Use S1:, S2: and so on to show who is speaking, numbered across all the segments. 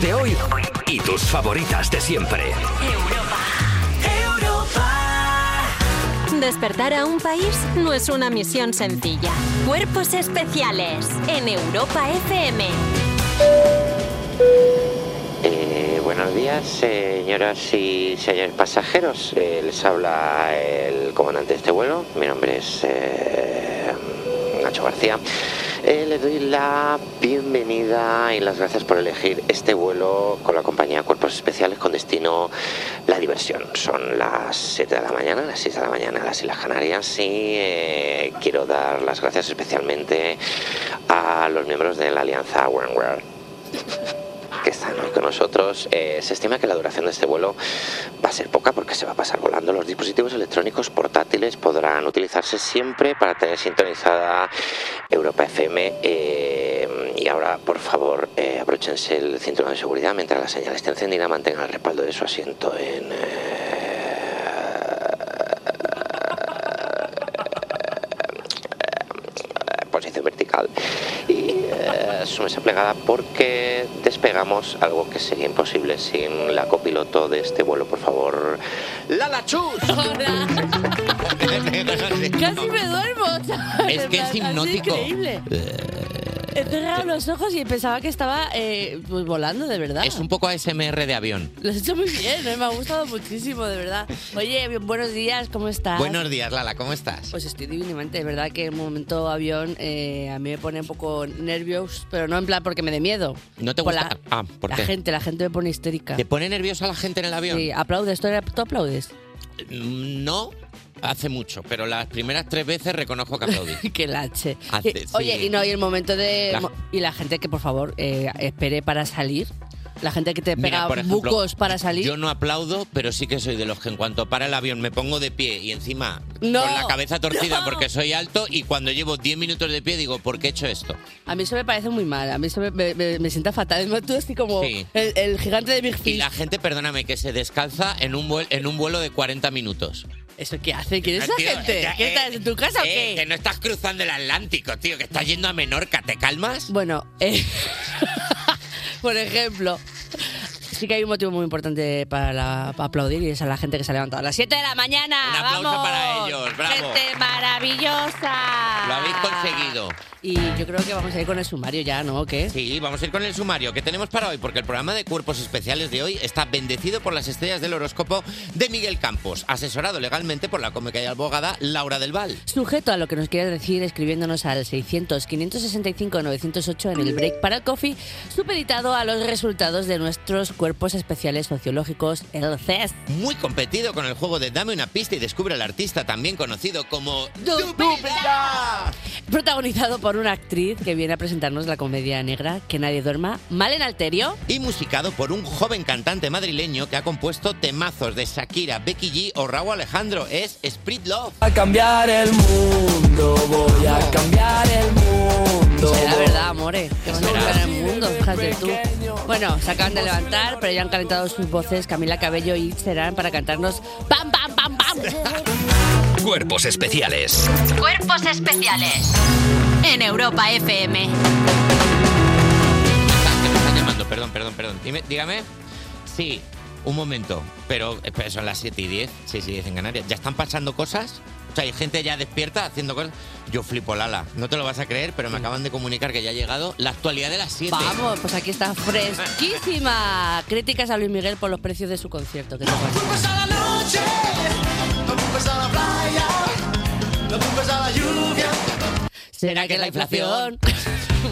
S1: de hoy y tus favoritas de siempre.
S2: Despertar a un país no es una misión sencilla. Cuerpos especiales en Europa FM.
S3: Eh, buenos días, señoras y señores pasajeros. Eh, les habla el comandante de este vuelo. Mi nombre es eh, Nacho García. Eh, les doy la bienvenida y las gracias por elegir este vuelo con la compañía Cuerpos Especiales con destino La Diversión. Son las 7 de la mañana, las 6 de la mañana en las Islas Canarias y eh, quiero dar las gracias especialmente a los miembros de la Alianza OneWorld que están hoy con nosotros. Eh, se estima que la duración de este vuelo va a ser poca porque se va a pasar volando. Los dispositivos electrónicos portátiles podrán utilizarse siempre para tener sintonizada Europa FM. eh, y ahora, por favor, eh, abróchense el cinturón de seguridad mientras la señal esté encendida. Mantengan el respaldo de su asiento en. eh, posición vertical y eh, súmese plegada porque despegamos algo que sería imposible sin la copiloto de este vuelo por favor Lala Chus
S4: Hola. Casi me duermo. ¿sabes?
S5: Es que es
S4: Ha sido
S5: hipnótico. Eh,
S4: increíble. He cerrado los ojos y pensaba que estaba eh, pues, volando, de verdad.
S5: Es un poco ASMR de avión.
S4: Lo has hecho muy bien, ¿eh? me ha gustado muchísimo, de verdad. Oye, bien, buenos días, ¿cómo estás?
S5: Buenos días, Lala, ¿cómo estás?
S4: Pues estoy divinamente, es verdad que el momento avión eh, a mí me pone un poco nervios, pero no en plan porque me dé miedo.
S5: ¿No te
S4: Por
S5: gusta?
S4: La,
S5: Ah, ¿por
S4: la
S5: qué?
S4: gente, la gente me pone histérica.
S5: ¿Te pone nerviosa la gente en el avión?
S4: Sí, ah. aplaudes, ¿tú, tú aplaudes?
S5: Mm, No hace mucho, pero las primeras tres veces reconozco que aplaudí.
S4: Qué lache.
S5: Hace-
S4: Y- Oye,
S5: sí.
S4: y no, y el momento de...
S5: La-
S4: Y la gente que, por favor, eh, espere para salir. La gente que te
S5: Mira,
S4: pega
S5: por ejemplo,
S4: bucos para salir.
S5: Yo no aplaudo, pero sí que soy de los que en cuanto para el avión me pongo de pie y encima
S4: No,
S5: con la cabeza torcida
S4: no.
S5: porque soy alto y cuando llevo 10 minutos de pie digo, ¿por qué he hecho esto?
S4: A mí eso me parece muy mal. A mí eso me, me- me- me sienta fatal. Es más, tú así como
S5: Sí.
S4: el, el gigante de Big
S5: Y
S4: Fish.
S5: la gente, perdóname, que se descalza en un, vuel- en un vuelo de 40 minutos.
S4: ¿Eso qué hace? ¿Quién es esa
S5: Tío,
S4: gente?
S5: ya,
S4: ¿Qué
S5: eh,
S4: estás en tu casa o
S5: eh,
S4: qué?
S5: Que no estás cruzando el Atlántico, tío, que estás yendo a Menorca, ¿te calmas?
S4: Bueno, eh, por ejemplo, sí que hay un motivo muy importante para, la- para aplaudir y es a la gente que se ha levantado a las 7 de la mañana.
S5: Un aplauso
S4: ¡Vamos!
S5: para ellos, bravo.
S4: Gente maravillosa.
S5: Lo habéis conseguido.
S4: Y yo creo que vamos a ir con el sumario ya, ¿no? ¿O ¿Qué?
S5: Sí, vamos a ir con el sumario que tenemos para hoy, porque el programa de cuerpos especiales de hoy está bendecido por las estrellas del horóscopo de Miguel Campos, asesorado legalmente por la cómica y abogada Laura del Val.
S4: Sujeto a lo que nos quieras decir escribiéndonos al 600-565-908 en el break para el coffee, supeditado a los resultados de nuestros cuerpos especiales sociológicos, el CES.
S5: Muy competido con el juego de Dame una pista y descubre al artista también conocido como
S4: Protagonizado por una actriz que viene a presentarnos la comedia negra Que nadie duerma, Mal en Alterio.
S5: y musicado por un joven cantante madrileño que ha compuesto temazos de Shakira, Becky G o Raúl Alejandro. Es Sprit Love.
S6: A cambiar el mundo, voy a cambiar el mundo.
S4: Será verdad, amores. Que van a cambiar el mundo, fíjate tú. Bueno, se acaban de levantar, pero ya han calentado sus voces Camila Cabello y Serán para cantarnos ¡Pam, pam, pam, pam!
S1: Cuerpos especiales
S2: Cuerpos especiales en Europa FM.
S5: Ah, que me están llamando, perdón, perdón, perdón. Dime- dígame. Sí, un momento. Pero espera, son las 7 y 10, 6 y 10 en Canarias. ¿Ya están pasando cosas? O sea, hay gente ya despierta haciendo cosas. Yo flipo, Lala. No te lo vas a creer, pero me acaban de comunicar que ya ha llegado la actualidad de las 7.
S4: Vamos, pues aquí está fresquísima. Críticas a Luis Miguel por los precios de su concierto. ¿Qué te parece?
S6: Vamos a la noche, vamos a la playa, vamos a la lluvia.
S4: ¿Será que la inflación?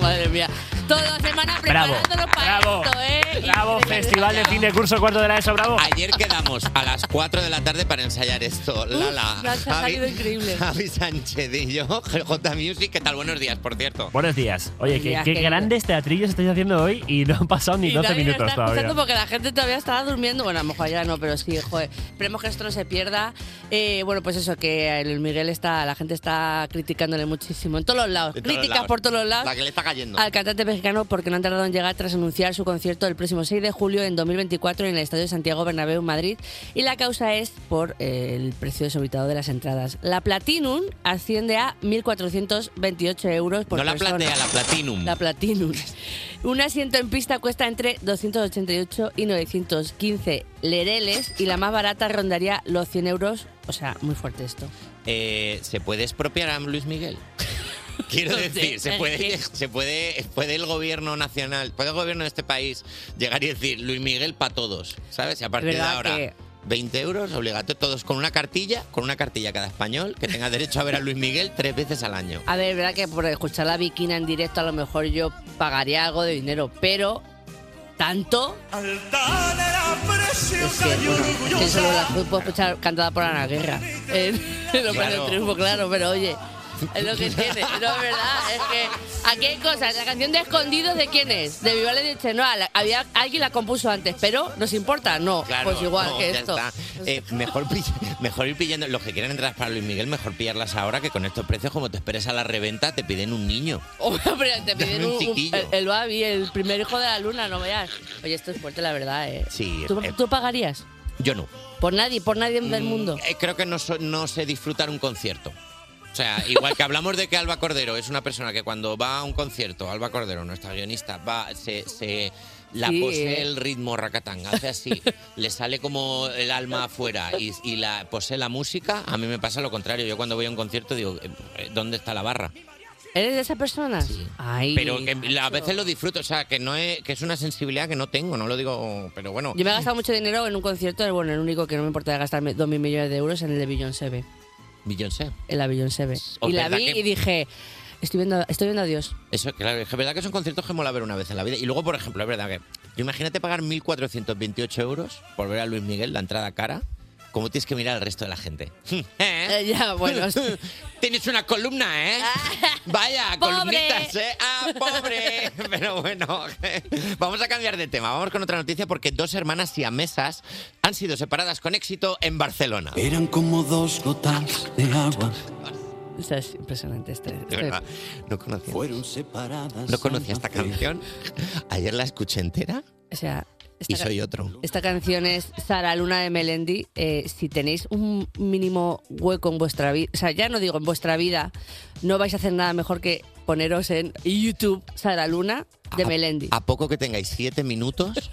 S4: Madre mía. Toda semana
S7: Bravo,
S4: preparándonos para
S7: bravo,
S4: esto, ¿eh?
S7: bravo,
S4: Increíble.
S7: festival de fin de curso, cuarto de la ESO, bravo.
S5: Ayer quedamos a las 4 de la tarde para ensayar esto. Lala,
S4: Uf, Nacho, ha salido increíble.
S5: Javi Sánchez y yo, J Music. ¿Qué tal? Buenos días, por cierto.
S7: Buenos días. Oye,
S4: Buenos
S7: qué,
S4: días,
S7: qué
S4: querido.
S7: grandes teatrillos estáis haciendo hoy y no han pasado ni
S4: Y
S7: 12
S4: nadie lo
S7: minutos
S4: está
S7: todavía.
S4: escuchando porque la gente todavía estaba durmiendo. Bueno, a lo mejor ya no, pero sí, joder. Esperemos que esto no se pierda. Eh, bueno, pues eso, que Luis Miguel está, la gente está criticándole muchísimo en todos los lados.
S5: De todos
S4: Críticas
S5: lados.
S4: por todos los lados.
S5: La que le está cayendo.
S4: al cantante mexicano porque no han tardado en llegar tras anunciar su concierto el próximo 6 de julio en 2024 en el Estadio Santiago Bernabéu, Madrid. Y la causa es por eh, el precio desorbitado de las entradas. La Platinum asciende a 1.428 euros por
S5: No la
S4: persona.
S5: platea, la Platinum.
S4: La Platinum. Un asiento en pista cuesta entre 288 y 915 lereles y la más barata rondaría los 100 euros. O sea, muy fuerte esto.
S5: Eh, ¿Se puede expropiar a Luis Miguel? Quiero
S4: No sé,
S5: decir, se
S4: es
S5: puede,
S4: que-
S5: se puede, puede el gobierno nacional, puede el gobierno de este país llegar y decir Luis Miguel para todos, ¿sabes? Y a partir de
S4: ¿Verdad
S5: ahora,
S4: que-
S5: 20 euros, obligatorio, todos con una cartilla, con una cartilla cada español, que tenga derecho a ver a Luis Miguel tres veces al año.
S4: A ver, verdad que por escuchar la viquina en directo a lo mejor yo pagaría algo de dinero, pero tanto que solo la puedo escuchar cantada por Ana Guerra. Eh, lo cual es
S5: Claro.
S4: un triunfo, claro, pero oye, es lo que tiene. No, es verdad, es que aquí hay cosas. La canción de Escondidos, ¿de quién es? De Vivaldi de Chenoa. La- había, alguien la compuso antes, pero ¿nos importa? No,
S5: Claro,
S4: pues igual
S5: no,
S4: que
S5: ya
S4: esto. Pues
S5: está. Eh, mejor, pill- mejor ir pillando, los que quieran entrar para Luis Miguel, mejor pillarlas ahora que con estos precios, como te esperes a la reventa, te piden un niño.
S4: Hombre, te piden
S5: Dame un
S4: un- un-
S5: chiquillo.
S4: el, el Babi, el primer hijo de la luna, no veas. Oye, esto es fuerte, la verdad, ¿eh?
S5: Sí,
S4: ¿Tú,
S5: eh,
S4: tú pagarías?
S5: yo no.
S4: Por nadie, por nadie del mundo.
S5: Eh, creo que no, so- no sé disfrutar un concierto. O sea, igual que hablamos de que Alba Cordero es una persona que cuando va a un concierto, Alba Cordero, nuestra guionista, va, se, se la
S4: Sí,
S5: posee
S4: eh.
S5: el ritmo racatán, hace así, le sale como el alma afuera y, y la posee la música, a mí me pasa lo contrario. Yo cuando voy a un concierto digo, eh, eh, ¿dónde está la barra?
S4: ¿Eres de esas personas? Ay,
S5: Pero que la- a
S4: macho.
S5: veces lo disfruto, o sea, que no es, que es una sensibilidad que no tengo, no lo digo, pero bueno.
S4: Yo me he gastado mucho dinero en un concierto, bueno, el único que no me importa gastarme 2.000 millones de euros en el de Beyoncé. B,
S5: Beyoncé.
S4: En la Beyoncé. B.
S5: O
S4: Y la
S5: verdad
S4: vi
S5: que-
S4: y dije, estoy viendo, estoy viendo a Dios.
S5: Eso, claro, es que es verdad que son conciertos que mola ver una vez en la vida. Y luego, por ejemplo, es verdad que. Imagínate pagar 1.428 euros por ver a Luis Miguel, la entrada cara. ¿Cómo tienes que mirar al resto de la gente? ¿Eh?
S4: Eh, ya, bueno, sí.
S5: Tienes una columna, ¿eh? Vaya,
S4: Pobre.
S5: columnitas, ¿eh? ¡Ah, pobre! Pero bueno, vamos a cambiar de tema. Vamos con otra noticia porque dos hermanas siamesas han sido separadas con éxito en Barcelona.
S8: Eran como dos gotas de agua.
S4: O sea, es impresionante este.
S5: De verdad, no conocía,
S8: Fueron separadas.
S5: no conocía esta canción. Ayer la escuché entera
S4: O sea, esta
S5: y soy otro.
S4: Esta canción es Sara Luna de Melendi. Eh, si tenéis un mínimo hueco en vuestra vida, o sea, ya no digo en vuestra vida, no vais a hacer nada mejor que poneros en YouTube Sara Luna de
S5: A-
S4: Melendi.
S5: A poco que tengáis siete minutos,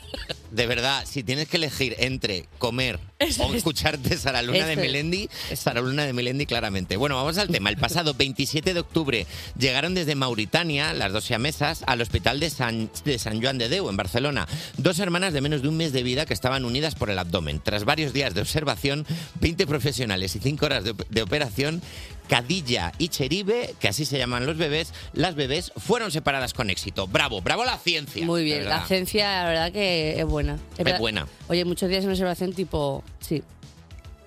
S5: de verdad, si tienes que elegir entre comer o escucharte Sara Luna de
S4: Eso es.
S5: Melendi, Sara Luna de Melendi claramente. Bueno, vamos al tema. El pasado 27 de octubre llegaron desde Mauritania, las dos siamesas, al hospital de San, de San Juan de Deu, en Barcelona. Dos hermanas de menos de un mes de vida que estaban unidas por el abdomen. Tras varios días de observación, 20 profesionales y 5 horas de, op- de operación, Cadilla y Cheribe, que así se llaman los bebés, las bebés fueron separadas con éxito. Bravo, bravo la ciencia.
S4: Muy
S5: de
S4: bien, la
S5: verdad.
S4: ciencia, la verdad que es buena.
S5: Es
S4: verdad-
S5: buena.
S4: Oye, muchos días en observación, tipo, sí.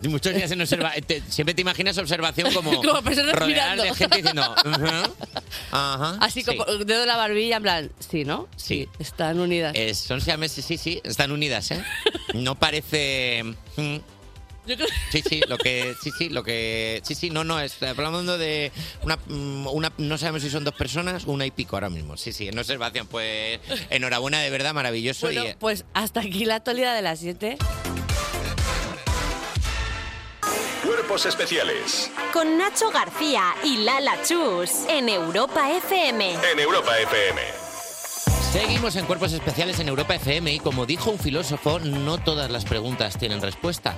S5: Y Muchos días en observa te- siempre te imaginas observación como,
S4: Como personas
S5: rodeadas
S4: mirando.
S5: de gente diciendo, "Ujú, ajá,
S4: Así
S5: sí".
S4: como dedo de la barbilla, en plan, sí, ¿no?
S5: Sí.
S4: Están unidas.
S5: Eh, son siameses, sí, sí, están unidas, ¿eh? No parece. mm,
S4: Yo creo-
S5: Sí, sí, lo que. Sí, sí, lo que. Sí, sí, no, no, es- hablando de. Una, mm, una- no sabemos si son dos personas, una y pico ahora mismo. Sí, sí, en observación, pues. Enhorabuena, de verdad, maravilloso.
S4: bueno,
S5: y, eh,
S4: pues hasta aquí la actualidad de las 7.
S9: Cuerpos especiales
S2: Con Nacho García y Lala Chus en Europa FM.
S9: en Europa FM.
S5: Seguimos en Cuerpos Especiales en Europa FM y como dijo un filósofo, no todas las preguntas tienen respuesta.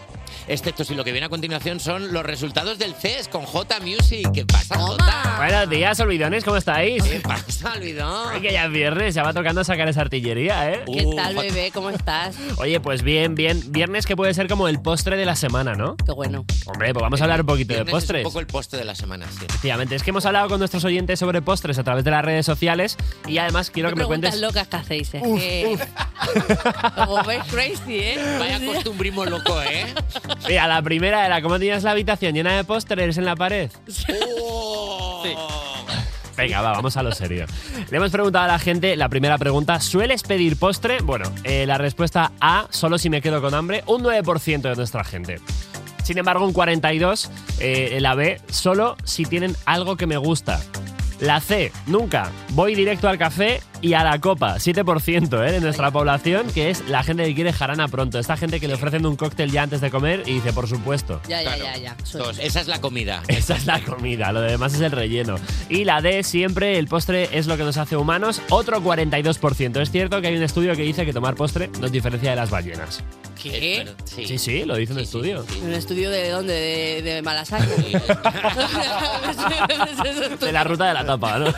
S5: Excepto si lo que viene a continuación son los resultados del CES con J Music. ¿Qué pasa, J?
S7: Buenos días, olvidones, ¿cómo estáis?
S5: ¿Qué pasa, Luidón?
S7: Ay, que ya es viernes, ya va tocando sacar esa artillería, ¿eh?
S4: ¿Qué
S5: Uh,
S4: tal,
S5: J-
S4: bebé? ¿Cómo estás?
S7: Oye, pues bien, bien. Viernes que puede ser como el postre de la semana, ¿no?
S4: Qué bueno.
S7: Hombre, pues vamos a hablar un poquito de
S5: Viernes Es un
S7: postres.
S5: poco el postre de la semana, sí.
S7: Efectivamente, es que hemos hablado con nuestros oyentes sobre postres a través de las redes sociales y además quiero
S4: Qué
S7: que me
S4: preguntas
S7: cuentes.
S4: locas que hacéis. ¿eh? Es que- Como ves, crazy, ¿eh?
S5: Vaya costumbrismo loco, ¿eh?
S7: Mira, la primera era cómo tenías la habitación llena de pósteres en la pared.
S5: Oh.
S7: Venga, va, vamos a lo serio. Le hemos preguntado a la gente la primera pregunta, ¿sueles pedir postre? Bueno, eh, la respuesta A, solo si me quedo con hambre, un 9% de nuestra gente. Sin embargo, un 42, eh, la B, solo si tienen algo que me gusta. La C, nunca. Voy directo al café y a la copa. 7% ¿eh? de nuestra población, que es la gente que quiere jarana pronto. Esta gente que le ofrecen un cóctel ya antes de comer y dice, por supuesto.
S4: Ya, ya, ya, ya. Suena.
S5: Dos, esa es la comida.
S7: Esa es la comida, lo demás es el relleno. Y la D, siempre el postre es lo que nos hace humanos, otro 42%. Es cierto que hay un estudio que dice que tomar postre nos diferencia de las ballenas.
S5: Es
S4: ¿Qué?
S5: verdad, sí.
S7: Sí, sí, lo dice un
S5: Sí, sí,
S7: estudio.
S5: sí, sí.
S4: ¿Un estudio de dónde? ¿De, de Malasaña?
S7: De la ruta de la tapa, ¿no?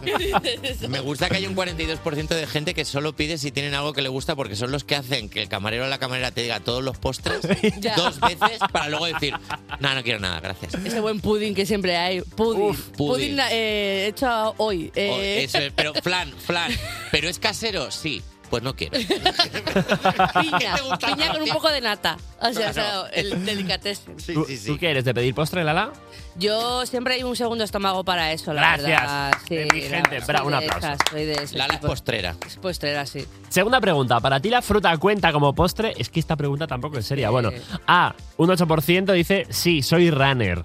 S5: Me gusta que hay un 42% de gente que solo pide si tienen algo que le gusta porque son los que hacen que el camarero o la camarera te diga todos los postres
S4: Ya.
S5: dos veces para luego decir, no, no quiero nada, gracias.
S4: Ese buen pudding que siempre hay. Pudding.
S5: Uf, pudding.
S4: Pudding, eh, hecho hoy. eh.
S5: O eso es, pero flan, flan. ¿Pero es casero? Sí. Pues no quiero.
S4: Piña,
S5: ¿Te gusta
S4: piña con un poco de nata. O sea,
S5: Claro.
S4: o sea, el delicatessen.
S5: Sí,
S7: ¿Tú,
S5: sí, sí.
S7: tú qué eres? ¿De pedir postre, Lala?
S4: Yo siempre hay un segundo estómago para eso, la
S7: Gracias.
S4: verdad.
S7: De mi
S4: la-
S7: gente. Bravo,
S4: soy
S7: un
S4: de
S7: aplauso.
S4: esas, soy de ese
S5: Lala es
S4: tipo.
S5: postrera.
S4: Es postrera, sí.
S7: Segunda pregunta, ¿para ti la fruta cuenta como postre? Es que esta pregunta tampoco es seria.
S5: Eh.
S7: Bueno, A, un 8% dice, sí, soy runner.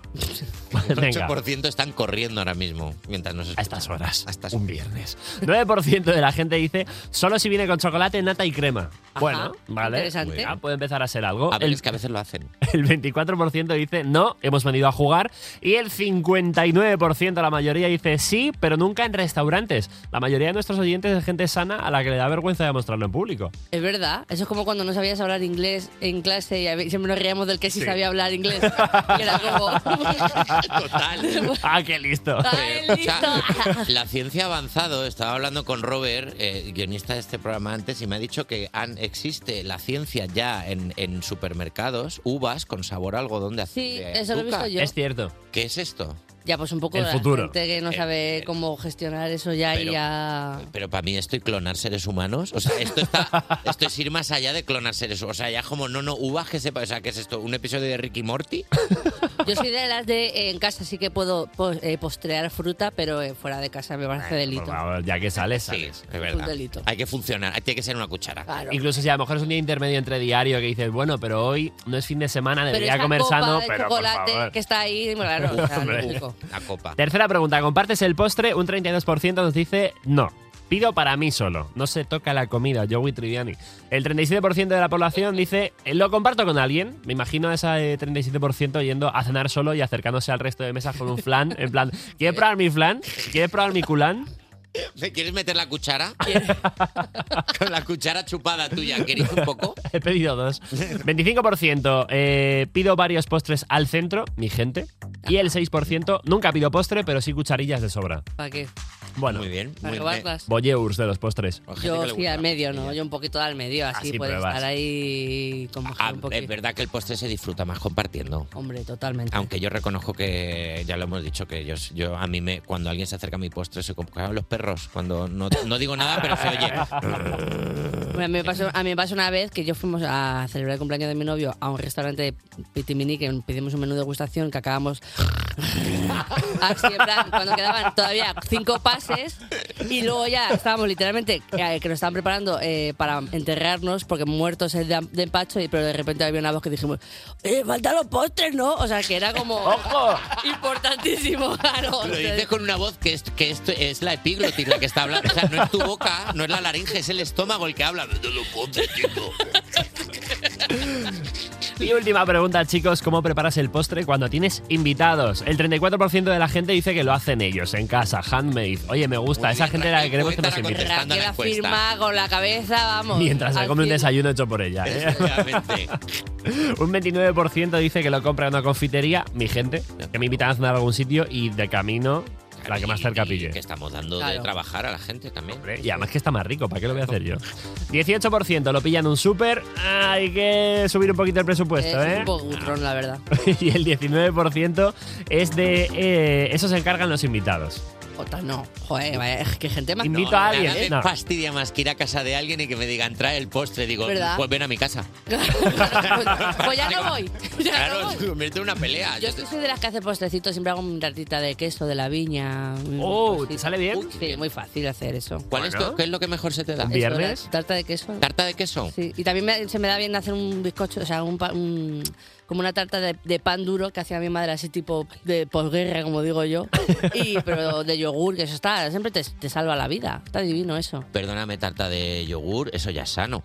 S5: El
S7: Venga.
S5: 8% están corriendo ahora mismo mientras nos
S7: A
S5: escuchan.
S7: estas horas.
S5: A estas
S7: un viernes. 9% de la gente dice solo si viene con chocolate, nata y crema.
S4: Ajá,
S7: bueno, vale.
S4: interesante.
S7: Venga, puede empezar a ser algo.
S5: A ver,
S7: el,
S5: es que a veces lo hacen.
S7: el 24% dice no, hemos venido a jugar. Y el 59%, la mayoría, dice sí, pero nunca en restaurantes. La mayoría de nuestros oyentes es gente sana a la que le da vergüenza de mostrarlo en público.
S4: Es verdad, eso es como cuando no sabías hablar inglés en clase y a ve- siempre nos reíamos del que sí,
S7: Sí.
S4: sabía hablar inglés. Y era como...
S5: Total.
S7: ¡Ah, qué listo!
S4: Ay,
S5: O sea,
S4: listo.
S5: la ciencia ha avanzado. Estaba hablando con Robert, eh, guionista de este programa antes, y me ha dicho que han- existe la ciencia ya en, en supermercados, uvas con sabor a algodón de azúcar.
S4: Sí, eso lo he visto yo.
S7: Es cierto.
S5: ¿Qué es esto?
S4: Ya, pues un poco
S7: El
S4: la
S7: futuro.
S4: gente que no sabe cómo gestionar eso ya y
S5: Eh, Pero-
S4: ya...
S5: Pero para mí esto y clonar seres humanos, o sea, esto está, esto es ir más allá de clonar seres humanos. O sea, ya como no, no, uvas que sepa, o sea, ¿qué es esto? ¿Un episodio de Ricky Morty?
S4: Yo soy de las de eh, en casa sí que puedo po- eh, postrear fruta, pero eh, fuera de casa me parece delito.
S7: Por favor, pues, ya que sales,
S5: Sí,
S7: sales.
S5: es pues verdad.
S4: delito.
S5: Hay que funcionar, tiene que ser una cuchara.
S4: Claro.
S7: Incluso si a lo mejor es un día intermedio entre diario que dices, bueno, pero hoy no es fin de semana,
S4: Pero
S7: debería
S4: esa
S7: comer
S4: copa
S7: sano,
S4: de
S7: pero por
S4: chocolate
S7: favor.
S4: que está ahí, claro, o sea, no
S7: Hombre.
S4: pico.
S5: La copa.
S7: Tercera pregunta, ¿compartes el postre? Un 32% nos dice no. Pido para mí solo. No se toca la comida, Joey Triviani. El 37% de la población dice eh, lo comparto con alguien. Me imagino a ese eh, 37% yendo a cenar solo y acercándose al resto de mesas con un flan. En plan, ¿quieres probar mi flan? ¿Quieres probar mi culán?
S5: ¿Me ¿Quieres meter la cuchara? Con la cuchara chupada tuya, ¿queréis un poco?
S7: He pedido dos. 25% eh, pido varios postres al centro, mi gente. Y el 6% nunca pido postre, pero sí cucharillas de sobra.
S4: ¿Para qué?
S7: Bueno,
S5: muy bien,
S4: ¿Para
S5: muy bien.
S4: robarlas?
S7: bolleurs de los postres.
S5: Hay gente que
S4: Yo
S5: le
S4: sí
S5: gusta
S4: al
S5: la
S4: medio, ¿no?
S5: costilla.
S4: Yo un poquito al medio, así,
S7: Así
S4: puedes
S7: pruebas.
S4: estar ahí como
S5: Ah, eh.
S4: un poquito.
S5: es verdad que el postre se disfruta más compartiendo.
S4: Hombre, totalmente.
S5: Aunque yo reconozco que, ya lo hemos dicho, que yo, yo a mí me, cuando alguien se acerca a mi postre, se como los perros. Cuando no, no digo nada, pero se oye.
S4: Bueno, a, mí me pasó, a mí me pasó una vez que yo fuimos a celebrar el cumpleaños de mi novio a un restaurante de Pitimini que pedimos un menú de degustación que acabamos así en plan, cuando quedaban todavía cinco pases y luego ya estábamos literalmente eh, que nos estaban preparando eh, para enterrarnos porque muertos es de, de empacho y pero de repente había una voz que dijimos eh, faltan los postres, ¿no? O sea que era como
S7: ¡Ojo!
S4: importantísimo, claro.
S5: Lo
S4: Entonces,
S5: dices con una voz que, es, que esto es la epiglotis la que está hablando. O sea, no es tu boca, no es la laringe, es el estómago el que habla. No lo puedo, chico.
S7: Y última pregunta, chicos, ¿cómo preparas el postre cuando tienes invitados? El 34% de la gente dice que lo hacen ellos, en casa, handmade. Oye, me gusta,
S5: Muy
S7: esa
S5: bien,
S7: gente era la que
S5: Raquel,
S7: queremos que nos
S5: cuéntala
S7: invite.
S5: con contestando
S4: Raquel
S5: la encuesta.
S4: afirma con la cabeza, vamos.
S7: Mientras se
S4: al
S7: come un
S4: cien.
S7: desayuno hecho por ella. ¿eh?
S5: Efectivamente.
S7: Un 29% dice que lo compra en una confitería, mi gente, que me invitan a cenar a algún sitio y de camino, la que más
S5: Y-
S7: cerca
S5: y
S7: pille.
S5: Que estamos dando de
S4: Claro.
S5: trabajar a la gente también.
S7: Hombre, Y además que está más rico, ¿para qué lo voy a hacer yo? 18% lo pillan en un súper, ah, hay que subir un poquito el presupuesto,
S4: Es
S7: ¿eh?
S4: un poco gutrón, la verdad.
S7: Y el 19% es de... eh, eso se encargan los invitados.
S4: Jota, Pues no. Joder, vaya, es que gente más.
S7: Invito
S5: No,
S7: a
S5: nada
S7: alguien,
S5: me
S7: ¿eh? No.
S5: fastidia más que ir a casa de alguien y que me digan, trae el postre. Digo,
S4: ¿Verdad?
S5: pues ven a mi casa.
S4: pues, pues ya no voy. Ya
S5: claro,
S4: no
S5: se
S4: voy.
S5: convierte en una pelea.
S4: Yo
S5: Yo
S4: es
S5: te-
S4: que soy de las que hace postrecitos, siempre hago una tartita de queso de la viña. un
S7: Oh,
S4: cosito.
S7: ¿te sale bien?
S5: Uy, qué
S4: Sí,
S5: bien.
S4: muy fácil hacer eso.
S5: ¿Cuál es,
S7: Bueno.
S5: lo- ¿Qué es lo que mejor se te da?
S7: Un
S4: Eso, la
S7: ¿Viernes?
S4: Tarta de queso.
S5: ¿Tarta de queso?
S4: Sí, y también me- se me da bien hacer un bizcocho, o sea, un, pa- un como una tarta de, de pan duro que hacía mi madre así tipo de posguerra, como digo yo, y, pero de yogur, que eso está, siempre te, te salva la vida, está divino eso.
S5: Perdóname, tarta de yogur, eso ya es sano.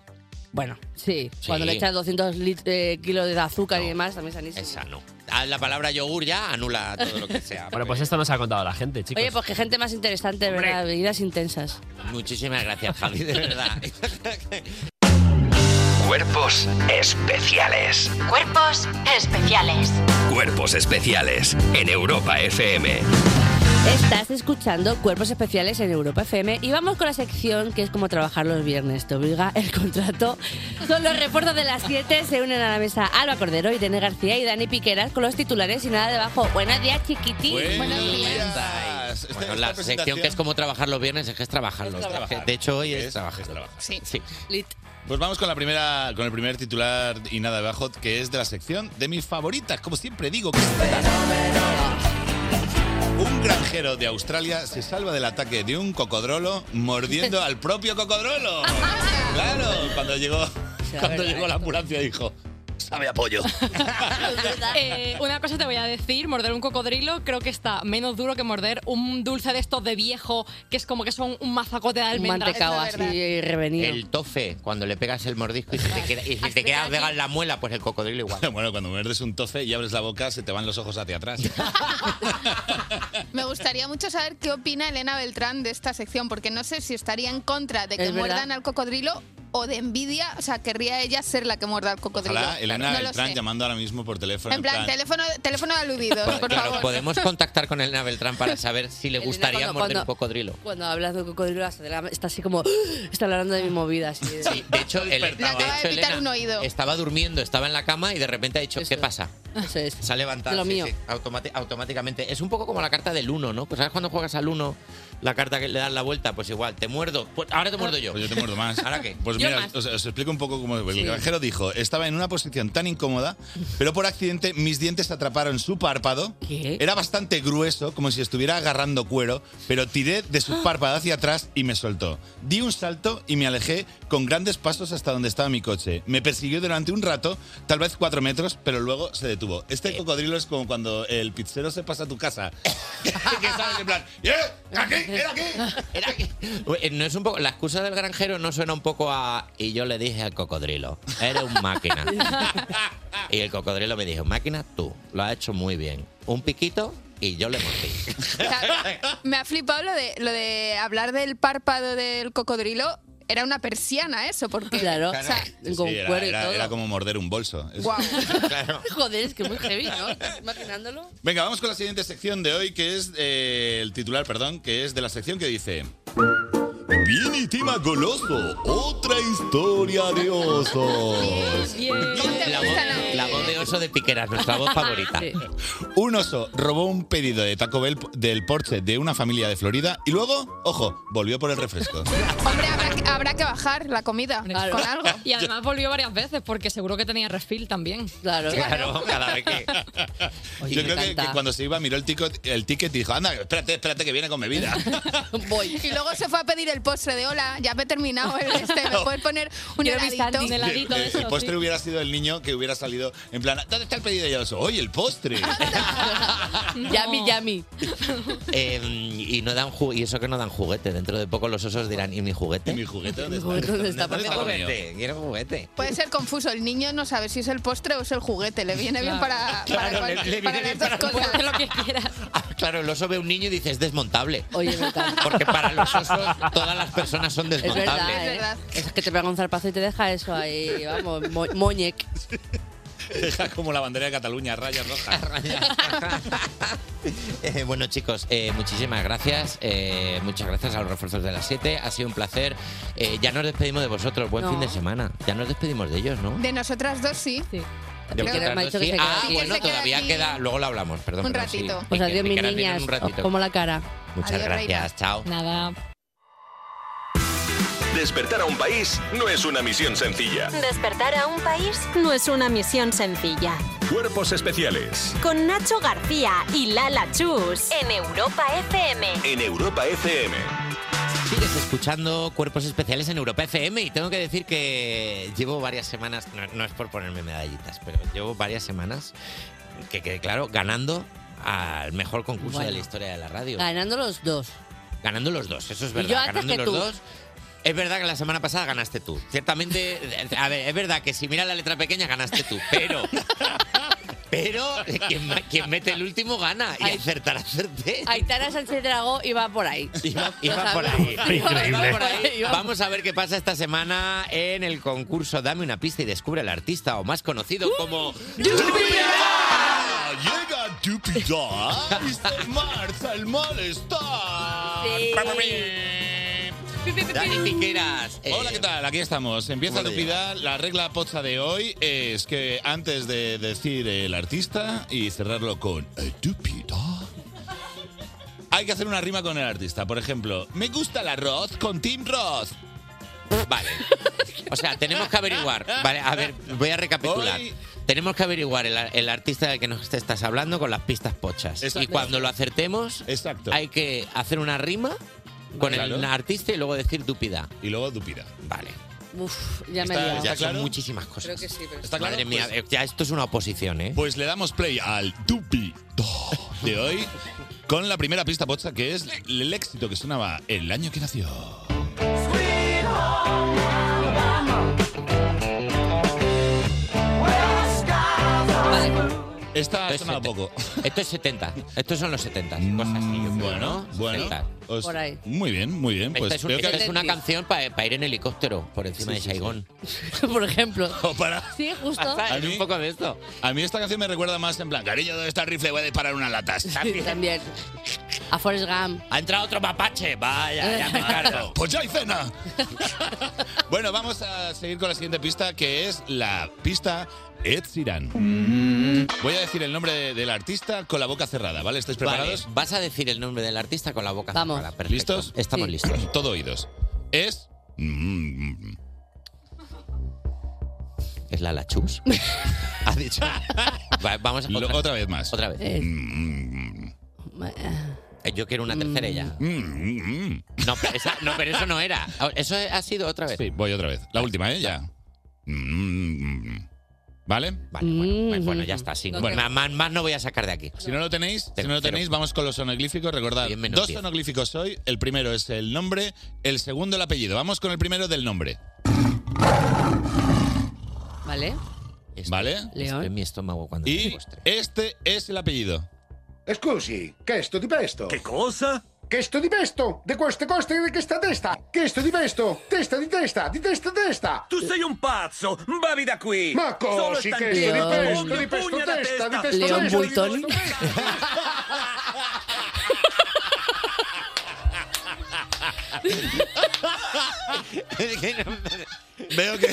S4: Bueno, sí,
S5: Sí.
S4: cuando le echas 200 lit- eh, kilos de azúcar y demás, también es sanísimo.
S5: Es sano. Ah, La palabra yogur ya anula todo lo que sea.
S7: Bueno, pues esto nos ha contado la gente, chicos.
S4: Oye, pues que gente más interesante, ¿verdad? Vidas intensas.
S5: Muchísimas gracias, Javi, de verdad.
S1: Cuerpos especiales.
S2: Cuerpos especiales.
S1: Cuerpos especiales en Europa FM.
S4: Estás escuchando Cuerpos Especiales en Europa FM y vamos con la sección que es como trabajar los viernes. Te obliga el contrato. Son los refuerzos de las 7. Se unen a la mesa Alba Cordero, Irene García y Dani Piqueras con los titulares y nada debajo. Buenos días, chiquitín.
S5: Bueno, la sección que es como trabajar los viernes es que es trabajarlos. De hecho, hoy es, trabajar.
S4: Sí.
S10: sí.
S4: Lit.
S10: Pues vamos con la primera, con el primer titular y nada abajo, que es de la sección de mis favoritas, como siempre digo. que es esta. Un granjero de Australia se salva del ataque de un cocodrolo mordiendo al propio cocodrolo.
S5: Ah.
S10: Claro, cuando llegó, cuando llegó la ambulancia dijo, sabe apoyo.
S11: Eh, una cosa te voy a decir, morder un cocodrilo creo que está menos duro que morder un dulce de estos de viejo, que es como que son un mazacote de almendra.
S4: revenido.
S5: El tofe, cuando le pegas el mordisco y se te queda, y si te quedas pegado en la muela, pues el cocodrilo igual.
S10: Bueno, cuando muerdes un tofe y abres la boca, se te van los ojos hacia atrás.
S12: Me gustaría mucho saber qué opina Elena Beltrán de esta sección, porque no sé si estaría en contra de que
S10: Es verdad.
S12: muerdan al cocodrilo o de envidia, o sea, querría ella ser la que muerda al cocodrilo.
S10: Ojalá Elena
S12: no lo
S10: Beltrán
S12: sé.
S10: llamando ahora mismo por teléfono.
S12: En plan, teléfono, teléfono de aludidos,
S5: Pues,
S12: por
S5: claro,
S12: favor.
S5: podemos contactar con Elena Beltrán para saber si le gustaría
S4: cuando-
S5: morder
S4: cuando-
S5: un cocodrilo.
S4: Cuando hablas de cocodrilo, hasta la- está así como. "Ah", Está hablando de mi movida. Así de-
S5: De hecho, el, de hecho,
S4: pitar
S5: Elena
S4: un oído.
S5: estaba durmiendo, estaba en la cama y de repente ha dicho, ¿qué pasa? Se ha levantado
S4: De lo
S5: sí,
S4: mío.
S5: sí, automati- automáticamente. Es un poco como la carta del uno, ¿no? Pues sabes cuando juegas al uno, la carta que le das la vuelta, pues igual, te muerdo. Pues ahora te muerdo yo.
S10: Pues yo te muerdo más.
S5: ¿Ahora qué?
S10: Pues
S5: Yo
S10: mira,
S5: más.
S10: os, os explico un poco cómo. El
S5: Sí.
S10: granjero dijo: Estaba en una posición tan incómoda, pero por accidente mis dientes atraparon su párpado.
S4: ¿Qué?
S10: Era bastante grueso, como si estuviera agarrando cuero, pero tiré de su párpado hacia atrás y me soltó. Di un salto y me alejé con grandes pasos hasta donde estaba mi coche. Me persiguió durante un rato, tal vez cuatro metros, pero luego se detuvo. Este cocodrilo es como cuando el pizzero se pasa a tu casa. que sabes, en plan, "¿Eh? ¿Aquí? ¿Era aquí?
S5: Eh, No es un poco, la excusa del granjero no suena un poco a. Y yo le dije al cocodrilo, eres un máquina. y el cocodrilo me dijo, máquina tú, lo has hecho muy bien. Un piquito y yo le mordí.
S12: Me ha flipado lo de, lo de hablar del párpado del cocodrilo. Era una persiana eso, porque...
S4: Claro.
S12: o sea,
S10: Sí,
S4: Con
S10: era,
S4: cuero y
S10: era-
S4: todo.
S10: era como morder un bolso. Es-
S12: Guau.
S10: Claro.
S4: Joder, es que muy heavy, ¿no? ¿Estás imaginándolo?
S10: Venga, vamos con la siguiente sección de hoy, que es eh, el titular, perdón, que es de la sección que dice... Bien y tema goloso, otra historia de osos.
S5: La voz, la voz de oso de piqueras, nuestra voz favorita.
S10: Un oso robó un pedido de Taco Bell del Porsche de una familia de Florida y luego, ojo, volvió por el refresco.
S12: Hombre, habrá que, habrá que bajar la comida con algo.
S11: Y además volvió varias veces porque seguro que tenía refil también.
S4: Claro.
S10: Claro, cada vez que. Yo creo que, que cuando se iba miró el ticket, el ticket y dijo, anda, espérate, espérate que viene con bebida.
S12: Y luego se fue a pedir el postre de hola, ya me he terminado el este, me puedes poner un
S11: Quiero mis
S12: heladito.
S11: sándwiches.
S10: el, eh, el postre hubiera sido el niño que hubiera salido en plan, ¿dónde está el pedido de oso? Oye, el postre.
S4: Yami, yami.
S5: Eh, y no dan ju- y eso que no dan juguete. Dentro de poco los osos dirán, ¿y mi juguete? ¿Y mi
S10: juguete
S5: dónde
S12: está? juguete dónde está?
S5: ¿Dónde
S12: Por
S5: está mi
S12: favor.
S5: juguete? Quiero juguete.
S12: Puede ser confuso, el niño no sabe si es el postre o es el juguete, le viene bien para, para,
S5: Claro, le-
S12: cual-
S5: le
S12: para
S5: viene
S12: las dos cosas.
S5: Claro, el oso ve un niño y dice, es desmontable.
S4: Oye, me encanta.
S5: Porque para los osos todas las personas son
S4: Es
S5: desmontables.
S4: verdad, ¿eh? Es que te pega un zarpazo y te deja eso ahí, vamos, mo- moñec.
S10: Deja como la bandera de Cataluña, rayas rojas.
S5: Eh, bueno, chicos, eh, muchísimas gracias. Eh, muchas gracias a los refuerzos de las 7. Ha sido un placer. Eh, ya nos despedimos de vosotros. Buen
S12: No.
S5: fin de semana. Ya nos despedimos de ellos, ¿no?
S12: De nosotras dos sí.
S5: De
S12: Creo que
S5: vosotras
S12: me ha
S5: dos,
S12: dicho que
S5: sí.
S12: se queda
S5: Ah,
S12: aquí.
S5: bueno,
S12: Se queda
S5: todavía
S12: aquí.
S5: queda. Luego lo hablamos, perdón.
S12: Un
S5: perdón, sí.
S12: ratito.
S4: Pues
S5: Pique-
S4: adiós, mis
S5: piqueras vienen
S4: niñas.
S5: un ratito.
S4: os Como la cara.
S5: Muchas gracias. Chao.
S11: Nada.
S9: Despertar a un país no es una misión sencilla.
S2: Despertar a un país no es una misión sencilla.
S9: Cuerpos especiales
S2: Con Nacho García y Lala Chus en Europa FM.
S9: en Europa FM.
S5: Sigues escuchando Cuerpos Especiales en Europa FM y tengo que decir que llevo varias semanas, no, no es por ponerme medallitas, pero llevo varias semanas, que quede claro, ganando al mejor concurso
S4: Bueno.
S5: de la historia de la radio.
S4: Ganando los dos.
S5: Ganando los dos, eso es
S4: Y
S5: verdad.
S4: yo antes
S5: ganando
S4: que
S5: los
S4: tú.
S5: dos. Es verdad que la semana pasada ganaste tú. Ciertamente, eh, a ver, es verdad que si mira la letra pequeña ganaste tú, pero. Pero eh, quien, ma- quien mete el último gana y acertar, acerté.
S4: Aitana Sánchez Dragó iba por ahí.
S5: Iba, iba por ahí. Iba por ahí. Vamos a ver qué pasa esta semana en el concurso Dame una pista y descubre al artista o más conocido como
S10: Ah, Llega Dupida y se marcha el malestar.
S5: Dani Piqueras.
S13: Eh.
S10: Hola, ¿qué tal? Aquí estamos. Empieza
S5: ¿Cómo lo
S10: Lupida. La regla pocha de hoy es que antes de decir el artista y cerrarlo con eh, Dupida, hay que hacer una rima con el artista. Por ejemplo, me gusta el arroz con Tim Roth.
S5: Vale. O sea, tenemos que averiguar. Vale, a ver, voy a recapitular.
S10: Hoy-
S5: Tenemos que averiguar el, el artista del que nos te estás hablando con las pistas pochas. Y
S10: Exacto.
S5: cuando lo acertemos, hay que hacer una rima con el
S10: Claro.
S5: artista y luego decir dupida.
S10: Y luego dupida.
S5: Vale.
S4: Uf, ya me he
S5: Está-
S4: liado.
S5: ya son muchísimas cosas.
S4: Creo que sí, pero
S10: ¿Está claro?
S5: Madre mía,
S10: Pues-
S5: eh, ya esto es una oposición, ¿eh?
S10: Pues le damos play al Dupida de hoy con la primera pista pocha que es el éxito que sonaba el año que nació.
S5: eh,
S10: Esta ha sonado poco. Mm,
S5: Esto es 70. Estos son los 70.
S10: bueno, bueno. os-
S4: Por ahí.
S10: Muy bien, muy bien. Pues
S5: Esta es, un-
S10: creo que
S5: esta es una canción para ir en helicóptero por encima
S10: Sí, sí,
S5: de
S10: sí.
S5: Saigón.
S4: Por ejemplo.
S10: Oh,
S4: Sí, justo.
S5: Hasta- un poco de esto.
S10: A mí esta canción me recuerda más en plan, cariño, ¿dónde está el rifle? Voy a disparar unas latas.
S4: Sí, también. A Forrest Gump.
S5: Ha entrado otro mapache. Vaya, ya me cargo.
S10: Pues ya hay cena. bueno, vamos a seguir con la siguiente pista, que es la pista Ed Sheeran. Voy a decir el nombre de- del artista con la boca cerrada, ¿vale? ¿Estáis preparados?
S5: Vale, Vas a decir el nombre del artista con la boca cerrada. Perfecto.
S10: ¿Listos?
S5: Estamos listos.
S10: Todo oídos. Es... Mm-hmm.
S5: ¿Es la Lachus? ha dicho. Va- vamos otra,
S10: vez más. Mm,
S5: Otra vez.
S4: Eh.
S5: Eh, Yo quiero una tercera ya.
S10: Mm,
S5: No, pero esa- no, pero eso no era. Oh, Eso ha sido otra vez.
S10: Sí, voy otra vez. La última, ¿eh? Ya. mm, ¿Vale?
S5: Vale, bueno, pues bueno, ya está. sí.
S10: Bueno.
S5: Más- más, más no voy a sacar de aquí.
S10: Si no lo tenéis, si no lo tenéis, vamos con los sonoglíficos. Recordad,
S5: menos
S10: dos
S5: diez.
S10: sonoglíficos hoy. El primero es el nombre, el segundo el apellido. Vamos con el primero del nombre.
S4: ¿Vale?
S5: Este
S10: ¿Vale?
S5: León. mi estómago cuando
S10: Y este es el apellido.
S14: Scusi, che è sto di pesto? Che cosa? Che è sto di pesto? De queste coste di questa testa? Che è sto di pesto? Testa di testa, di testa a testa!
S15: Tu sei un pazzo! Bavi da qui!
S14: Ma
S15: Solo
S14: cosi, che è
S15: stanchezza.
S14: sto di pesto,
S15: Pugno,
S14: di pesto
S15: pugno alla
S14: testa, di
S15: testa.
S14: pesto
S15: Leon
S14: testa, di
S15: Bolton.
S14: pesto testa!
S10: Veo que,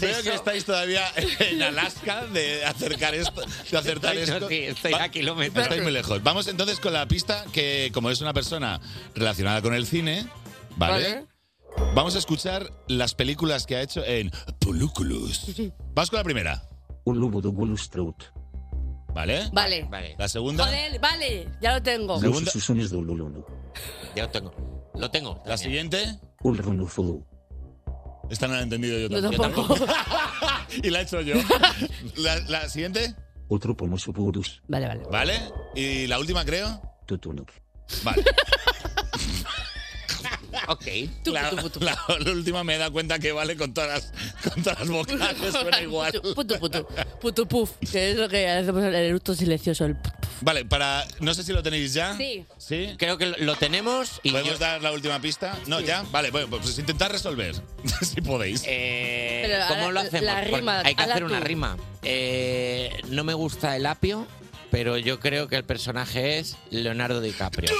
S10: veo
S5: eso.
S10: que estáis todavía en Alaska de acercar esto, de acertar
S5: Estoy-
S10: esto.
S5: sí, estoy a kilómetros.
S10: Estáis muy lejos. Vamos entonces con la pista que, como es una persona relacionada con el cine, ¿vale? Vamos a escuchar las películas que ha hecho en Puluculus. Vas con la primera. Un lobo de Wall Street. ¿Vale?
S4: Vale.
S10: La segunda.
S4: Joder, vale, ya lo tengo.
S10: Segunda.
S5: Ya lo tengo. Lo tengo.
S10: La siguiente.
S16: Un runufulu.
S10: Esta no la he entendido yo
S4: Yo
S10: tampoco. y la he hecho yo. La, la siguiente.
S16: Otro
S11: pues
S16: pomosoporus.
S4: Vale, vale.
S10: ¿Vale? Y la última, creo.
S16: Tutunuk.
S10: Vale.
S5: Ok.
S10: La, la- la última me he dado cuenta que vale con todas las, con todas las vocales, suena igual.
S4: Putu, putu, putu, puf. Que es lo que hacemos el eructo silencioso. El puf.
S10: Vale, para. No sé si lo tenéis ya.
S4: Sí.
S10: ¿Sí?
S5: Creo que lo tenemos y.
S10: ¿Podemos dar la última pista? No, ya. Vale, bueno, pues intentad resolver. si podéis.
S5: Eh,
S4: Pero
S5: ¿Cómo
S4: ahora
S5: lo hacemos?
S4: la
S5: Porque
S4: rima,
S5: hay que
S4: hazla
S5: hacer una
S4: tú.
S5: rima. Eh, no me gusta el apio, pero yo creo que el personaje es Leonardo DiCaprio.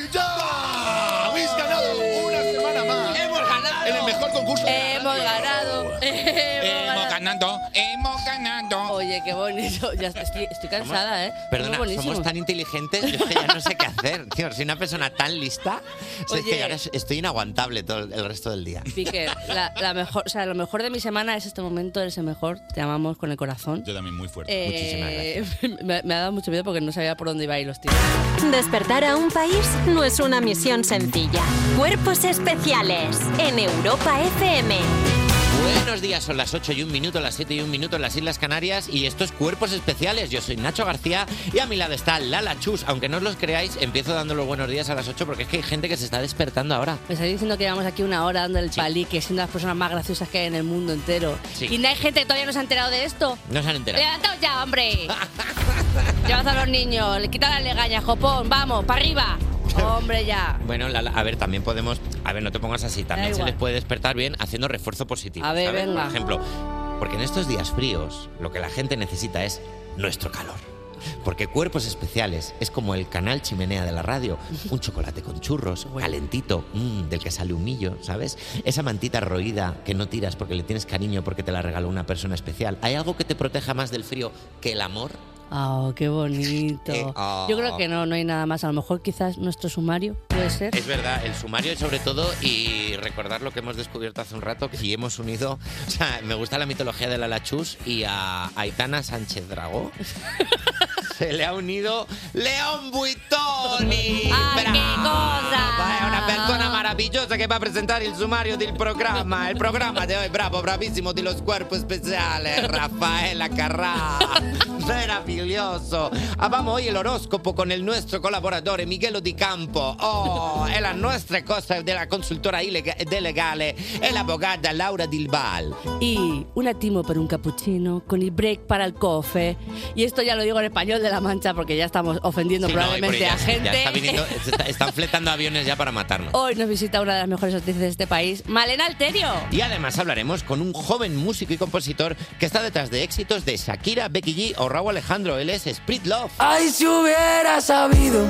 S10: ¡Pilla! ¡Habéis ganado una semana más!
S5: ¡Hemos ganado!
S10: En el mejor concurso de la
S4: Hemos
S10: radio.
S4: ganado. Hemos ganado.
S10: ganado, hemos ganado.
S4: Oye, qué bonito. Ya estoy, estoy cansada, ¿eh?
S5: Perdona,
S4: Muy buenísimo.
S5: somos tan inteligentes yo es que ya no sé qué hacer. Tío, soy una persona tan lista. o sea, es que
S4: Oye.
S5: ahora estoy inaguantable todo el el resto del día.
S4: Piqué, la, la mejor, o sea, lo mejor de mi semana es este momento, eres el mejor, te amamos con el corazón.
S10: Yo también muy fuerte.
S4: Eh, me, me ha dado mucho miedo porque no sabía por dónde iba a ir los tiros.
S2: Despertar a un país no es una misión sencilla. Cuerpos especiales en Europa FM.
S5: Buenos días, son las 8 y un minuto, las 7 y un minuto en las Islas Canarias y estos cuerpos especiales. Yo soy Nacho García y a mi lado está Lala Chus. Aunque no os los creáis, empiezo dando los buenos días a las 8 porque es que hay gente que se está despertando ahora.
S4: Me estáis diciendo que llevamos aquí una hora dando el palique, siendo las personas más graciosas que hay en el mundo entero.
S5: Sí.
S4: Y no hay gente que todavía no se ha enterado de esto.
S5: No se han enterado.
S4: Levantaos ya, hombre. Llevad a los niños, le quita las legañas, Jopón, vamos, para arriba. Hombre, ya.
S5: Bueno, Lala, a ver, también podemos. A ver, no te pongas así. También se
S4: igual.
S5: les puede despertar bien haciendo refuerzo positivo.
S4: A ver,
S5: ¿sabes?
S4: venga.
S5: Por ejemplo, porque en estos días fríos lo que la gente necesita es nuestro calor. Porque Cuerpos Especiales es como el canal chimenea de la radio. Un chocolate con churros, calentito, mm, del que sale humillo, ¿sabes? Esa mantita roída que no tiras porque le tienes cariño porque te la regaló una persona especial. ¿Hay algo que te proteja más del frío que el amor?
S4: Oh, qué bonito.
S5: Eh, ah.
S4: Yo creo que no, no hay nada más. A lo mejor quizás nuestro sumario puede ser.
S5: Es verdad, el sumario sobre todo y recordar lo que hemos descubierto hace un rato que hemos unido, o sea, me gusta la mitología de la Lachus y a Aitana Sánchez Dragó. Se le ha unido León Buitoni. ¡Ay, qué cosa! Una persona maravillosa que va a presentar el sumario del programa. El programa de hoy, bravo, bravísimo, de los cuerpos especiales. Rafaela Carrà. Maravilloso. Ah, vamos hoy el horóscopo con el nuestro colaborador Miguelo Di Campo. Oh, e la nuestra cosa de la consultora ilega- delegale e l'avvocata Laura Dilbal.
S4: Y un atimo para un cappuccino, con el break para el cofe. Y esto ya lo digo en español de la mancha porque ya estamos ofendiendo
S5: Sí, no, y por
S4: probablemente
S5: ahí ya-
S4: a gente.
S5: ya está viniendo- se está- están fletando aviones ya para matarnos.
S4: Hoy nos visita una de las mejores actrices de este país, Malena Alterio.
S5: Y además hablaremos con un joven músico y compositor que está detrás de éxitos de Shakira, Becky G o Raúl Alejandro. Él es Sprit Love.
S17: Ay, si hubiera sabido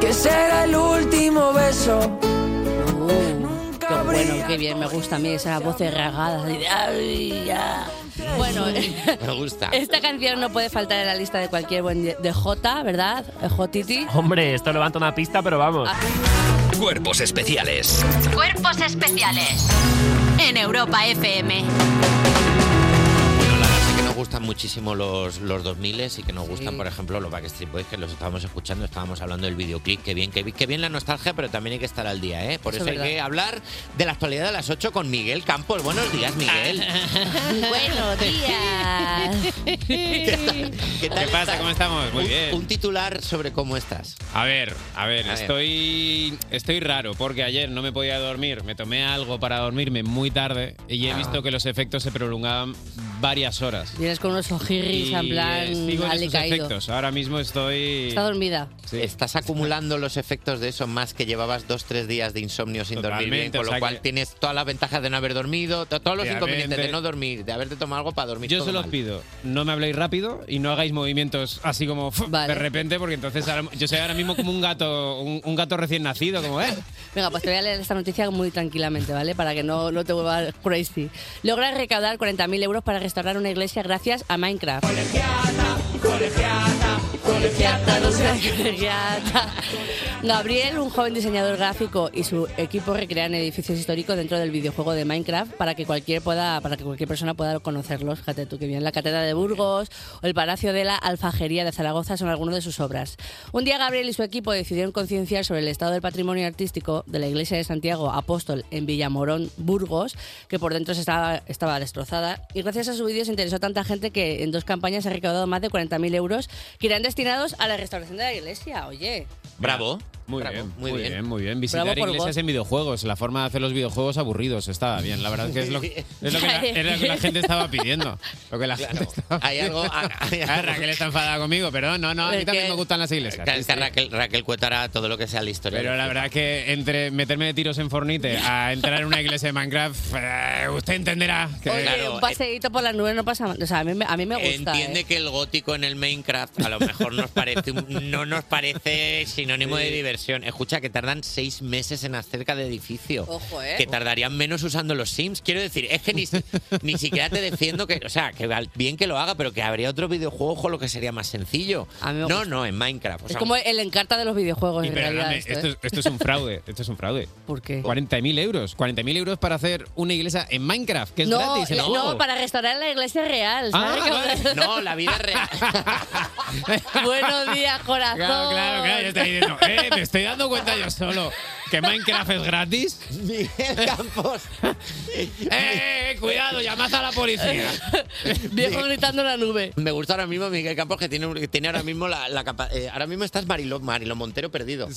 S17: que será el último beso.
S4: Qué bueno, qué bien, me gusta a mí esas voces rasgadas. así de, "Ay, ya". Bueno,
S5: Me gusta.
S4: esta canción no puede faltar en la lista de cualquier buen día- de J, ¿verdad? Jotiti.
S7: Hombre, esto levanta una pista, pero vamos.
S4: Ah.
S1: Cuerpos especiales.
S2: Cuerpos especiales en Europa FM.
S5: Sí que nos gustan muchísimo los, los 2000 y que nos gustan, por ejemplo, los Backstreet Boys, que los estábamos escuchando, estábamos hablando del videoclip. Qué bien, qué, bi- qué bien la nostalgia, pero también hay que estar al día, ¿eh? Por
S4: Eso
S5: eso,
S4: es
S5: hay
S4: verdad.
S5: que hablar de la actualidad de las 8 con Miguel Campos. Buenos días, Miguel.
S4: Buenos días.
S5: ¿Qué, tal
S18: pasa? ¿Cómo estamos? Muy
S5: Un-
S18: bien.
S5: Un titular sobre cómo estás.
S18: A ver, a ver,
S5: A ver.
S18: estoy estoy raro porque ayer no me podía dormir, me tomé algo para dormirme muy tarde y he
S4: Ah.
S18: visto que los efectos se prolongaban varias horas.
S4: Vienes con unos ojirris en
S18: Y, eh,
S4: plan
S18: sigo en esos
S4: alicaído.
S18: efectos. Ahora mismo estoy
S4: Está dormida.
S5: Estás acumulando los efectos de eso más que llevabas dos, tres días de insomnio sin dormir bien,
S18: Totalmente,
S5: con
S18: o
S5: lo
S18: sea
S5: cual
S18: que-
S5: tienes todas las ventajas de no haber dormido, to- todos los
S18: Obviamente.
S5: inconvenientes de no dormir, de haberte tomado algo para dormir.
S18: Yo
S5: todo
S18: solo os
S5: mal.
S18: pido, no me habléis rápido y no hagáis movimientos así como ¡fuf! de repente, porque entonces ahora- yo soy ahora mismo como un gato, un, un gato recién nacido, como eh.
S4: Venga, pues te voy a leer esta noticia muy tranquilamente, ¿vale? Para que no, no te vuelvas crazy. Logra recaudar 40.000 euros para restaurar una iglesia gracias a Minecraft. Colegiata. Gabriel, un joven diseñador gráfico y su equipo recrean edificios históricos dentro del videojuego de Minecraft para que cualquier pueda, para que cualquier persona pueda conocerlos. Fíjate tú que bien, la Catedral de Burgos o el Palacio de la Alfajería de Zaragoza son algunas de sus obras. Un día Gabriel y su equipo decidieron concienciar sobre el estado del patrimonio artístico de la iglesia de Santiago Apóstol en Villamorón, Burgos, que por dentro se estaba, estaba destrozada. Y gracias a su vídeo se interesó tanta gente que en dos campañas se ha recaudado más de 40.000 euros que irán destinados a la restauración de la iglesia. Oye.
S5: Bravo.
S18: Muy bien, muy bien, muy bien. Visitar
S4: Bravo por
S18: iglesias
S4: vos.
S18: en videojuegos, la forma de hacer los videojuegos aburridos, estaba bien. La verdad es que es lo, es lo que, la, es lo que la gente estaba pidiendo. Lo que la gente estaba
S5: Hay algo- hay
S18: Ah, Raquel está enfadada conmigo, perdón. No, no, a mí
S5: Es
S18: también
S5: que-
S18: me gustan las iglesias.
S5: Que- que Raquel, Raquel Cuetara todo lo que sea la historia.
S18: Pero la verdad es que entre meterme de tiros en Fornite a entrar en una iglesia de Minecraft, eh, usted entenderá. Que,
S4: Oye, un paseíto por las nubes no pasa mal. O sea, a mí, me- a mí me gusta.
S5: Eh, Entiende
S4: ¿eh?
S5: que el gótico en el Minecraft a lo mejor favor, nos parece, un- no nos parece sinónimo de diversión. Escucha, que tardan seis meses en hacer cada edificio.
S13: Ojo, ¿eh?
S5: Que tardarían menos usando los Sims. Quiero decir, es que ni, si- ni siquiera te defiendo que, o sea, que val- bien que lo haga, pero que habría otro videojuego con lo que sería más sencillo. no, no, en Minecraft. o
S4: Es
S5: sea,
S4: como el encarta de los videojuegos,
S18: Y
S4: en realidad.
S18: perdóname,
S4: Esto,
S18: esto,
S4: ¿eh?
S18: es- esto es un fraude. Esto es un fraude.
S4: ¿Por qué?
S18: 40.000 euros. 40.000 euros para hacer una iglesia en Minecraft, que es
S4: no,
S18: gratis. el
S4: eh,
S18: juego.
S4: no, para restaurar la iglesia real. ¿sabes?
S18: Ah, vale.
S5: No, la vida real.
S4: Buenos días, corazón.
S18: Claro, claro, claro. Yo estoy diciendo, eh, me estoy dando cuenta yo solo que Minecraft es gratis.
S5: Miguel Campos.
S18: eh, eh, eh, cuidado, llamad a la policía.
S4: Viejo gritando en la nube.
S5: Me gusta ahora mismo Miguel Campos que tiene, que tiene ahora mismo la, la capa- eh, ahora mismo estás Marilo, Marilo Montero perdido.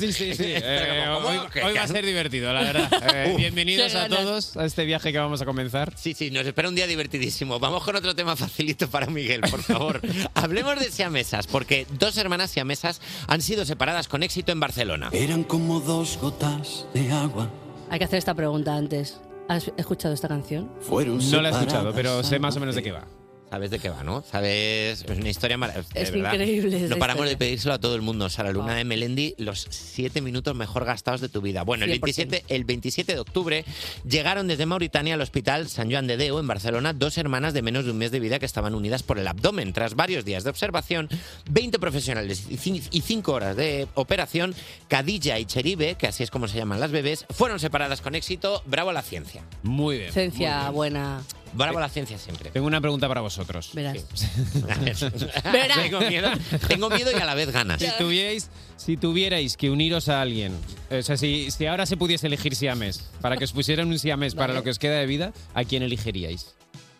S18: Sí, sí, sí. Eh, hoy, hoy va a ser divertido, la verdad. Eh,
S5: Uh.
S18: bienvenidos
S5: Qué
S18: a
S5: ganas.
S18: todos a este viaje que vamos a comenzar.
S5: Sí, sí, nos espera un día divertidísimo. Vamos con otro tema facilito para Miguel, por favor. Hablemos de siamesas, porque dos hermanas siamesas han sido separadas con éxito en Barcelona.
S8: Eran como dos gotas de agua.
S4: Hay que hacer esta pregunta antes. ¿Has escuchado esta canción?
S8: Fueron
S18: No la he
S8: separadas
S18: escuchado, pero sé más o menos de qué va.
S5: Sabes de qué va, ¿no? Sabes, es una historia maravillosa.
S4: Es increíble esa
S5: No paramos
S4: historia.
S5: de pedírselo a todo el mundo. Sara Luna de Melendi, los siete minutos mejor gastados de tu vida. Bueno, el
S4: 100%.
S5: 27, el 27 de octubre llegaron desde Mauritania al hospital San Juan de Deu, en Barcelona, dos hermanas de menos de un mes de vida que estaban unidas por el abdomen. Tras varios días de observación, 20 profesionales y cin- y 5 horas de operación, Cadilla y Cheribe, que así es como se llaman las bebés, fueron separadas con éxito. Bravo a la ciencia.
S18: Muy bien.
S4: Ciencia buena.
S5: Bravo a la ciencia siempre.
S18: Tengo una pregunta para vosotros.
S4: Verás.
S5: Verás. Tengo miedo, tengo miedo y a la vez ganas.
S18: Si tuvierais, si tuvierais que uniros a alguien, o sea, si, si ahora se pudiese elegir siamés, para que os pusieran un siamés para lo que os queda de vida, ¿a quién elegiríais?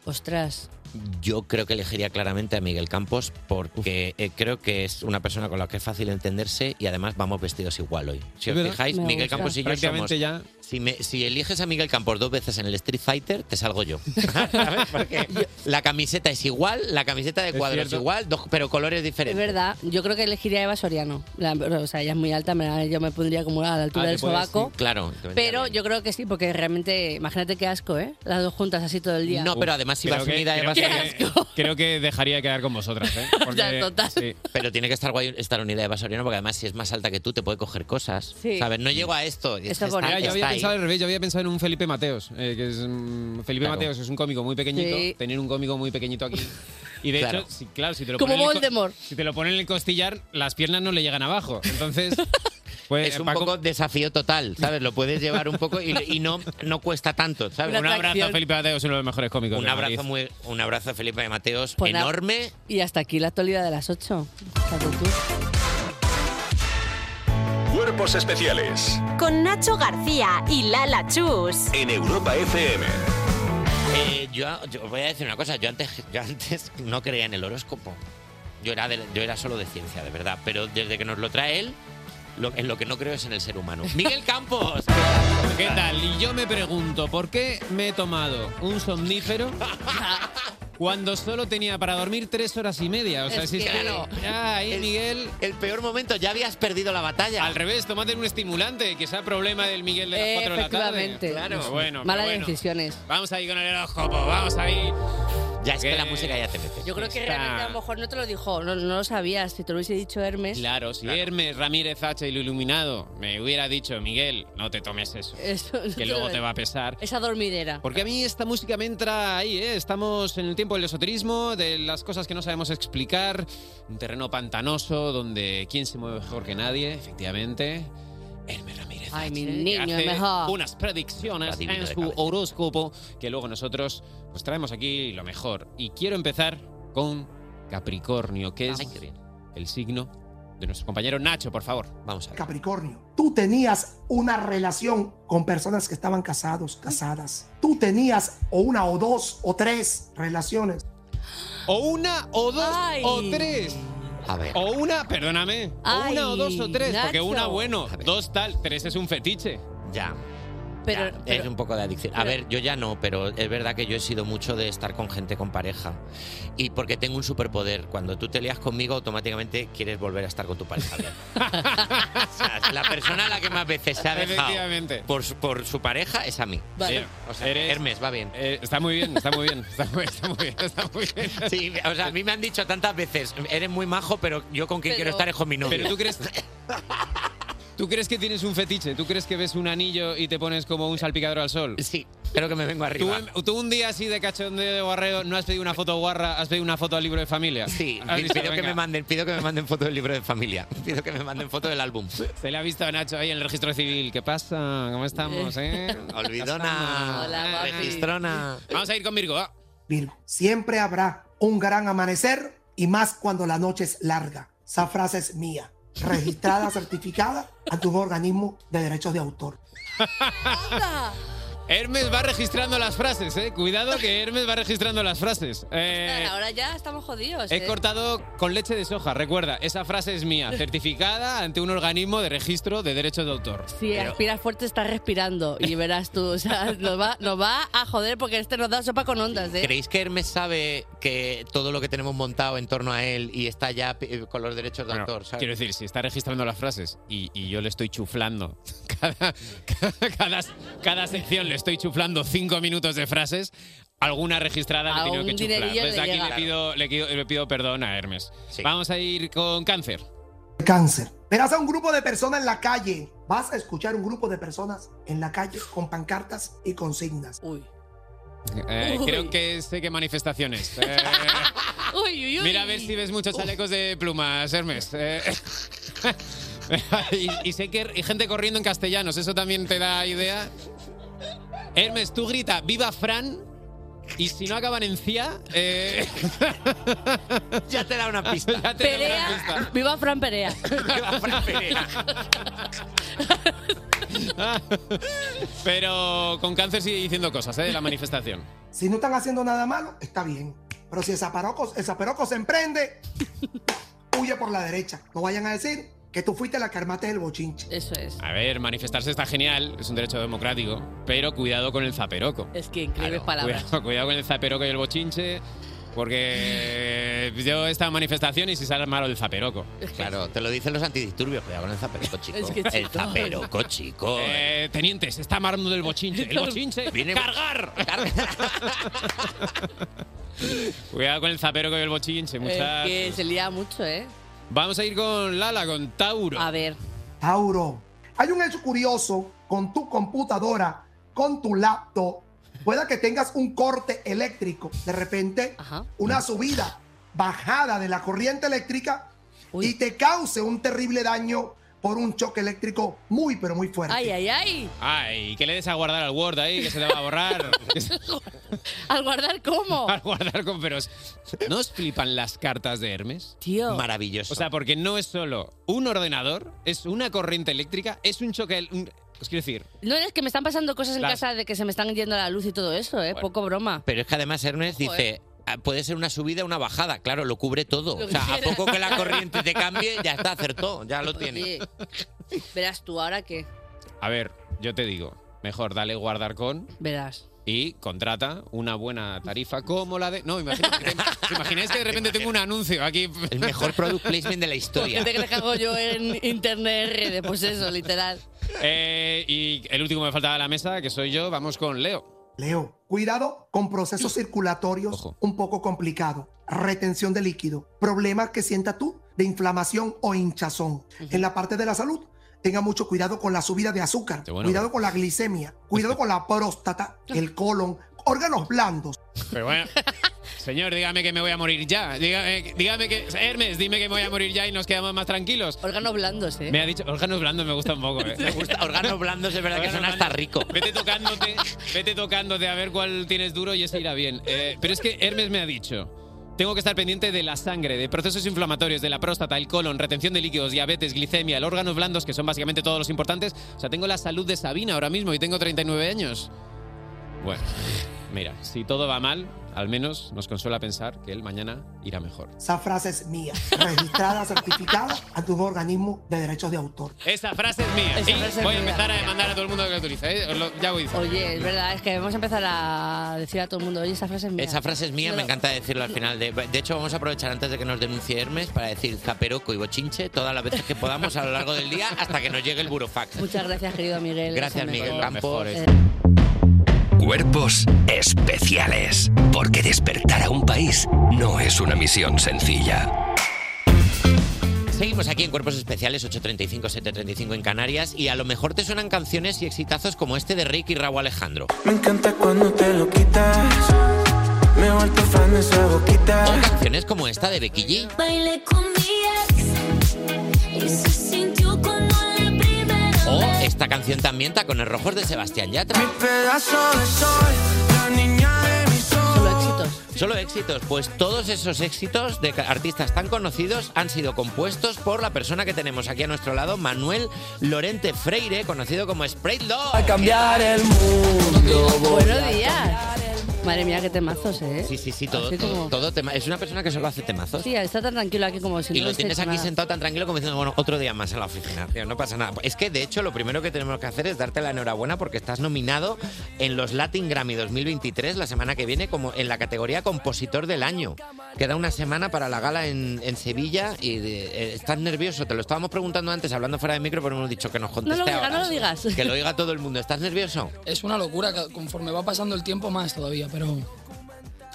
S4: Ostras.
S5: Yo creo que elegiría claramente a Miguel Campos porque eh, creo que es una persona con la que es fácil entenderse y además vamos vestidos igual hoy. Si os
S18: ¿Verdad?
S5: fijáis,
S18: Me
S5: Miguel
S18: gusta.
S5: Campos y yo
S18: Prácticamente
S5: somos-
S18: ya-
S5: Si, me- si eliges a Miguel Campos dos veces en el Street Fighter, te salgo yo. ¿Sabes? Porque la camiseta es igual, la camiseta de
S4: Es
S5: cuadros
S4: cierto.
S5: igual, dos- pero colores
S4: Es
S5: diferentes.
S4: verdad, yo creo que elegiría a Eva Soriano. La- o sea, ella es muy alta, me la- yo me pondría como
S18: Ah,
S4: a la altura del sobaco.
S5: Ah, Claro.
S4: Pero yo creo que sí, porque realmente, imagínate qué asco, ¿eh? Las dos juntas así todo el día.
S18: Creo que- creo
S5: Eva
S18: que- Creo que dejaría de quedar con vosotras, ¿eh? Porque-
S5: Pero tiene que estar guay estar unida de Basorino porque además si es más alta que tú te puede coger cosas.
S18: Sí.
S5: ¿Sabes? No llego a esto. y es que está-
S18: Mira, yo había
S5: está ahí.
S18: pensado al revés, yo había pensado en un Felipe Mateos, eh, que es mm, Felipe
S5: Claro.
S18: Mateos es un cómico muy pequeñito,
S4: Sí.
S18: tener un cómico muy pequeñito aquí. Y de
S5: Claro.
S18: hecho, si, claro, si te lo
S4: Como
S18: ponen en el co-
S4: Voldemort.
S18: si te lo ponen en el costillar, las piernas no le llegan abajo. Entonces, pues
S5: es un poco desafío total, ¿sabes? Lo puedes llevar un poco y, y no, no cuesta tanto, ¿sabes?
S18: un abrazo a Felipe Mateos, uno de los mejores cómicos.
S5: Un
S18: de
S5: abrazo,
S18: Madrid.
S5: muy, un abrazo a Felipe de Mateos,
S4: Pues nada.
S5: enorme.
S4: Y hasta aquí la actualidad de las 8.
S9: Cuerpos especiales
S2: Con Nacho García y Lala Chus.
S9: en Europa FM.
S5: Eh, yo, yo voy a decir una cosa, yo antes, yo antes no creía en el horóscopo. Yo era, de- yo era solo de ciencia, de verdad. Pero desde que nos lo trae él, lo- en lo que no creo es en el ser humano. Miguel Campos.
S18: ¿Qué tal? Y yo me pregunto, ¿por qué me he tomado un somnífero cuando solo tenía para dormir tres horas y media? O sea,
S5: Es
S18: si es
S5: que-
S18: que-
S5: Claro.
S18: Ya, ahí,
S5: El-
S18: Miguel.
S5: El peor momento, ya habías perdido la batalla.
S18: Al revés, tomate un estimulante, que sea problema del Miguel de las 4 de la tarde.
S4: Efectivamente.
S18: Claro, bueno.
S4: Malas
S18: pero bueno.
S4: decisiones.
S18: Vamos ahí con el horóscopo, vamos ahí.
S5: Ya es que la música ya te mete.
S4: Yo creo que realmente a lo mejor no te lo dijo, no, no lo sabías. Si te lo hubiese dicho Hermes.
S18: Claro, si Hermes Ramírez H. y lo iluminado me hubiera dicho, Miguel, no te tomes eso,
S4: Eso no
S18: que
S4: lo
S18: luego
S4: digo.
S18: te va a pesar.
S4: Esa dormidera.
S18: Porque a mí esta música me entra ahí, ¿eh? Estamos en el tiempo del esoterismo, de las cosas que no sabemos explicar, un terreno pantanoso donde quién se mueve mejor que nadie, efectivamente.
S4: Ay, mi
S18: que
S4: niño,
S18: hace
S4: es mejor.
S18: unas predicciones
S4: Adivino
S18: en
S4: de
S18: su
S4: cabeza.
S18: horóscopo que luego nosotros pues traemos aquí lo mejor. Y quiero empezar con Capricornio, que es
S5: Vamos. Ay, qué bien.
S18: el signo de nuestro compañero Nacho, por favor. Vamos a ver.
S19: Capricornio, tú tenías una relación con personas que estaban casados, casadas. Tú tenías o una o dos o tres relaciones.
S18: O una o dos
S19: Ay.
S18: o tres.
S5: A ver.
S18: O una, perdóname. o
S19: Ay,
S18: una o dos o tres. Porque
S19: Nacho.
S18: una, bueno, dos tal, tres es un fetiche.
S5: Ya.
S4: Pero,
S5: es un poco de adicción. A ver, yo ya no, pero es verdad que yo he sido mucho de estar con gente con pareja. Y porque tengo un superpoder. Cuando tú te lías conmigo, automáticamente quieres volver a estar con tu pareja. bien. O sea, la persona a la que más veces se ha dejado
S18: Efectivamente.
S5: por, su- por su pareja es a mí.
S18: Vale.
S5: O sea,
S18: Eres-
S5: Hermes, va bien.
S18: Eh, está muy bien, está muy bien, está muy, está muy bien, está muy bien.
S5: Sí, o sea, a mí me han dicho tantas veces, eres muy majo, pero yo con quien
S18: Pero-
S5: quiero estar es con mi novio.
S18: Pero tú crees... ¿Tú crees que tienes un fetiche? ¿Tú crees que ves un anillo y te pones como un salpicador al sol?
S5: Sí, creo que me vengo arriba.
S18: ¿Tú, tú un día así de cachondeo de guarreo no has pedido una foto guarra, has pedido una foto al libro de familia?
S5: Sí,
S18: Has dicho,
S5: pido que,
S18: "Venga".
S5: me manden, pido que me manden fotos del libro de familia. Pido que me manden fotos del álbum.
S18: Se le ha visto a Nacho ahí en el registro civil. ¿Qué pasa? ¿Cómo estamos, eh?
S5: Olvidona.
S19: Hola, papi.
S5: registrona.
S18: Vamos a ir con Virgo, va.
S19: Virgo, siempre habrá un gran amanecer y más cuando la noche es larga. Esa frase es mía, registrada, certificada ante un organismo de derechos de autor.
S18: Hermes va registrando las frases, eh. Cuidado que Hermes va registrando las frases. Eh,
S4: Ahora ya estamos jodidos.
S18: He
S4: ¿eh?
S18: cortado con leche de soja, recuerda, esa frase es mía, certificada ante un organismo de registro de derechos de autor.
S4: Si
S18: Pero-
S4: aspiras fuerte, estás respirando y verás tú. O sea, nos va, nos va a joder porque este nos da sopa con ondas, ¿eh?
S5: ¿Creéis que Hermes sabe que todo lo que tenemos montado en torno a él y está ya eh, con los derechos de
S18: Bueno,
S5: autor? ¿sabes?
S18: Quiero decir, si está registrando las frases y, y yo le estoy chuflando cada, cada, cada sección, le estoy chuflando cinco minutos de frases, alguna registrada
S4: A
S18: le tengo
S4: un
S18: que chuflar.
S4: dinerillo
S18: Entonces
S4: le
S18: aquí
S4: llega.
S18: le pido, le, pido, le pido perdón a Hermes. Vamos a ir con cáncer.
S19: Cáncer. Verás a un grupo de personas en la calle. Vas a escuchar un grupo de personas en la calle con pancartas y consignas.
S18: Eh,
S19: Uy.
S18: creo que sé qué manifestaciones. Eh,
S4: Uy, uy, uy.
S18: mira a ver si ves muchos chalecos de plumas, Hermes. Eh, y, y sé que y gente corriendo en castellanos, eso también te da idea. Hermes, tú grita, viva Fran. Y si no acaban en CIA, eh,
S5: ya te da una pista.
S18: Ya te da una
S4: Perea. Viva Fran Perea.
S18: Pero con cáncer sigue diciendo cosas, ¿eh? De la manifestación.
S19: Si no están haciendo nada malo, está bien. Pero si el zaparoco, el zaperoco se emprende, huye por la derecha. No vayan a decir que tú fuiste la que armaste el bochinche.
S4: Eso es.
S18: A ver, manifestarse está genial, es un derecho democrático, pero cuidado con el zaperoco.
S4: Es que increíbles palabras.
S18: Cuidado, cuidado con el zaperoco y el bochinche, porque yo he estado en manifestación y si sale malo el zaperoco.
S5: Claro, te lo dicen los antidisturbios, cuidado con el zaperoco, chico.
S18: Es que,
S5: el
S18: chico.
S5: zaperoco, chico.
S18: Eh, tenientes, está armando el bochinche. El bochinche,
S5: Viene-
S18: cargar. Cuidado con el zaperoco y el bochinche,
S4: Es que
S18: muchachos.
S4: se lía mucho, ¿eh?
S18: Vamos a ir con Lala, con Tauro.
S4: A ver.
S19: Tauro, hay un hecho curioso con tu computadora, con tu laptop. Pueda que tengas un corte eléctrico, de repente una subida, bajada de la corriente eléctrica y te cause un terrible daño por un choque eléctrico muy, pero muy fuerte.
S4: Ay, ay, ay.
S18: Ay, que le des a guardar al Word ahí, que se te va a borrar.
S4: ¿Al guardar cómo?
S18: a guardar con peros. ¿No os flipan las cartas de Hermes?
S4: Tío.
S5: Maravilloso.
S18: O sea, porque no es solo un ordenador, es una corriente eléctrica, es un choque. un- os quiero decir.
S4: No es que me están pasando cosas en
S18: Las-
S4: casa de que se me están yendo la luz y todo eso, ¿eh? Poco broma.
S5: Pero es que además Hermes
S4: Ojo, eh.
S5: dice, "Ah, puede ser una subida o una bajada, claro, lo cubre todo.
S4: Lo
S5: O sea, a
S4: quieras.
S5: poco que la corriente te cambie, ya está, acertó, ya lo tiene.
S4: Oye, verás tú ahora que
S18: A ver, yo te digo, mejor dale guardar con
S4: verás.
S18: y contrata una buena tarifa como la de. No, imagina- ¿os imagináis que de repente tengo un anuncio aquí.
S5: El mejor product placement de la historia.
S4: ¿Qué te crees que hago yo en internet RD? Pues eso, literal.
S18: Eh, y el último que me faltaba de la mesa, que soy yo, vamos con Leo.
S19: Leo, cuidado con procesos circulatorios un poco complicados, retención de líquido, problemas que sienta tú de inflamación o hinchazón. En la parte de la salud, tenga mucho cuidado con la subida de azúcar,
S18: bueno,
S19: cuidado con la glicemia, cuidado con la próstata, el colon, órganos blandos.
S18: Pero bueno. Señor, dígame que me voy a morir ya. Dígame, dígame que. Hermes, dime que me voy a morir ya y nos quedamos más tranquilos.
S4: Órganos blandos, ¿eh?
S18: Me ha dicho, órganos blandos me gusta un poco, ¿eh? Me gusta,
S5: órganos blandos es verdad que son hasta rico.
S18: Vete tocándote, vete tocándote a ver cuál tienes duro y ese irá bien. Eh, pero es que Hermes me ha dicho, tengo que estar pendiente de la sangre, de procesos inflamatorios, de la próstata, el colon, retención de líquidos, diabetes, glicemia, el órganos blandos, que son básicamente todos los importantes. O sea, tengo la salud de Sabina ahora mismo y tengo 39 años. Bueno, mira, si todo va mal, al menos nos consuela pensar que él mañana irá mejor.
S19: Esa frase es mía, registrada, certificada ante un organismo de derechos de autor.
S18: Esa frase es mía.
S4: Esa
S18: y
S4: frase es
S18: voy a
S4: mía.
S18: empezar a demandar a todo el mundo que la utiliza. ¿eh? Os lo- ya voy diciendo.
S4: Oye, es verdad, es que vamos a empezar a decir a todo el mundo, oye, esa frase es mía.
S5: Esa frase es mía,
S4: Yo
S5: me
S4: lo-
S5: encanta decirlo al final. De, de hecho, vamos a aprovechar antes de que nos denuncie Hermes para decir zaperoco y bochinche todas las veces que podamos a lo largo del día hasta que nos llegue el burofax.
S4: Muchas gracias, querido Miguel.
S5: Gracias,
S4: Los
S5: Miguel
S4: mejores.
S5: Campos.
S4: Eh,
S1: Cuerpos especiales. Porque despertar a un país no es una misión sencilla.
S5: Seguimos aquí en Cuerpos Especiales 835 735 en Canarias y a lo mejor te suenan canciones y exitazos como este de Ricky Raúl Alejandro.
S17: Me encanta cuando te lo quitas. Me he vuelto fan de esa boquita.
S5: O canciones como esta de Becky G.
S13: Bailé con mi ex y se sintió como la primera.
S18: Oh.
S5: O esta canción también Tacones Rojos de Sebastián Yatra.
S17: Pedazo de sol, la niña de mis ojos. Solo
S4: éxitos.
S5: Solo éxitos, pues todos esos éxitos de ca- artistas tan conocidos han sido compuestos por la persona que tenemos aquí a nuestro lado, Manuel Lorente Freire, conocido como Spray Dog.
S17: A cambiar el mundo. voy a-
S4: Buenos días. Madre mía, qué temazos, ¿eh?
S5: Sí, sí, sí, todo,
S4: Así como-
S5: todo, todo tema. Es una persona que solo hace temazos.
S4: Sí, está tan tranquilo aquí como si no
S5: Y lo
S4: hubiese
S5: tienes
S4: hecho
S5: aquí
S4: nada.
S5: sentado tan tranquilo como diciendo, bueno, otro día más en la oficina, tío, no pasa nada. Es que de hecho lo primero que tenemos que hacer es darte la enhorabuena porque estás nominado en los Latin Grammy 2023 la semana que viene como en la categoría Compositor del Año. Queda una semana para la gala en, en Sevilla y de- eh, estás nervioso, te lo estábamos preguntando antes hablando fuera de micro, pero hemos dicho que nos
S4: No
S5: conteste
S4: lo digas,
S5: ahora.
S4: no lo digas.
S5: Que lo diga todo el mundo, ¿estás nervioso?
S20: Es una locura, que conforme va pasando el tiempo más todavía, pero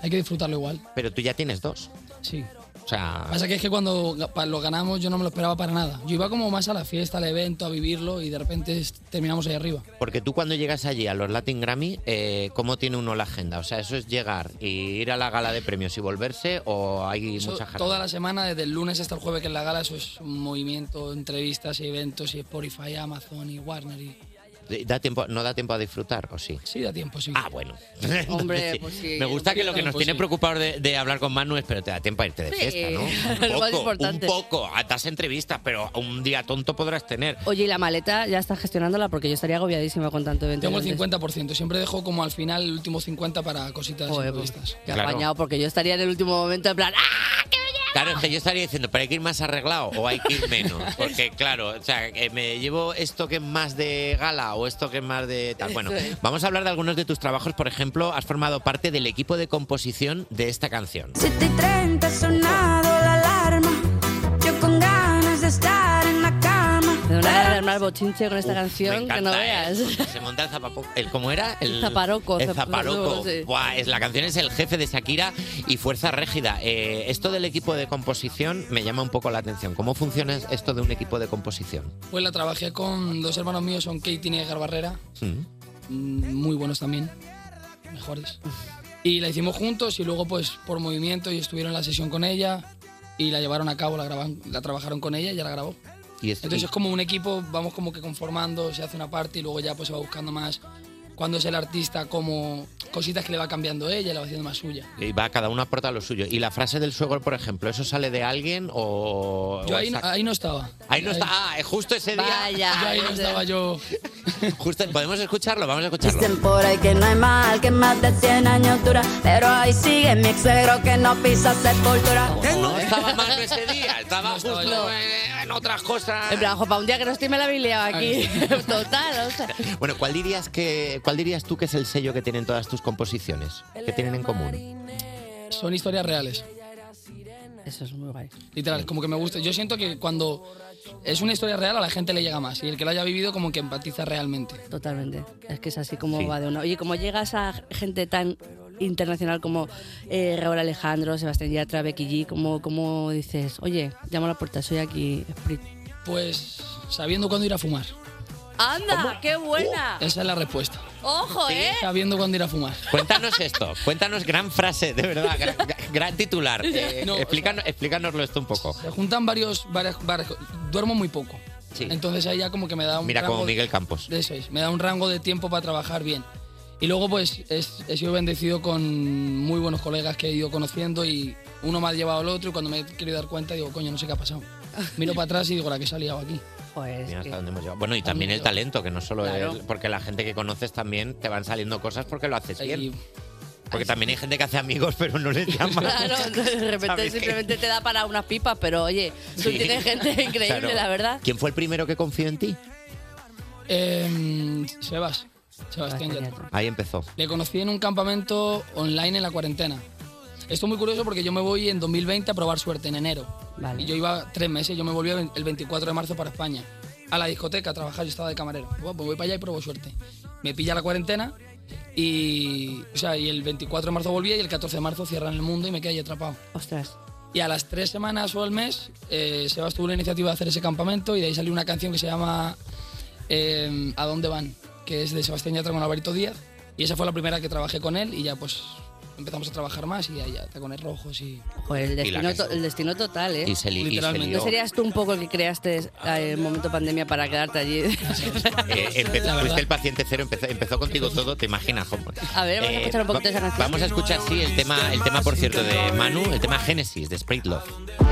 S20: hay que disfrutarlo igual.
S5: Pero tú ya tienes dos.
S20: Sí.
S5: O sea,
S20: Pasa que es que cuando ga- pa- lo ganamos yo no me lo esperaba para nada. Yo iba como más a la fiesta, al evento, a vivirlo y de repente es- terminamos ahí arriba.
S5: Porque tú cuando llegas allí a los Latin Grammy, eh, ¿cómo tiene uno la agenda? O sea, ¿eso es llegar y ir a la gala de premios y volverse o hay
S20: Eso
S5: mucha gente?
S20: toda la semana, desde el lunes hasta el jueves que es la gala, eso es un movimiento, entrevistas y eventos y Spotify, Amazon y Warner y...
S5: ¿Da tiempo, ¿No da tiempo a disfrutar o sí?
S20: Sí, da tiempo, sí.
S5: Ah, bueno.
S20: Hombre,
S5: Sí.
S20: pues sí,
S5: Me gusta
S20: un
S5: que lo que
S20: poquito,
S5: nos
S20: pues
S5: tiene
S20: sí.
S5: preocupados de, de hablar con Manu es, pero te da tiempo a irte de
S4: Sí,
S5: fiesta, ¿no?
S4: lo más
S5: Un poco, un
S4: importante.
S5: poco. Ah, Das entrevistas, pero un día tonto podrás tener.
S4: Oye, ¿y la maleta ya estás gestionándola? Porque yo estaría agobiadísima con tanto evento.
S20: Tengo el
S4: antes.
S20: 50%, siempre dejo como al final el último 50 para cositas
S4: Joder, pues,
S20: imprevistas.
S4: Qué apañado, porque yo estaría en el último momento en plan... ¡Ah!
S5: Claro, es que yo estaría diciendo, pero hay que ir más arreglado o hay que ir menos. Porque, claro, o sea, que me llevo esto que es más de gala o esto que es más de tal. Bueno,
S1: Eso es.
S5: vamos a hablar de algunos de tus trabajos. Por ejemplo, has formado parte del equipo de composición de esta canción.
S13: 7 y 30 ha sonado la alarma. Yo con ganas de estar en la cama.
S4: Me da una gana de armar bochinche con esta canción
S5: Me
S4: que no
S5: encanta,
S4: veas.
S5: ¿eh? Se monta el zapapo. el- ¿Cómo era? El
S4: Zaparoco,
S5: El
S4: zap-
S5: zaparoco.
S4: sí.
S5: Buah, es, la canción es El jefe de Shakira y Fuerza Régida. Eh, esto del equipo de composición me llama un poco la atención. ¿Cómo funciona esto de un equipo de composición?
S20: Pues la trabajé con dos hermanos míos, son Katie y Edgar Barrera,
S5: Mm.
S20: mm, muy buenos también, mejores. Y la hicimos juntos y luego pues por movimiento y estuvieron en la sesión con ella y la llevaron a cabo, la, graban- la trabajaron con ella y ya la grabó.
S5: Y es-
S20: Entonces es como un equipo, vamos como que conformando, se hace una parte y luego ya pues se va buscando más cuando es el artista, como cositas que le va cambiando ella, la va haciendo más suya.
S5: Y va, cada uno aporta lo suyo. Y la frase del suegro, por ejemplo, ¿eso sale de alguien o...?
S20: Yo
S5: o
S20: ahí, no-
S5: esa-
S20: ahí no estaba.
S5: Pues Ahí no está... Ah, justo ese día...
S20: yo ahí no estaba yo.
S5: Justo, ¿Podemos escucharlo? Vamos a escucharlo.
S21: Dicen por ahí que no hay mal, que más de 100 años dura. Pero ahí sigue mi ex suegro que no pisa sepultura.
S5: No estaba Manu ese día, estaba justo en, en otras cosas.
S4: En plan, ojo, para un día que no estoy me la habéis liado aquí.
S5: Ah,
S4: Total, o sea...
S5: Bueno, ¿cuál dirías, que, ¿cuál dirías tú que es el sello que tienen todas tus composiciones? ¿Qué tienen en común?
S20: Son historias reales.
S4: Eso es muy guay.
S20: Literal, como que me gusta. Yo siento que cuando es una historia real a la gente le llega más y el que lo haya vivido como que empatiza realmente.
S4: Totalmente. Es que es así como
S20: Sí.
S4: va de uno. Oye, como llegas a gente tan internacional como eh, Raúl Alejandro, Sebastián Yatra, Becky G, como, como dices, oye, llamo a la puerta, soy aquí, Sprit.
S20: Pues sabiendo cuándo ir a fumar.
S4: ¡Anda!
S13: Ah,
S4: ¡Qué buena!
S20: Esa es la respuesta.
S4: ¡Ojo, eh!
S20: Sabiendo cuándo ir a fumar.
S5: Cuéntanos esto, cuéntanos gran frase, de verdad, gran, gran titular. Eh,
S20: No, o sea-
S5: explícanos, explícanoslo esto un poco.
S20: Se juntan varios, varias, varias co- Duermo muy poco. Entonces ahí ya como que me da un
S5: Mira como
S20: rango-
S5: Miguel Campos.
S20: Eso es, me da un rango de tiempo para trabajar bien. Y luego pues es- he sido bendecido con muy buenos colegas que he ido conociendo y uno me ha llevado al otro y cuando me he querido dar cuenta digo, coño, no sé qué ha pasado. Miro para atrás y digo, la que se ha liado aquí.
S4: Pues,
S5: Mira hasta dónde hemos llegado. Bueno, y también el talento, que no solo
S20: Claro.
S5: el- porque la gente que conoces también te van saliendo cosas porque lo haces bien. Porque también hay gente que hace amigos, pero no les llama.
S4: Claro, de repente
S5: ¿Sabes qué?
S4: simplemente te da para unas pipas, pero oye, tú
S5: Sí.
S4: tienes gente increíble,
S5: Claro.
S4: la verdad.
S5: ¿Quién fue el primero que confió en ti?
S20: Eh, Sebas, Sebastián Yatra.
S5: Ahí empezó.
S20: Le conocí en un campamento online en la cuarentena. Esto es muy curioso porque yo me voy en 2020 a probar suerte, en enero. Y yo iba tres meses, yo me volví el 24 de marzo para España, a la discoteca a trabajar, yo estaba de camarero. Bueno, pues voy para allá y pruebo suerte. Me pilla la cuarentena y, o sea, y el 24 de marzo volví y el 14 de marzo cierran el mundo y me quedé ahí atrapado.
S4: Ostras.
S20: Y a las tres semanas o al mes, eh, Sebas tuvo la iniciativa de hacer ese campamento y de ahí salió una canción que se llama eh, ¿A dónde van? que es de Sebastián Yatra con Alberto Díaz. Y esa fue la primera que trabajé con él y ya pues empezamos a trabajar más y ya, ya tacones rojos y...
S4: Joder, Pues el destino, to- el destino total, ¿eh?
S20: Y se li- y se Literalmente. lió.
S4: ¿No serías tú un poco el que creaste eh, el momento pandemia para quedarte allí?
S5: Eh, empezó, fuiste el paciente cero, empezó, empezó contigo todo, te imaginas. cómo?
S4: A ver, vamos a
S5: Eh,
S4: escuchar un poquito esa canción.
S5: Vamos a escuchar, sí, el tema, el tema, por cierto, de Manu, el tema Génesis, de Spray Love.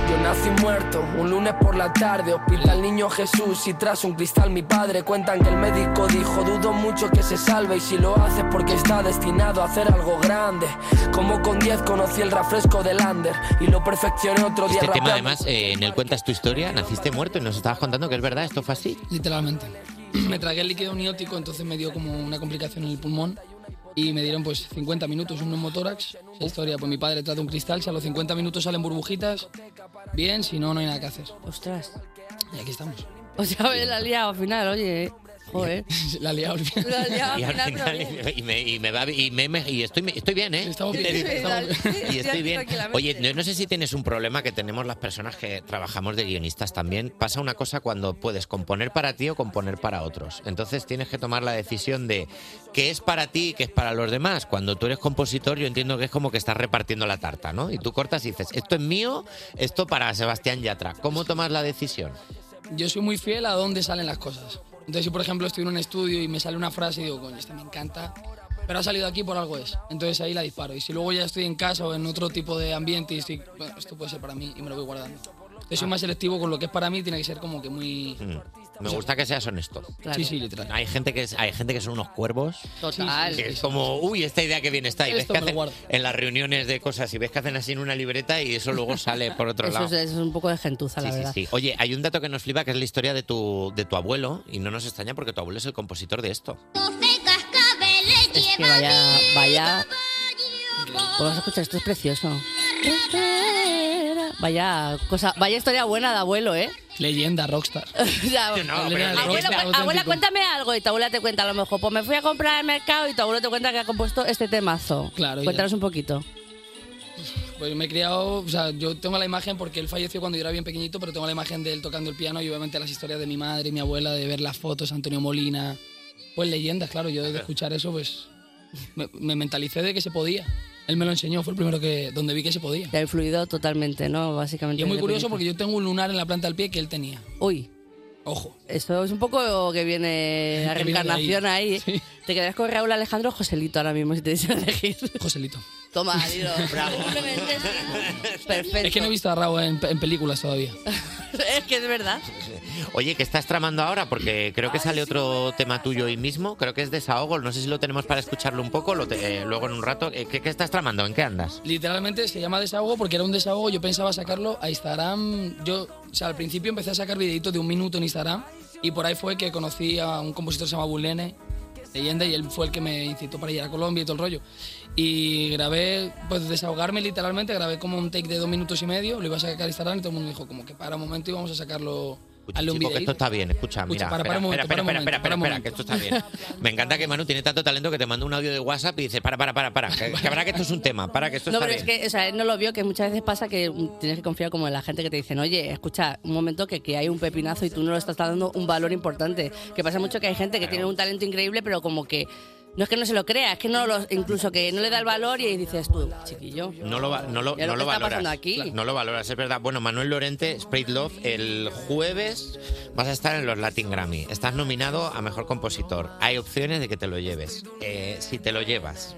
S17: Yo nací muerto, un lunes por la tarde, hospital niño Jesús y tras un cristal mi padre cuentan que el médico dijo dudo mucho que se salve y si lo hace porque está destinado a hacer algo grande. Como con 10 conocí el refresco del Lander y lo perfeccioné otro día
S5: Este tema,
S17: rapeando.
S5: además, eh, en él cuentas tu historia, naciste muerto y nos estabas contando que es verdad, esto fue así.
S20: Literalmente. Me tragué el líquido niótico, entonces me dio como una complicación en el pulmón y me dieron pues 50 minutos un neumotórax. Esa historia, pues mi padre trata un cristal, si a los 50 minutos salen burbujitas, bien, si no, no hay nada que hacer.
S4: Ostras.
S20: Y aquí estamos.
S4: O sea, a ver, la ha liado al final, oye. eh. Joder.
S20: La ha liado al final.
S4: La ha liado al
S5: Y al
S4: final, pero
S5: final,
S4: bien.
S5: y me, y me va bi- y me- me- y estoy, estoy bien, ¿eh?
S4: bien,
S5: Te digo,
S4: estamos bien.
S5: Y estoy bien.
S4: Tranquilamente.
S5: Oye, no, no sé si tienes un problema que tenemos las personas que trabajamos de guionistas también. Pasa una cosa cuando puedes componer para ti o componer para otros. Entonces tienes que tomar la decisión de qué es para ti y qué es para los demás. Cuando tú eres compositor, yo entiendo que es como que estás repartiendo la tarta, ¿no? Y tú cortas y dices, esto es mío, esto para Sebastián Yatra. ¿Cómo tomas la decisión?
S20: Yo soy muy fiel a dónde salen las cosas. Entonces, si por ejemplo estoy en un estudio y me sale una frase y digo, coño, esta me encanta, pero ha salido aquí por algo es. Entonces ahí la disparo. Y si luego ya estoy en casa o en otro tipo de ambiente y estoy, bueno, esto puede ser para mí y me lo voy guardando. Yo soy más selectivo con lo que es para mí, tiene que ser como que muy...
S5: Mm. Me gusta que seas honesto.
S20: Claro. Sí, sí, literal.
S5: Hay gente que es- hay gente que son unos cuervos.
S4: Total.
S5: Que es como, uy, esta idea que bien está. Y ves
S4: Esto
S5: que
S4: me lo
S5: hacen
S4: guardo.
S5: en las reuniones de cosas y ves que hacen así en una libreta y eso luego sale por otro
S4: Eso
S5: lado.
S4: es, eso es un poco de gentuza, la
S5: Sí, sí,
S4: verdad.
S5: sí. Oye, hay un dato que nos flipa que es la historia de tu, de tu abuelo y no nos extraña porque tu abuelo es el compositor de esto.
S4: Es que vaya, vaya. Vamos a escuchar, esto es precioso. Vaya cosa, vaya historia buena de abuelo, ¿eh?
S20: Leyenda, rockstar.
S4: Ya,
S20: no,
S4: abuelo,
S20: pero
S4: abuelo,
S20: el rockstar
S4: cu- abuela,
S20: auténtico.
S4: cuéntame algo y tu abuela te cuenta a lo mejor. Pues me fui a comprar al mercado y tu abuelo te cuenta que ha compuesto este temazo.
S20: Claro, ya.
S4: Cuéntanos un poquito.
S20: Pues yo me he criado, o sea, yo tengo la imagen porque él falleció cuando yo era bien pequeñito, pero tengo la imagen de él tocando el piano y obviamente las historias de mi madre y mi abuela, de ver las fotos, Antonio Molina, pues leyendas, claro, yo de escuchar eso, pues me, me mentalicé de que se podía. Él me lo enseñó, fue el primero que donde vi que se podía.
S4: Te ha influido totalmente, ¿no? Básicamente.
S20: Y es muy
S4: desde
S20: curioso
S4: pequeñito.
S20: porque yo tengo un lunar en la planta del pie que él tenía.
S4: Uy.
S20: Ojo.
S4: Eso es un poco que viene la
S20: Que viene de ahí.
S4: reencarnación ahí. ¿eh? Te quedarías con Raúl Alejandro o Joselito ahora mismo si te dicen elegir.
S20: Joselito.
S4: Toma, dilo. Simplemente sí. Perfecto.
S20: Es que no he visto a Raúl en, en películas todavía.
S4: es que es verdad.
S5: Oye, ¿qué estás tramando ahora? Porque creo que sale otro tema tuyo hoy mismo. Creo que es desahogo. No sé si lo tenemos para escucharlo un poco, lo te- eh, luego en un rato. Eh, ¿Qué, qué estás tramando? ¿En qué andas?
S20: Literalmente se llama desahogo porque era un desahogo. Yo pensaba sacarlo a Instagram. Yo, o sea, al principio empecé a sacar videitos de un minuto en Instagram y por ahí fue que conocí a un compositor que se llama Bulene, leyenda, y él fue el que me incitó para ir a Colombia y todo el rollo. Y grabé, pues desahogarme literalmente, grabé como un take de dos minutos y medio, lo iba a sacar a Instagram y todo el mundo me dijo como que para un momento y vamos a sacarlo. Hazle un
S5: Chico, que esto
S20: videíto.
S5: está bien, escucha, mira.
S20: Escucha, para, para un
S5: espera,
S20: momento, para un
S5: espera, espera,
S20: momento, para un
S5: espera, espera, que esto está bien. Me encanta que Manu tiene tanto talento que te manda un audio de WhatsApp y dice, para, para, para, para, que, que habrá que esto es un tema, para que esto
S4: No,
S5: está
S4: pero
S5: bien.
S4: es que, o sea, él no lo vio, que muchas veces pasa que mm, tienes que confiar como en la gente que te dicen, oye, escucha, un momento que, que hay un pepinazo y tú no lo estás dando un valor importante. Que pasa mucho que hay gente que tiene un talento increíble, pero como que no es que no se lo crea, es que no lo, incluso que no le da el valor y dices tú, chiquillo.
S5: No lo, va- no lo,
S4: Ya
S5: no
S4: lo
S5: lo
S4: que está
S5: valoras.
S4: pasando aquí.
S5: No lo valoras, es verdad. Bueno, Manuel Lorente, Sprite Love, el jueves vas a estar en los Latin Grammy. Estás nominado a Mejor Compositor. Hay opciones de que te lo lleves. Eh, si te lo llevas,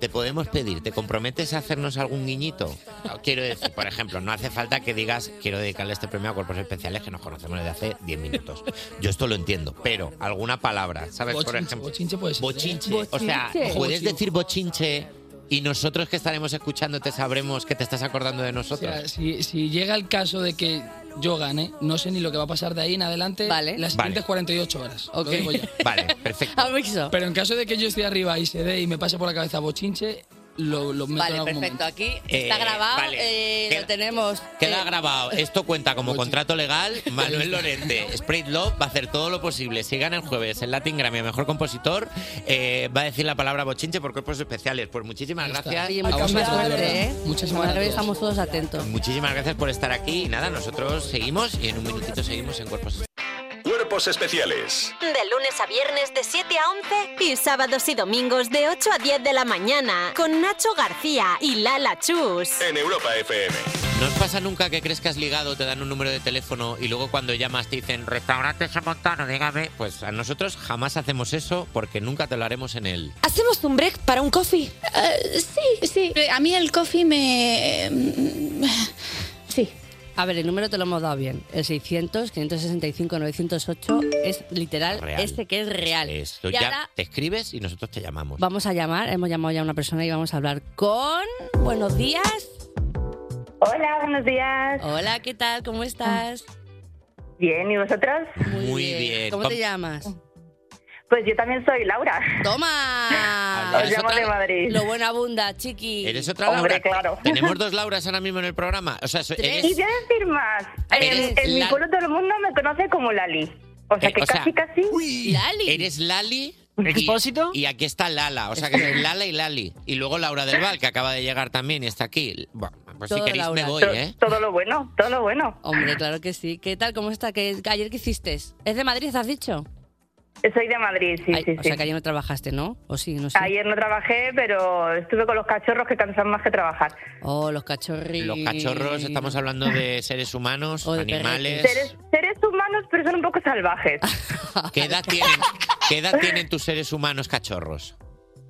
S5: te podemos pedir, ¿te comprometes a hacernos algún guiñito? Ah, Quiero decir, por ejemplo, no hace falta que digas, quiero dedicarle este premio a cuerpos especiales que nos conocemos desde hace 10 minutos. Yo esto lo entiendo, pero alguna palabra, ¿sabes? Por
S20: Bochinche,
S5: ejemplo,
S20: bochinche puede ser.
S5: Bochinche. O sea,
S20: Bochinche.
S5: puedes decir bochinche Y nosotros que estaremos escuchándote sabremos que te estás acordando de
S20: O sea,
S5: nosotros.
S20: si, si llega el caso de que yo gane, no sé ni lo que va a pasar de ahí en adelante las
S5: Vale.
S20: siguientes 48 horas. Lo
S5: Ok.
S20: digo ya.
S5: Vale, perfecto.
S4: Ah, pues
S20: Pero en caso de que yo esté arriba y se dé y me pase por la cabeza bochinche, lo, lo meto en
S4: Vale,
S20: algún
S4: perfecto.
S20: momento.
S4: Aquí
S5: Eh,
S4: está grabado,
S5: vale.
S4: eh,
S5: Queda-
S4: lo tenemos.
S5: Queda grabado. Esto cuenta como contrato legal. Manuel Lorente, Sprite Love, va a hacer todo lo posible. Si gana el jueves el Latin Grammy a Mejor Compositor, eh, va a decir la palabra bochinche por cuerpos especiales. Pues muchísimas gracias.
S4: Oye,
S5: a
S4: muchísimas
S5: vosotros.
S4: gracias, ¿eh?
S20: Muchísimas
S4: Ahora
S5: gracias.
S4: Estamos todos atentos.
S5: Muchísimas gracias por estar aquí. Y nada, nosotros seguimos y en un minutito seguimos en Cuerpos
S9: Cuerpos especiales.
S2: De lunes a viernes de 7 a 11 y sábados y domingos de 8 a 10 de la mañana con Nacho García y Lala Chus.
S9: En Europa FM.
S5: ¿No os pasa nunca que crees que has ligado, te dan un número de teléfono y luego cuando llamas te dicen restaurante Somontano, dígame? Pues a nosotros jamás hacemos eso porque nunca te lo haremos en él.
S3: ¿Hacemos un break para un coffee? Eh, sí, sí.
S16: Eh,
S3: A mí el coffee me...
S4: Sí. A ver, el número te lo hemos dado bien. El 600, 565, 908 es literal
S5: Real.
S4: este que es real.
S5: Esto
S4: y
S5: ya
S4: ahora
S5: te escribes y nosotros te llamamos.
S4: vamos a llamar, hemos llamado ya a una persona y vamos a hablar con... Buenos días.
S22: Hola, buenos días.
S4: Hola, ¿qué tal? ¿Cómo estás?
S22: Bien, ¿y vosotros?
S5: Muy bien.
S4: ¿Cómo te llamas?
S22: Pues yo también soy Laura.
S4: ¡Toma!
S22: Os llamo de Madrid.
S4: Lo bueno abunda, chiqui.
S5: ¿Eres otra Laura?
S22: Hombre, claro.
S5: Tenemos dos Lauras ahora mismo en el programa. O sea, so- eres-
S22: Y quiero decir más.
S5: Eres
S22: En, en mi
S5: la-
S22: pueblo todo el mundo me conoce como Lali. O sea
S5: Eh,
S22: que
S5: o sea,
S22: casi, casi.
S4: Lali.
S5: Eres Lali. ¿Expósito? Y, y aquí está Lala, o sea que
S22: Este.
S5: eres Lala y Lali. Y luego Laura del Val, que acaba de llegar también y está aquí. Bueno, pues si
S4: Todo
S5: queréis
S4: Laura.
S5: me voy,
S4: To-
S5: ¿eh?
S22: Todo lo bueno, todo lo bueno.
S4: Hombre, claro que sí. ¿Qué tal? ¿Cómo está? ¿Qué, ¿Ayer qué hiciste? ¿Es de Madrid, has dicho?
S22: Soy de Madrid, sí,
S4: Ay,
S22: sí,
S4: O
S22: sí.
S4: sea que ayer no trabajaste, ¿no? O sí, no sé.
S22: Ayer no trabajé, pero estuve con los cachorros que cansan más que trabajar.
S4: Oh, los cachorros.
S5: Los cachorros, estamos hablando de seres humanos, animales.
S22: Seres, seres humanos, pero son un poco salvajes.
S5: ¿Qué edad, tienen, ¿Qué edad tienen tus seres humanos cachorros?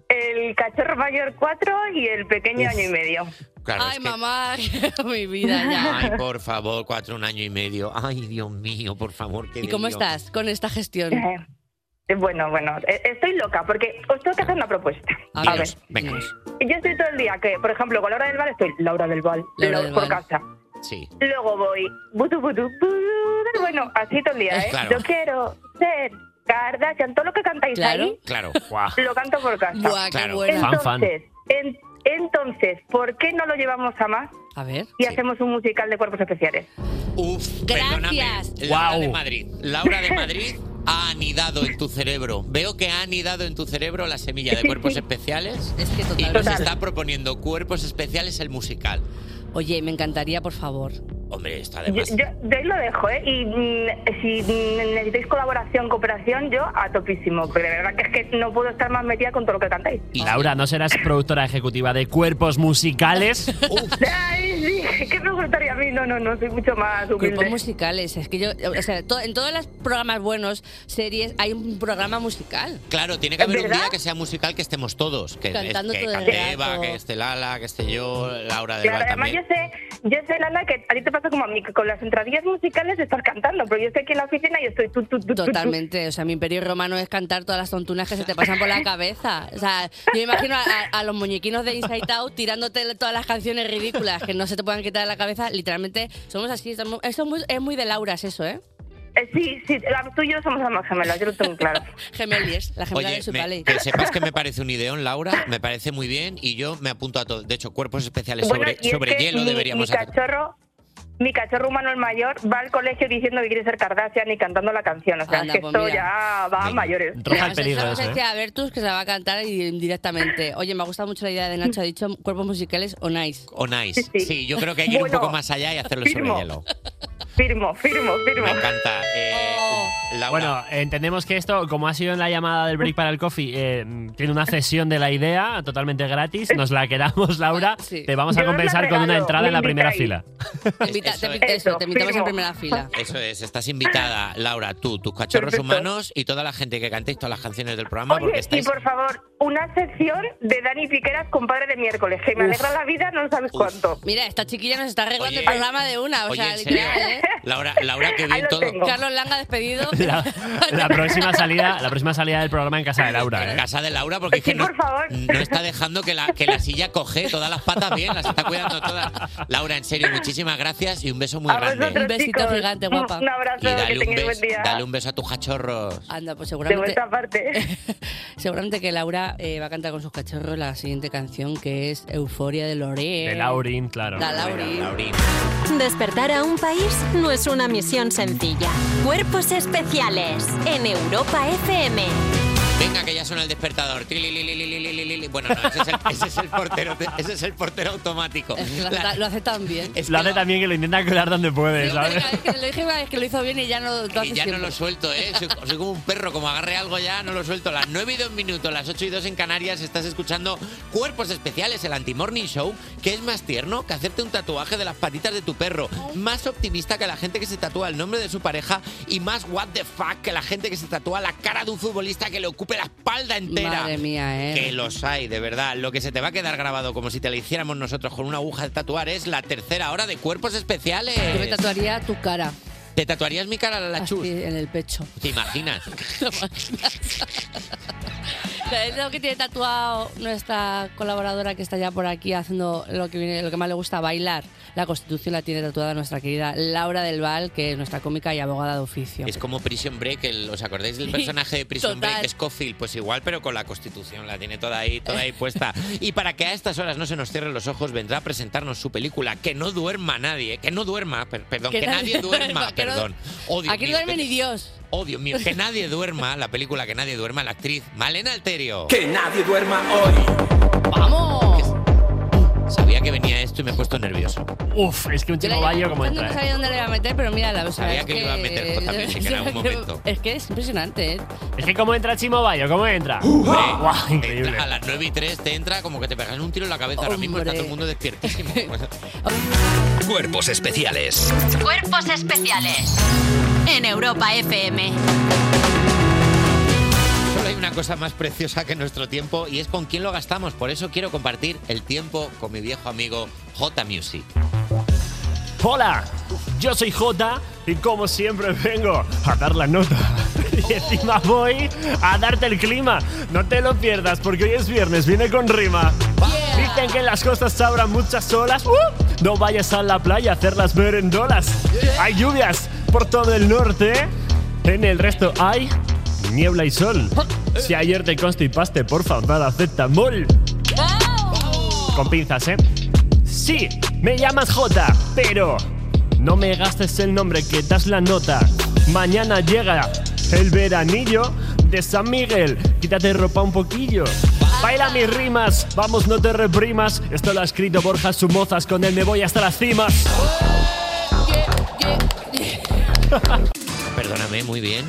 S22: El cachorro mayor cuatro y el pequeño
S5: Uf.
S22: año y medio.
S5: Claro, es que-
S4: mamá, mi vida ya.
S5: Ay, por favor, cuatro, un año y medio. Ay, Dios mío, por favor. qué
S4: ¿Y cómo
S5: delirio.
S4: estás con esta gestión?
S22: Eh, Bueno, bueno, eh, estoy loca porque os tengo que hacer una propuesta. A ver,
S5: Dinos, Venga.
S21: Mm.
S22: yo estoy todo el día que, por ejemplo, con Laura del Val estoy Laura del Val,
S5: Laura
S22: Laura
S5: del
S22: por
S5: Val.
S22: casa.
S5: Sí.
S22: Luego voy, butu, butu, butu, bueno, así todo el día, ¿eh?
S5: Claro.
S22: Yo quiero ser Kardashian, todo lo que cantáis ahí,
S5: Claro.
S22: lo canto por casa.
S5: Buah, qué Claro. bueno.
S22: Entonces,
S5: Fan, fan.
S22: en- entonces, ¿por qué no lo llevamos a más
S4: A ver.
S22: y hacemos un musical de cuerpos especiales?
S5: Uf, Gracias. Laura de Madrid. Laura de Madrid ha anidado en tu cerebro. Veo que ha anidado en tu cerebro la semilla de cuerpos especiales.
S4: Es que
S5: Y
S4: total.
S5: nos está proponiendo cuerpos especiales el musical.
S4: Oye, me encantaría, por favor.
S5: Hombre, está de
S22: Yo,
S5: más.
S22: yo, yo ahí lo dejo, ¿eh? Y mm, si mm, necesitáis colaboración, cooperación, yo a topísimo. Pero de verdad que es que no puedo estar más metida con todo lo que cantáis.
S7: Laura, ¿no serás productora ejecutiva de cuerpos musicales?
S22: Ay, sí, ¿qué me gustaría a mí? No, no, no, soy mucho más
S4: Grupos
S22: humilde.
S4: musicales, es que yo, o sea, to- en todos los programas buenos, series, hay un programa musical.
S5: Claro, tiene que haber un
S4: ¿Verdad?
S5: día que sea musical que estemos todos. Que,
S4: Cantando
S5: que
S4: todo el
S5: cante Eva,
S4: rato.
S5: que esté Lala, que esté yo, Laura de
S22: Claro,
S5: Val
S22: además yo
S5: también.
S22: sé, yo sé, Lala, que a ti te pasa como a mí, que con las entradillas musicales estás cantando, pero yo estoy aquí en la oficina y estoy tú, tú, tú, tú, tú.
S4: Totalmente, o sea, mi imperio romano es cantar todas las tontunas que se te pasan por la cabeza. O sea, yo me imagino a, a- a los muñequinos de Inside Out tirándote todas las canciones ridículas que no se te puedan quitar de la cabeza. Literalmente, somos así, estamos- eso es muy, es muy de Lauras eso, ¿eh?
S22: Eh, sí, sí, la- tú y yo somos almas gemelas, yo lo tengo claro.
S4: Gemelies, la gemela
S5: Oye,
S4: de su
S5: me-
S4: paleta.
S5: que sepas que me parece un ideón, Laura, me parece muy bien y yo me apunto a todo. De hecho, cuerpos especiales sobre,
S22: y es
S5: sobre
S22: que
S5: hielo
S22: mi,
S5: deberíamos
S22: mi
S5: hacer.
S22: cachorro, mi cachorro humano el mayor va al colegio diciendo que quiere ser Kardashian y cantando la canción. O sea,
S4: Anda,
S22: que
S4: pues
S22: esto
S4: mira.
S22: ya va a mayores.
S7: Roja el
S4: Vamos
S7: peligro
S4: a
S5: ¿eh?
S7: eso,
S4: decir a Bertus que se la va a cantar y- directamente. Oye, me ha gustado mucho la idea de Nacho, ha dicho cuerpos musicales o nice.
S5: O nice. Sí, yo creo que hay que ir un
S4: Bueno,
S5: poco más allá y hacerlo
S4: firmo.
S5: sobre hielo.
S22: Firmo, firmo, firmo.
S5: Me encanta. Eh,
S7: Bueno, entendemos que esto, como ha sido en la llamada del break para el coffee, eh, tiene una cesión de la idea totalmente gratis. Nos la quedamos, Laura. Te vamos a
S22: Yo os la
S7: compensar con una
S22: regalo,
S7: entrada
S22: me
S7: en la primera
S22: invitáis.
S7: fila.
S4: Te invita- te-
S5: es.
S4: eso, te invitamos en
S5: firmo.
S4: primera fila.
S5: Eso es, estás invitada, Laura, tú, tus cachorros
S22: Perfecto.
S5: humanos y toda la gente que cantéis todas las canciones del programa
S22: Oye,
S5: porque
S22: y
S5: estáis...
S22: por favor, una sección de Dani Piqueras, compadre de miércoles, que me
S5: Uf.
S22: alegra la vida, no sabes cuánto.
S4: Mira, esta chiquilla nos está arreglando
S5: Oye,
S4: el programa de una. O
S5: oye,
S4: sea,
S5: en serio,
S4: literal, ¿eh?
S5: Laura, Laura, qué bien todo.
S4: Carlos Langa despedido.
S7: La, la próxima salida, la próxima salida del programa en casa de Laura,
S5: En
S7: ¿eh?
S5: casa de Laura, porque es que no, no está dejando que la, que la silla coge todas las patas bien, las está cuidando todas. Laura, en serio, muchísimas gracias y un beso muy grande.
S4: Un besito gigante, guapa.
S22: Un abrazo,
S5: Y dale,
S22: que
S5: un
S22: tengáis
S5: beso,
S22: buen día.
S5: dale un beso a tus cachorros.
S4: Anda, pues
S22: De
S4: seguramente.
S22: vuelta aparte.
S4: Seguramente que Laura eh, va a cantar con sus cachorros la siguiente canción que es Euforia de Loré.
S7: De Laurin, claro.
S4: Da Laurin.
S2: Despertar a un país no es una misión sencilla. Cuerpos especiales en Europa FM.
S5: Venga, que ya suena el despertador. Tilililililililili. Bueno, no, ese es el, ese es el portero, ese es el portero automático.
S4: Lo
S5: La-
S4: hace- lo hace tan bien.
S7: Lo hace también que lo intenta colar donde puede, ¿sabes?
S4: Es que le dije una vez que lo hizo bien y ya no lo hace
S5: Y ya no
S4: siempre.
S5: lo suelto, ¿eh? Soy, soy como un perro, como agarre algo ya, no lo suelto. Las 9 y 2 minutos, las 8 y 2 en Canarias, estás escuchando Cuerpos Especiales, el Anti-Morning Show, que es más tierno que hacerte un tatuaje de las patitas de tu perro, más optimista que la gente que se tatúa el nombre de su pareja y más what the fuck que la gente que se tatúa la cara de un futbolista que le ocupe la espalda entera.
S4: Madre mía, ¿eh?
S5: Que los hay, de verdad. Lo que se te va a quedar grabado como si te lo hiciéramos nosotros con una aguja de tatuar es la tercera hora de Cuerpos Especiales.
S4: Yo me tatuaría tu cara.
S5: ¿Te tatuarías mi cara, la
S4: así,
S5: chus?
S4: en el pecho.
S5: ¿Te imaginas?
S4: Es lo que tiene tatuado nuestra colaboradora que está ya por aquí haciendo lo que viene, lo que más le gusta, bailar. La Constitución la tiene tatuada nuestra querida Laura del Val, que es nuestra cómica y abogada de oficio.
S5: Es como Prison Break, el- ¿os acordáis del
S4: Sí,
S5: personaje de Prison
S4: total.
S5: Break? Scofield, pues igual, pero con la constitución, la tiene toda ahí, toda ahí puesta. Y para que a estas horas no se nos cierren los ojos, vendrá a presentarnos su película, Que no duerma nadie, que no duerma, per- perdón, que, nadie duerma,
S4: que no-
S5: perdón. Oh, Dios
S4: aquí no
S5: mío,
S4: duerme
S5: que-
S4: ni Dios.
S5: Oh, Dios mío, que nadie duerma, la película que nadie duerma, la actriz Malena Alterio.
S15: Que nadie duerma hoy.
S4: ¡Vamos!
S5: Sabía que venía esto y me he pueesto nervioso.
S7: Uf, es que un
S4: Yo la llevo
S7: chico bayo como
S4: pensando, No
S7: entra,
S4: sabía
S7: ¿eh?
S4: dónde le iba a meter, pero mira, la
S7: Sabía que le iba a meter Jota
S4: también
S7: Pichi, que en algún momento.
S4: Es que es impresionante, ¿eh?
S7: Es que cómo entra Chimo Bayo, cómo
S5: ¡Uh!
S7: entra. Guau, increíble.
S5: A las 9 y 3 te entra como que te pegas un tiro en la cabeza. Ahora mismo está todo el mundo despiertísimo.
S1: Cuerpos especiales.
S2: Cuerpos especiales en Europa FM.
S5: Solo hay una cosa más preciosa que nuestro tiempo y es con quién lo gastamos. Por eso quiero compartir el tiempo con mi viejo amigo J Music.
S7: Hola, yo soy Jota y como siempre vengo a dar la nota. Y encima voy a darte el clima. No te lo pierdas porque hoy es viernes, viene con rima. Dicen que en las costas habrá muchas olas. ¡Uh! No vayas a la playa a hacer las merendolas. Hay lluvias por todo el norte. En el resto hay niebla y sol. Si ayer te constipaste, por favor, acetamol. Con pinzas, ¿eh? Sí, me llamas Jota, pero no me gastes el nombre que das la nota. Mañana llega el veranillo de San Miguel. Quítate ropa un poquillo. Baila mis rimas, vamos, no te reprimas. Esto lo ha escrito Borja Sumozas, con él me voy hasta las cimas.
S5: Perdóname, muy bien,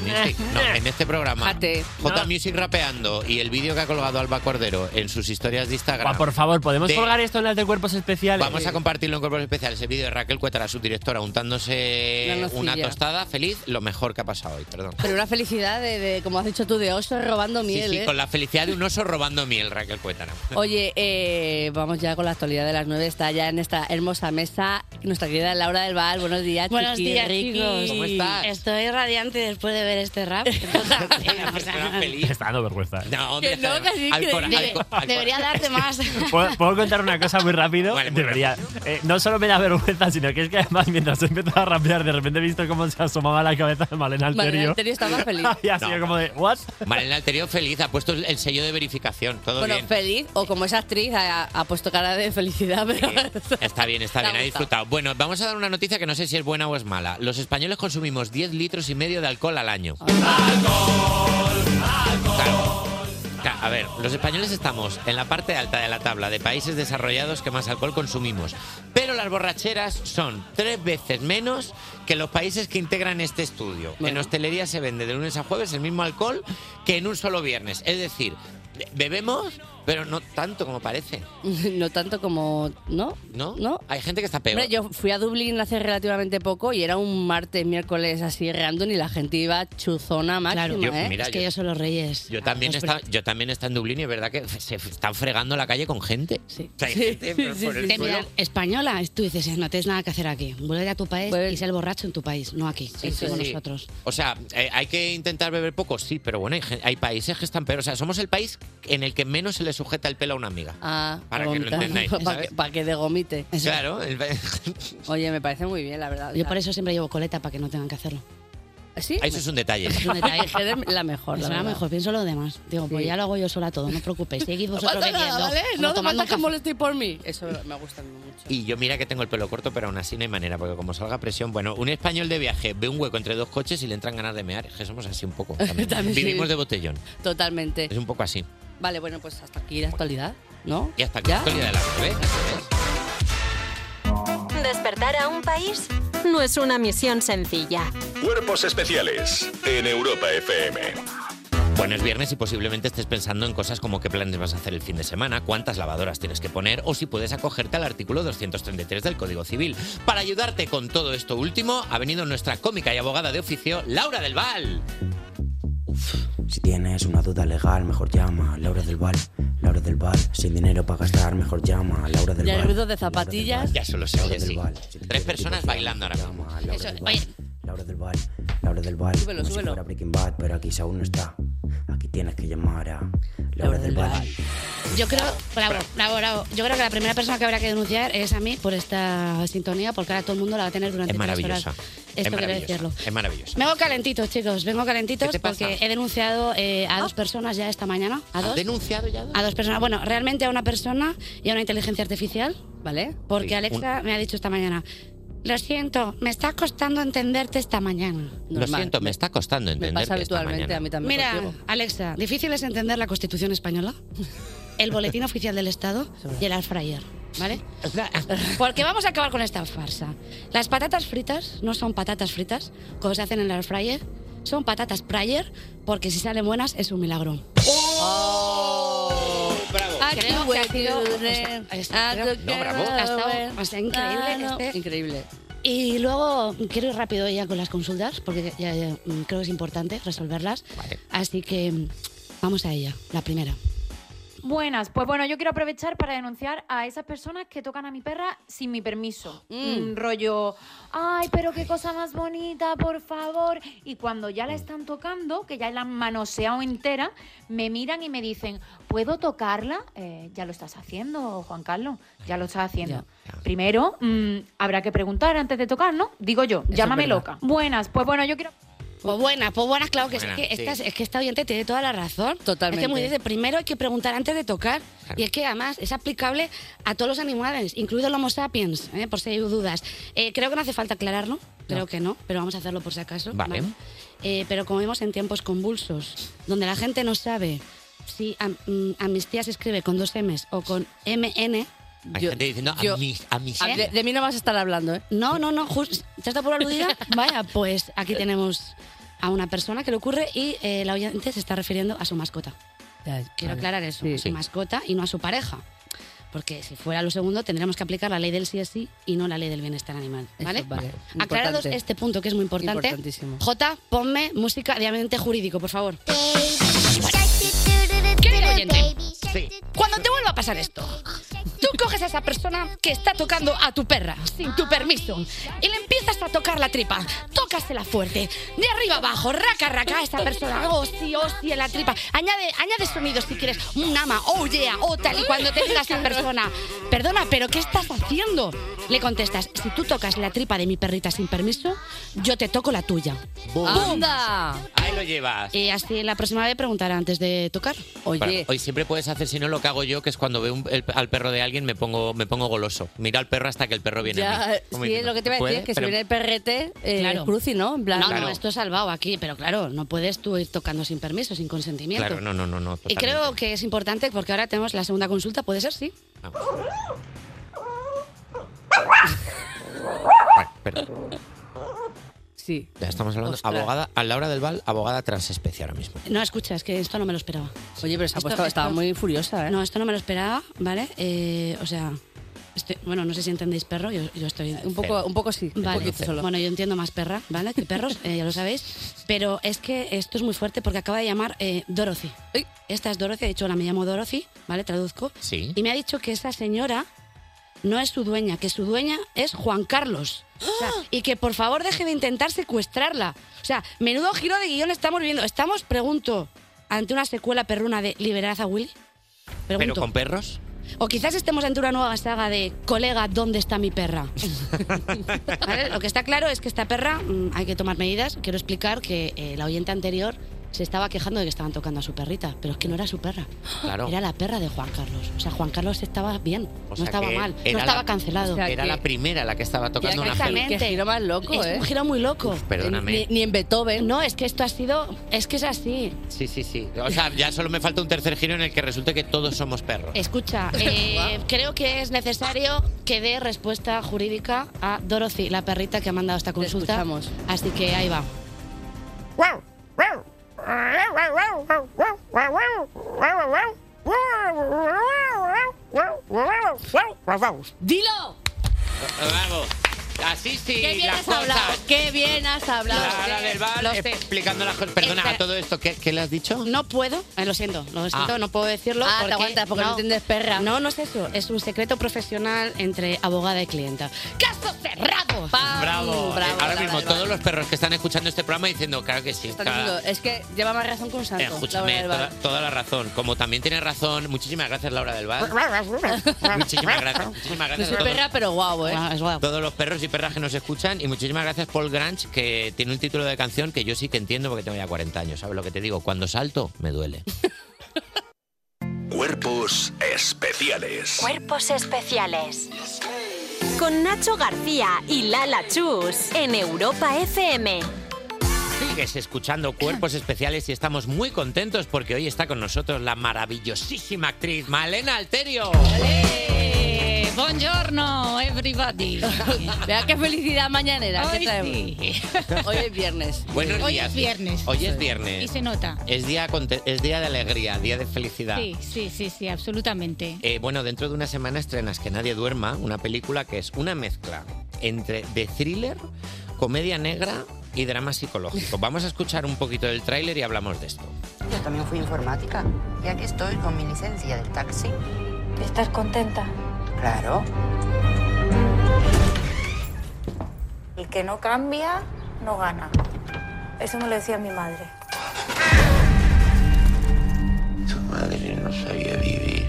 S5: Music. No, en este programa,
S4: Jate.
S5: J Music rapeando y el vídeo que ha colgado Alba Cordero en sus historias de Instagram.
S7: Por favor, ¿podemos
S5: De-
S7: colgar esto en las de cuerpos especiales?
S5: Vamos a compartirlo en Cuerpos Especiales, el vídeo de Raquel Cuetara, su directora,
S4: Una
S5: untándose
S4: nocilla.
S5: una tostada feliz, lo mejor que ha pasado hoy, perdón.
S4: Pero una felicidad de, de, como has dicho tú, de oso robando
S5: Sí,
S4: miel,
S5: sí,
S4: ¿eh?
S5: con la felicidad de un oso robando miel, Raquel Cuetara.
S4: Oye, eh, vamos ya con la actualidad de las 9. Está ya en esta hermosa mesa nuestra querida Laura del Val. Buenos días,
S6: Buenos
S4: chiqui,
S6: días,
S4: Ricky.
S6: chicos.
S4: ¿Cómo estás?
S6: Estoy radiante después de ver este rap.
S7: Está dando vergüenza. ¿eh?
S5: No,
S6: hombre, Que no, está- que sí, al que- cora- al Debe- cora- al debería cora- darte más.
S7: ¿Puedo, puedo contar una cosa muy rápido? Debería. Eh, no solo me da vergüenza, sino que es que además mientras empezaba a rapear, de repente he visto cómo se asomaba la cabeza de Malena Alterio.
S4: Malena Alterio estaba feliz.
S7: y ha sido como de, ¿what?
S5: Malena Alterio feliz, ha puesto el sello de verificación, todo
S4: Bueno,
S5: bien.
S4: feliz, o como esa actriz, ha, ha puesto cara de felicidad, pero
S5: Está bien, está bien, ha disfrutado. Bueno, vamos a dar una noticia que no sé si es buena o es mala. Los españoles consumimos 10 litros y medio de alcohol al año. Claro. Claro, A ver, los españoles estamos en la parte alta de la tabla de países desarrollados que más alcohol consumimos, pero las borracheras son tres veces menos que los países que integran este estudio. En hostelería se vende de lunes a jueves el mismo alcohol que en un solo viernes. Es decir, be- bebemos Pero no tanto como parece.
S4: No tanto como. ¿No?
S5: ¿No?
S4: ¿No?
S5: Hay gente que está peor.
S4: Hombre, yo fui a Dublín hace relativamente poco y era un martes, miércoles así random y la gente iba chuzona máxima,
S5: Yo-
S4: ¿eh?
S5: mira, Es que yo- ellos
S4: son los reyes.
S5: Yo también, está, yo también está en Dublín y es verdad que se están fregando la calle con gente. Sí. hay gente por, por el
S6: Te
S5: suelo.
S6: miran, española, tú dices, eh, no tienes nada que hacer aquí. Vuelve a tu país y ser borracho en tu país, no aquí,
S5: Sí,
S6: aquí
S5: sí,
S6: con
S5: sí.
S6: nosotros.
S5: O sea, eh, hay que intentar beber poco, sí, pero bueno, hay, gen- hay países que están peor. O sea, somos el país en el que menos se le sujeta el pelo a una amiga.
S4: Ah,
S5: Para que lo
S4: gomita.
S5: entendáis,
S4: Pa- Para
S5: ¿sabes?
S4: que, pa' que degomite.
S5: Claro, el-
S4: Oye, me parece muy bien, la verdad.
S6: Yo por eso siempre llevo coleta para que no tengan que hacerlo.
S4: ¿Sí?
S5: eso es un detalle.
S6: Es un detalle.
S4: Eres la mejor, la
S6: Eso era
S4: verdad.
S6: mejor, pienso lo demás. Digo, pues
S4: Sí.
S6: ya lo hago yo sola todo, no os preocupéis. Seguid
S4: No
S6: vosotros
S4: pasa nada,
S6: bebiendo.
S4: ¿vale?
S6: como
S4: No te
S6: tomando
S4: falta
S6: un
S4: que
S6: café.
S4: molestéis por mí. Eso me gusta mucho.
S5: Y yo mira que tengo el pelo corto, pero aún así no hay manera, porque como salga presión, bueno, un español de viaje ve un hueco entre dos coches y le entran ganas de mear. Es que somos así un poco. También.
S4: También sí.
S5: Vivimos de botellón.
S4: Totalmente.
S5: Es un poco así.
S4: Vale, bueno, pues hasta aquí la actualidad. ¿No?
S5: Y hasta aquí la historia de la bebé.
S2: Despertar a un país no es una misión sencilla.
S9: Cuerpos especiales en Europa FM.
S5: Bueno, es viernes y posiblemente estés pensando en cosas como qué planes vas a hacer el fin de semana, cuántas lavadoras tienes que poner o si puedes acogerte al artículo 233 del Código Civil. Para ayudarte con todo esto último, ha venido nuestra cómica y abogada de oficio, Laura del Val.
S11: Si tienes una duda legal, mejor llama a Laura del Val. Laura del Val, sin dinero para gastar, mejor llama a Laura del
S4: Ya el
S11: Val.
S4: ruido de zapatillas.
S5: Ya solo se oye, sí. Tres personas bailando ahora mismo.
S4: Eso, oye,
S11: Laura del Val, Laura del Val.
S4: Súbelo,
S11: como si
S4: súbelo.
S11: fuera Breaking Bad, pero aquí Saúl no está. Aquí tienes que llamar a Laura del Val.
S6: Yo creo, bravo, bravo, bravo. Yo creo que la primera persona que habrá que denunciar es a mí por esta sintonía, porque ahora todo el mundo la va a tener durante
S5: Es
S6: tres
S5: maravillosa.
S6: horas. Esto
S5: Es
S6: quiero
S5: maravillosa.
S6: decirlo.
S5: Es maravillosa.
S6: Vengo calentitos, chicos, vengo calentitos
S5: ¿Qué te pasa?
S6: porque he denunciado eh, a dos personas ya esta mañana. ¿A
S5: ¿Has
S6: dos?
S5: denunciado ya
S6: A dos personas. Bueno, realmente a una persona y a una inteligencia artificial,
S4: ¿vale?
S6: Porque
S4: Sí,
S6: Alexa me ha dicho esta mañana, lo siento, me está costando entenderte esta mañana.
S5: Lo siento, me está costando
S4: Me
S5: entender.
S4: pasa
S5: que esta
S4: habitualmente
S5: mañana-
S4: a mí también.
S6: Mira, Alexa, difícil es entender la Constitución española, el Boletín Oficial del Estado y el Alfrayer, ¿vale? Porque vamos a acabar con esta farsa. Las patatas fritas no son patatas fritas, como se hacen en el Alfrayer, son patatas prayer, porque si salen buenas es un milagro. Creo que ha sido- o sea, es- creo-
S4: No, bravo.
S6: Ah, Ha estado- o sea, increíble
S4: Ah, no,
S6: este-
S4: Increíble.
S6: Y luego quiero ir rápido ya con las consultas, porque ya- ya, mm, creo que es importante resolverlas. Así que mm, vamos a ella, la primera.
S12: Buenas, pues bueno, yo quiero aprovechar para denunciar a esas personas que tocan a mi perra sin mi permiso.
S23: Mm.
S12: Un rollo, ay, pero qué cosa más bonita, por favor. Y cuando ya la están tocando, que ya la han manoseado entera, me miran y me dicen, ¿puedo tocarla? Eh, ya lo estás haciendo, Juan Carlos, ya lo estás haciendo. Primero, mm, habrá que preguntar antes de tocar, ¿no? Digo yo, llámame
S6: verdad.
S12: loca. Buenas, pues bueno, yo quiero...
S6: Pues buenas, pues buenas, claro que, sí,
S12: Buena,
S6: que
S12: sí.
S6: esta, es que esta oyente tiene toda la razón.
S4: Totalmente.
S6: Es que muy dice, primero hay que preguntar antes de tocar. Y es que además es aplicable a todos los animales, incluido el Homo sapiens, ¿eh? por si hay dudas. Eh, creo que no hace falta aclararlo, creo que no, pero vamos a hacerlo por si acaso.
S12: Vale.
S6: Eh, pero como vemos en tiempos convulsos, donde la gente no sabe si am- mm, amnistía se escribe con dos M's o con MN.
S5: Hay
S6: yo-
S5: gente diciendo
S6: yo-
S5: a mí, a mí.
S6: ¿Eh?
S5: sí.
S6: mí no vas a estar hablando, ¿eh? No, no, no. jus- ¿Te has dado por aludida? Vaya, pues aquí tenemos a una persona que le ocurre y eh, la oyente se está refiriendo a su mascota. Quiero
S4: vale.
S6: aclarar eso,
S4: Sí.
S6: a su
S4: Sí.
S6: mascota y no a su pareja. Porque si fuera lo segundo, tendríamos que aplicar la ley del sí es sí y no la ley del bienestar animal. ¿Vale?
S4: vale.
S6: Aclarados
S4: Importante.
S6: este punto que es muy importante.
S4: Importantísimo.
S6: J, ponme música de ambiente jurídico, por favor. Querido oyente, cuando te vuelva a pasar esto, tú coges a esa persona que está tocando a tu perra sin tu permiso y le empiezas a tocar la tripa. Tócasela fuerte, de arriba abajo, raca, raca a esa persona. Oh, sí, oh, sí, en la tripa. Añade, añade sonidos si quieres. Un ama, oh, yeah, oh, tal. Y cuando te diga esa persona, perdona, pero ¿qué estás haciendo? Le contestas, si tú tocas la tripa de mi perrita sin permiso, yo te toco la tuya. ¡Bunda!
S5: Ahí lo llevas.
S6: Y así la próxima vez preguntar antes de tocar.
S5: Bueno, hoy siempre puedes hacer, si no lo que hago yo, que es cuando veo un- el- al perro de alguien me pongo, me pongo goloso. Mira al perro hasta que el perro viene a mí.
S4: Ya,
S5: Como
S4: sí, es
S5: diciendo,
S4: lo que te iba a
S5: "Puede,
S4: decir, que si
S5: pero
S4: viene el perrete, eh,
S6: Claro.
S4: cruci, ¿no? En plan,
S6: no, no, esto es salvado aquí, pero claro, no puedes tú ir tocando sin permiso, sin consentimiento.
S5: Claro, no, no, no, no.
S6: y
S5: totalmente.
S6: creo que es importante porque ahora tenemos la segunda consulta, puede ser, sí.
S5: Perdón.
S13: sí.
S5: Ya estamos hablando.
S13: Ostras.
S5: Abogada, a Laura del Val, abogada transespecie ahora mismo.
S6: No, escucha, es que esto no me lo esperaba.
S13: Oye, pero se ha
S6: Esto-
S13: puesto, estaba
S6: esto-
S13: muy furiosa, ¿eh?
S6: No, esto no me lo esperaba, ¿vale? Eh, o sea, estoy- bueno, no sé si entendéis perro, yo, yo estoy...
S13: Un poco- un poco sí, un
S6: Vale.
S13: poquito solo.
S6: Bueno, yo entiendo más perra, ¿vale? Que perros, eh, ya lo sabéis. Pero es que esto es muy fuerte porque acaba de llamar eh, Dorothy. Esta es Dorothy, ha dicho, hola, me llamo Dorothy, ¿vale? Traduzco.
S5: Sí.
S6: Y me ha dicho que esa señora no es su dueña, que su dueña es Juan Carlos. O sea, y que por favor deje de intentar secuestrarla. O sea, menudo giro de guión estamos viviendo. Estamos, pregunto, ante una secuela perruna de Liberad a Willy.
S5: ¿Pero
S6: Pregunto.
S5: con perros?
S6: O quizás estemos ante una nueva saga de colega, ¿dónde está mi perra? ¿Vale? Lo que está claro es que esta perra mm, hay que tomar medidas. Quiero explicar que eh, la oyente anterior se estaba quejando de que estaban tocando a su perrita, pero es que no era su perra.
S5: Claro.
S6: Era la perra de Juan Carlos. O sea, Juan Carlos estaba bien, no
S5: sea
S6: estaba
S5: que
S6: mal,
S5: era
S6: no estaba
S5: la-
S6: cancelado.
S5: Era la primera la que estaba tocando una perra.
S6: Exactamente. giro más loco, Es
S13: ¿eh?
S6: un giro muy loco.
S5: Uf, perdóname. Ni-
S6: en Beethoven. No, es que esto ha sido. Es que es así.
S5: Sí, sí, sí. O sea, ya solo me falta un tercer giro en el que resulte que todos somos perros.
S6: Escucha, eh, creo que es necesario que dé respuesta jurídica a Dorothy, la perrita que ha mandado esta consulta. Así que ahí va.
S13: ¡Dilo!
S5: Vamos. Así sí,
S6: Qué bien
S5: las
S6: has hablado,
S5: cosas.
S6: qué bien has hablado.
S5: Laura del Val
S6: Lo sé.
S5: explicando las cosas. Perdona, a todo esto, ¿qué, qué le has dicho?
S6: Este- No puedo, eh, lo siento, lo siento,
S5: Ah.
S6: no puedo decirlo.
S5: Ah, te aguantas, porque no
S6: entiendes perra. No, no es eso, es un secreto profesional entre abogada y clienta. ¡Caso
S5: Bravo.
S6: cerrado! Bravo,
S5: Eh, Ahora
S6: Laura
S5: mismo,
S6: del
S5: todos los perros que están escuchando este programa diciendo, claro que sí.
S13: Están
S5: claro.
S13: diciendo, es que lleva más razón que un santo.
S5: Eh, ah, Escúchame,
S13: Laura
S5: toda,
S13: del Val.
S5: toda la razón. Como también tiene razón, muchísimas gracias Laura del Val. Muchísimas gracias. Muchísimas gracias
S13: No
S5: Ah,
S13: soy
S5: a todos,
S13: perra, pero guau, ¿eh?
S5: todos los perros y perras que nos escuchan. Y muchísimas gracias Paul Grange, que tiene un título de canción que yo sí que entiendo porque tengo ya 40 años. ¿Sabes lo que te digo? Cuando salto, me duele.
S9: Cuerpos especiales.
S2: Cuerpos especiales. Con Nacho García y Lala Chus en Europa FM.
S5: Sigues escuchando Cuerpos Especiales y estamos muy contentos porque hoy está con nosotros la maravillosísima actriz Malena Alterio.
S16: Eh, buongiorno, everybody.
S13: Vea qué felicidad mañanera que
S16: Hoy
S13: traemos. Hoy es viernes.
S5: Buenos
S16: Hoy
S5: días.
S16: es viernes.
S5: Hoy es
S16: Y
S5: viernes.
S16: se nota.
S5: Es día, conte- es día de alegría, día de felicidad.
S16: Sí, sí, sí, sí, absolutamente.
S5: Eh, bueno, dentro de una semana estrenas Que Nadie Duerma, una película que es una mezcla entre de thriller, comedia negra y drama psicológico. Vamos a escuchar un poquito del tráiler y hablamos de esto.
S22: Yo también fui informática. Y aquí estoy con mi licencia del taxi.
S24: ¿Estás contenta?
S22: Claro. El que no cambia, no gana.
S24: Eso me lo decía mi madre.
S25: Tu madre no sabía vivir.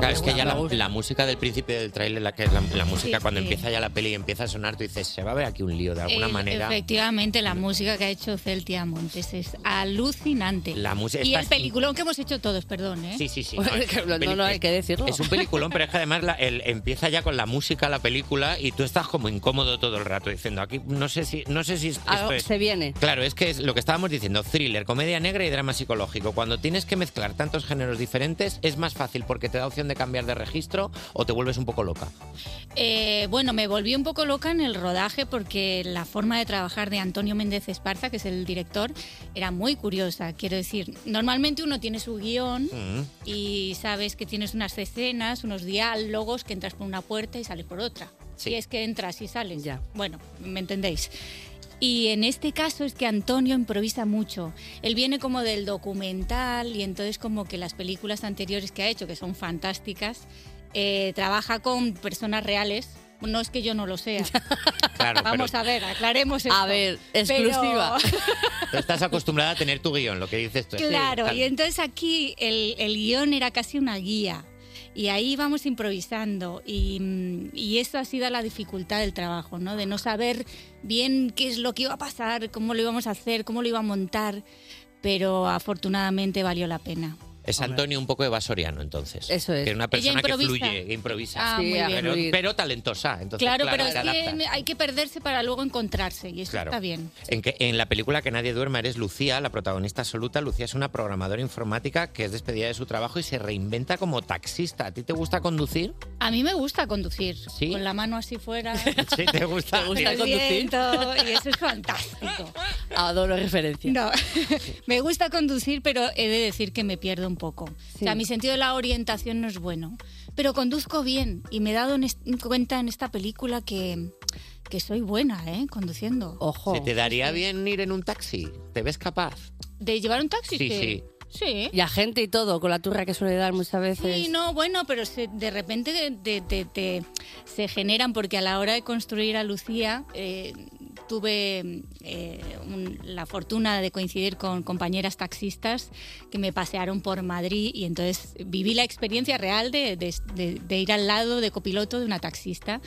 S5: Claro, es que ya la, la música del principio del tráiler, la que es la, la música
S16: Sí,
S5: cuando
S16: sí.
S5: empieza ya la peli y empieza a sonar, tú dices, se va a ver aquí un lío de alguna
S16: Eh,
S5: manera.
S16: Efectivamente, la música que ha hecho Celtia Montes es alucinante.
S5: La música-
S16: y
S5: esta-
S16: el peliculón que hemos hecho todos, perdón, ¿eh?
S5: Sí, sí, sí.
S16: Bueno, que
S5: es un
S16: no, no,
S5: peli-
S16: hay que decirlo.
S5: Es un peliculón, pero es que además la- el- empieza ya con la música, la película, y tú estás como incómodo todo el rato diciendo, aquí no sé si, no sé si esto
S13: Algo
S5: es-
S13: Ah, se viene.
S5: Claro, es que es lo que estábamos diciendo, thriller, comedia negra y drama psicológico. Cuando tienes que mezclar tantos géneros diferentes, es más fácil porque te da opción de cambiar de registro o te vuelves un poco loca.
S16: Eh, bueno, me volví un poco loca en el rodaje porque la forma de trabajar de Antonio Méndez Esparza, que es el director, era muy curiosa. Quiero decir, normalmente uno tiene su
S5: Mm.
S16: guión y sabes que tienes unas escenas, unos diálogos, que entras por una puerta y sales por otra.
S6: Sí.
S16: Y es que entras y sales. Ya. Bueno, me entendéis. Y en este caso es que Antonio improvisa mucho. Él viene como del documental y entonces como que las películas anteriores que ha hecho, que son fantásticas, eh, trabaja con personas reales. No es que yo no lo sea.
S5: Claro,
S16: Vamos
S5: pero
S16: a ver, aclaremos esto. A ver,
S13: exclusiva.
S5: tú estás acostumbrada a tener tu guión, lo que dices tú.
S16: Claro,
S5: Sí,
S16: y entonces aquí el, el guión era casi una guía. Y ahí vamos improvisando. Y, mm, y eso ha sido la dificultad del trabajo, ¿no? De no saber bien qué es lo que iba a pasar, cómo lo íbamos a hacer, cómo lo iba a montar. Pero afortunadamente valió la pena.
S5: Es Antonio un poco evasoriano, entonces.
S4: Eso es.
S5: Que es una persona que
S16: improvisa.
S5: fluye, que improvisa.
S16: Ah, Sí, muy bien. a
S5: pero,
S16: fluir.
S5: pero talentosa. Entonces,
S16: claro,
S5: claro,
S16: pero
S5: se
S16: es
S5: adapta.
S16: que hay que perderse para luego encontrarse y eso
S5: Claro.
S16: está bien.
S5: En, que, en la película Que nadie duerma eres Lucía, la protagonista absoluta. Lucía es una programadora informática que es despedida de su trabajo y se reinventa como taxista. ¿A ti te gusta conducir?
S16: A mí me gusta conducir, con la mano así fuera.
S5: Sí, te gusta.
S16: el viento, y eso es fantástico.
S13: Ah,
S4: Adoro referencias.
S16: No, me gusta conducir, pero he de decir que me pierdo un poco. O sea, mi sentido de la orientación no es bueno. Pero conduzco bien y me he dado en est- cuenta en esta película que, que soy buena, ¿eh? Conduciendo.
S4: Ojo.
S5: ¿Se te daría bien ir en un taxi? ¿Te ves capaz?
S16: ¿De llevar un taxi?
S5: Sí, sí.
S16: Sí.
S4: Y a gente y todo, con la turra que suele dar muchas veces.
S16: Sí, no, bueno, pero se- de repente te- te- te- se generan, porque a la hora de construir a Lucía eh, tuve eh, un- la fortuna de coincidir con compañeras taxistas que me pasearon por Madrid y entonces viví la experiencia real de, de- de- de ir al lado de copiloto de una taxista.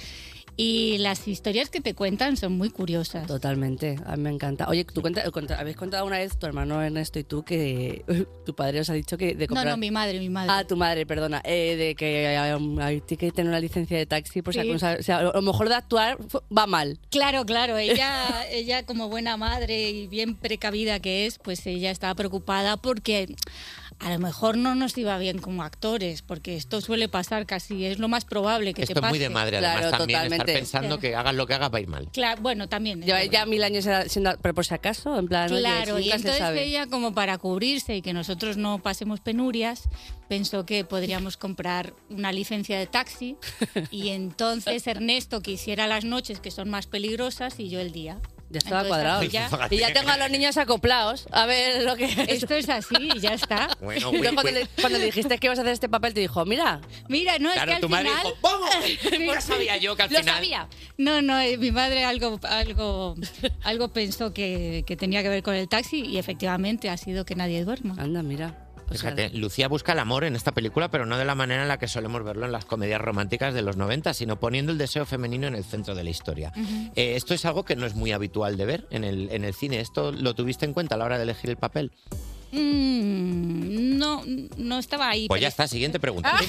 S16: Y las historias que te cuentan son muy curiosas.
S4: Totalmente, a mí me encanta. Oye, tú cuenta- cuenta- habéis contado una vez, tu hermano Ernesto y tú, que tu padre os ha dicho que de
S16: No,
S4: comprar...
S16: no, mi madre, mi madre.
S4: Ah, tu madre, perdona. eh, de que um, hay que tener una licencia de taxi, pues
S16: Sí.
S4: o sea, a lo mejor de actuar fu- va mal.
S16: Claro, claro, ella, ella como buena madre y bien precavida que es, pues ella estaba preocupada porque a lo mejor no nos iba bien como actores, porque esto suele pasar casi, es lo más probable que
S5: Esto
S16: te
S5: es
S16: pase.
S5: muy de madre, además, también. Estar pensando que hagas lo que hagas va a ir mal.
S16: Claro, bueno, también.
S4: Lleva ya mil años siendo, pero por si acaso, en plan, oye,
S16: Claro,
S4: nunca
S16: y
S4: se
S16: entonces
S4: sabe.
S16: ella como para cubrirse y que nosotros no pasemos penurias, pensó que podríamos comprar una licencia de taxi y entonces Ernesto que hiciera las noches que son más peligrosas y yo el día.
S4: Ya estaba
S16: Entonces,
S4: cuadrado.
S16: así ya-
S4: Y ya tengo a los niños acoplados. A ver lo que
S16: Esto es así y ya está.
S5: Bueno,
S4: Entonces,
S5: uy,
S4: cuando,
S5: uy.
S4: le, cuando le dijiste que ibas a hacer este papel, te dijo, mira.
S16: Mira, no,
S5: Claro,
S16: es que
S5: tu
S16: al
S5: madre
S16: final...
S5: dijo, ¡vamos! Ya sabía yo que al
S16: Lo
S5: final-
S16: sabía. No, no, eh, mi madre algo, algo, algo pensó que, que tenía que ver con el taxi y efectivamente ha sido que nadie duerma.
S4: Anda, mira.
S16: Pues
S5: Fíjate, Lucía busca el amor en esta película, pero no de la manera en la que solemos verlo en las comedias románticas de los 90, sino poniendo el deseo femenino en el centro de la historia.
S8: Ujú.
S5: Eh, esto es algo que no es muy habitual de ver en el, en el cine. ¿Esto lo tuviste en cuenta a la hora de elegir el papel?
S16: Mm, no, no estaba ahí.
S5: Pues ya
S16: pero-
S5: está, siguiente pregunta.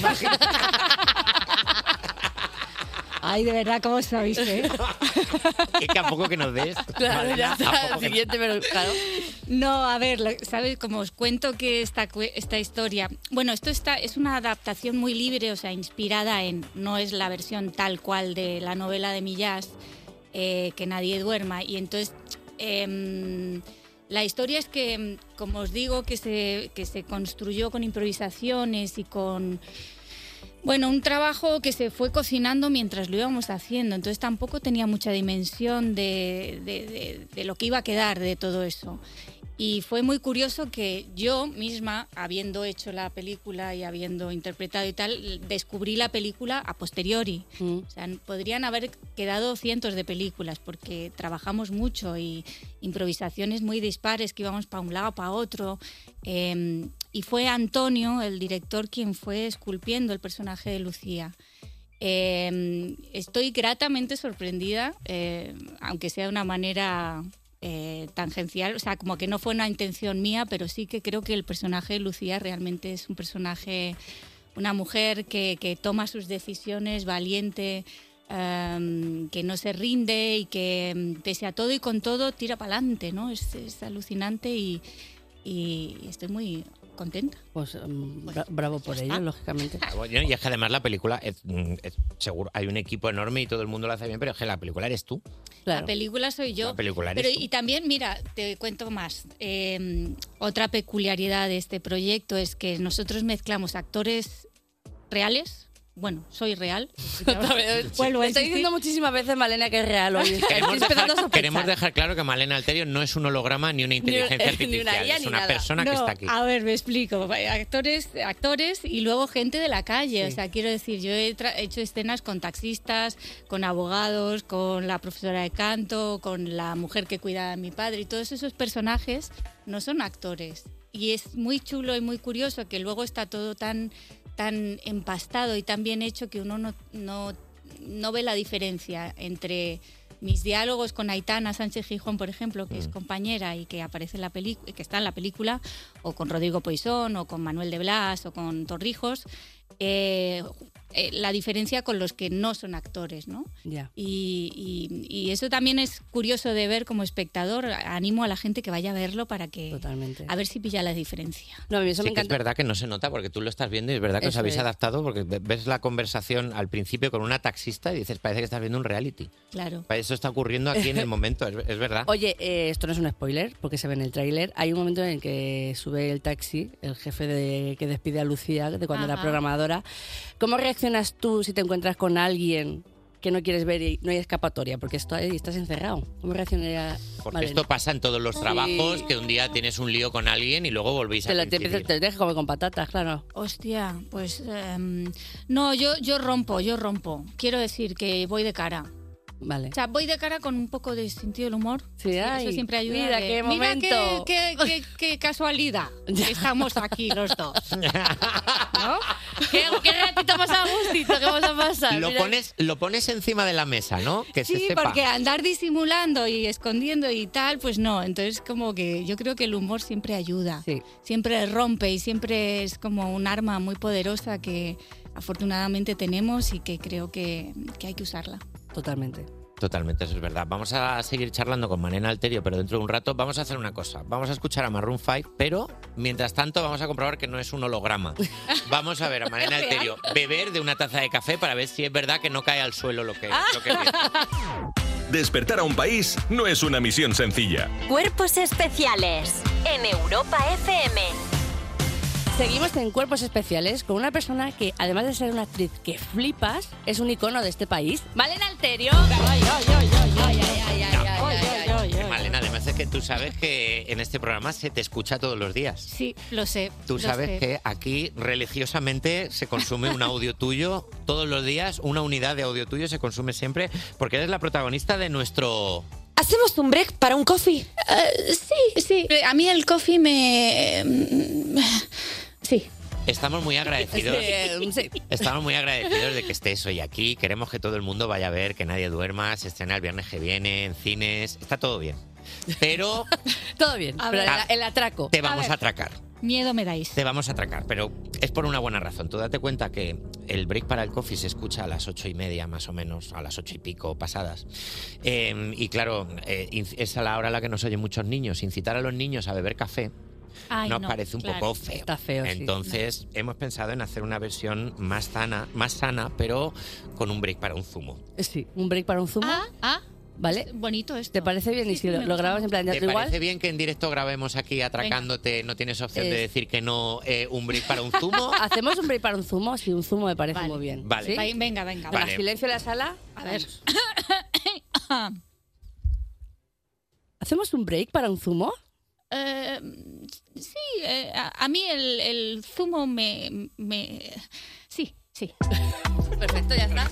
S16: Ay, de verdad, ¿cómo sabéis? eh?
S5: Es que a poco que nos des.
S16: Claro, ya
S5: a
S16: está,
S5: poco que-
S4: Siguiente, pero claro.
S16: No, a ver, lo- ¿sabes? Como os cuento que esta, cue- esta historia, bueno, esto está, es una adaptación muy libre, o sea, inspirada en, no es la versión tal cual de la novela de Millás, eh, que nadie duerma. Y entonces, em, la historia es que, em, como os digo, que se, que se construyó con improvisaciones y con... Bueno, un trabajo que se fue cocinando mientras lo íbamos haciendo, entonces tampoco tenía mucha dimensión de, de- de- de lo que iba a quedar de todo eso. Y fue muy curioso que yo misma, habiendo hecho la película y habiendo interpretado y tal, descubrí la película a posteriori. O sea, podrían haber quedado cientos de películas porque trabajamos mucho y improvisaciones muy dispares que íbamos para un lado, para otro. Eh, y fue Antonio, el director, quien fue esculpiendo el personaje de Lucía. Eh, estoy gratamente sorprendida, eh, aunque sea de una manera eh, tangencial, o sea, como que no fue una intención mía, pero sí que creo que el personaje de Lucía realmente es un personaje, una mujer que, que toma sus decisiones, valiente, em, que no se rinde y que em, pese a todo y con todo tira para adelante, ¿no? Es, es alucinante y, y estoy muy contenta. pues
S4: Pues, mm, bra- bravo por ello, lógicamente.
S5: Bueno, y es que además la película, es- mm, es- seguro, hay un equipo enorme y todo el mundo lo hace bien, pero es que la película eres tú.
S16: La película soy yo.
S5: La película eres
S16: Pero,
S5: tú.
S16: y también, mira, te cuento más. Eh, otra peculiaridad de este proyecto es que nosotros mezclamos actores reales. Bueno, soy real. Vuelvo a
S4: Estoy
S16: insistir.
S4: diciendo muchísimas veces, Malena, que es real hoy.
S5: Queremos
S4: Estoy
S5: dejar,
S4: empezando a sospechar.
S5: queremos dejar claro que Malena Alterio no es un holograma ni una inteligencia artificial, es una persona que
S16: No,
S5: está aquí.
S4: ah,
S16: A ver, me explico. Actores, actores y luego gente de la calle.
S5: Sí.
S16: O sea, quiero decir, yo he tra- hecho escenas con taxistas, con abogados, con la profesora de canto, con la mujer que cuida a mi padre y todos esos personajes no son actores. Y es muy chulo y muy curioso que luego está todo tan, tan empastado y tan bien hecho que uno no, no, no ve la diferencia entre mis diálogos con Aitana Sánchez Gijón, por ejemplo, que
S4: Mm.
S16: es compañera y que aparece en la peli- que está en la película, o con Rodrigo Poisson, o con Manuel de Blas, o con Torrijos, eh, eh, la diferencia con los que no son actores, ¿no?
S4: Ya.
S16: Y, y- y eso también es curioso de ver como espectador. Animo a la gente que vaya a verlo para que
S4: Totalmente.
S16: a ver si pilla la diferencia.
S4: No, a mí eso
S5: Sí
S4: me
S5: que es
S4: encanta.
S5: verdad que no se nota porque tú lo estás viendo y es verdad que os
S4: Eso
S5: habéis
S4: es.
S5: adaptado porque ve- ves la conversación al principio con una taxista y dices, parece que estás viendo un reality.
S16: Claro.
S5: Eso está ocurriendo aquí en el momento, es, es verdad.
S4: Oye, eh, esto no es un spoiler, porque se ve en el tráiler. Hay un momento en el que sube el taxi, el jefe de, que despide a Lucía, de cuando era
S16: Ajá.
S4: programadora. ¿Cómo reaccionas tú si te encuentras con alguien que no quieres ver y no hay escapatoria? Porque esto, ahí estás encerrado. ¿Cómo reaccionaría
S5: Porque
S4: Malena?
S5: esto pasa en todos los
S4: Sí.
S5: trabajos, que un día tienes un lío con alguien y luego volvéis a
S4: Te, la- te, empiezas- te dejas como con patatas, claro.
S16: Hostia, pues em, no, yo, yo rompo, yo rompo. Quiero decir que voy de cara.
S4: Vale.
S16: O sea, voy de cara con un poco de sentido del humor. Sí,
S4: ay,
S16: eso siempre ayuda.
S4: mira
S16: de,
S4: qué momento".
S16: Mira qué, qué- qué- qué casualidad. que Estamos aquí los dos. ¿No? Qué, qué ratito más a gustito que vamos a pasar.
S5: Lo
S16: Mira.
S5: pones, lo pones encima de la mesa, ¿no? Que se
S16: Sí,
S5: sepa.
S16: porque andar disimulando y escondiendo y tal, pues no. Entonces, como que yo creo que el humor siempre ayuda, siempre rompe y siempre es como un arma muy poderosa que afortunadamente tenemos y que creo que, que hay que usarla.
S4: Totalmente.
S5: Totalmente, eso es verdad. Vamos a seguir charlando con Manena Alterio, pero dentro de un rato vamos a hacer una cosa. Vamos a escuchar a Maroon 5, pero mientras tanto vamos a comprobar que no es un holograma. Vamos a ver a Manena Alterio beber de una taza de café para ver si es verdad que no cae al suelo lo que, lo que dice.
S9: Despertar a un país no es una misión sencilla.
S2: Cuerpos especiales en Europa FM.
S4: Seguimos en Cuerpos Especiales con una persona que, además de ser una actriz que flipas, es un icono de este país. Malena Alterio.
S5: Eh, Malena, además es que tú sabes que en este programa se te escucha todos los días.
S16: Sí, lo sé.
S5: Tú
S16: lo
S5: sabes
S16: sé.
S5: que aquí religiosamente se consume un audio tuyo todos los días, una unidad de audio tuyo se consume siempre porque eres la protagonista de nuestro
S3: ¿Hacemos un break para un coffee?
S16: Eh,
S3: sí, sí. A mí el coffee me... mm, Sí.
S5: Estamos muy agradecidos.
S4: Sí, eh. sí.
S5: Estamos muy agradecidos de que estés hoy aquí. Queremos que todo el mundo vaya a ver, que nadie duerma, se estrena el viernes que viene, en cines. Está todo bien. Pero
S4: Todo bien,
S16: A
S4: pero
S16: ver.
S4: el- el atraco.
S5: te vamos a, atracar.
S16: Miedo me dais.
S5: Te vamos a atracar. Pero es por una buena razón. Tú date cuenta que el break para el coffee se escucha a las ocho y media, más o menos, a las ocho y pico pasadas. Eh, y claro, eh, inc- es a la hora a la que nos oyen muchos niños. Incitar a los niños a beber café
S16: Ay,
S5: nos
S16: no,
S5: parece un
S16: claro.
S5: poco feo. Entonces, hemos pensado en hacer una versión más sana, más sana, pero con un break para un zumo.
S4: Eh, Sí, un break para un zumo.
S16: Ah, ah.
S4: ¿Vale?
S16: Bonito esto.
S4: ¿Te parece bien? y si lo, lo grabamos en plan, ya,
S5: ¿Te
S4: igual.
S5: parece bien que en directo grabemos aquí atracándote? No tienes opción de
S4: Es-
S5: decir que no eh, un break para un zumo.
S4: Hacemos un break para un zumo, sí, un zumo me parece muy bien.
S5: Vale.
S4: ¿Sí?
S5: Vale,
S16: Venga, venga.
S4: Venga,
S5: Vale.
S4: silencio en la sala. A ver. ¿Hacemos un break para un zumo?
S16: Eh, sí, eh, a, a mí el, el zumo me, me... Sí, sí.
S4: Perfecto, ya está.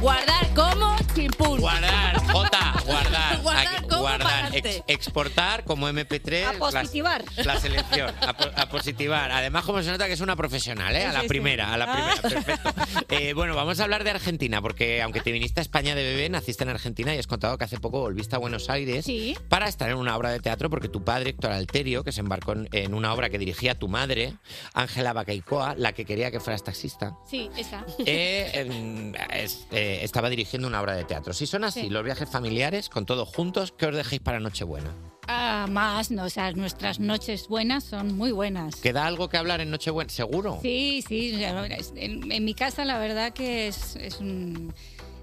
S4: Guardar como chimpún.
S5: Guardar, Jota, guardar.
S4: Guardar
S5: Aquí,
S4: como
S5: guardar.
S4: pa'lante.
S5: Ex- exportar como MP3.
S4: A positivar.
S5: las- La, selección, a, po- a positivar. Además, como se nota que es una profesional, ¿eh? A la
S8: Sí, sí.
S5: primera, a la
S8: Ah.
S5: primera. Perfecto. Eh, bueno, vamos a hablar de Argentina, porque aunque te viniste a España de bebé, naciste en Argentina y has contado que hace poco volviste a Buenos Aires para estar en una obra de teatro, porque tu padre, Héctor Alterio, que se embarcó en, en una obra que dirigía tu madre, Ángela Bacaicoa, la que quería que fueras taxista.
S16: Sí, esa.
S5: Eh, em, es- eh, estaba dirigiendo una obra de teatro. Si son así,
S16: Sí.
S5: los viajes familiares, con todos juntos, ¿qué os dejéis para Nochebuena?
S16: Ah, más, no, o sea, nuestras noches buenas son muy buenas.
S5: ¿Queda algo que hablar en Nochebuena? ¿Seguro?
S16: Sí, sí, ya lo verás. en, en mi casa la verdad que es, es, un-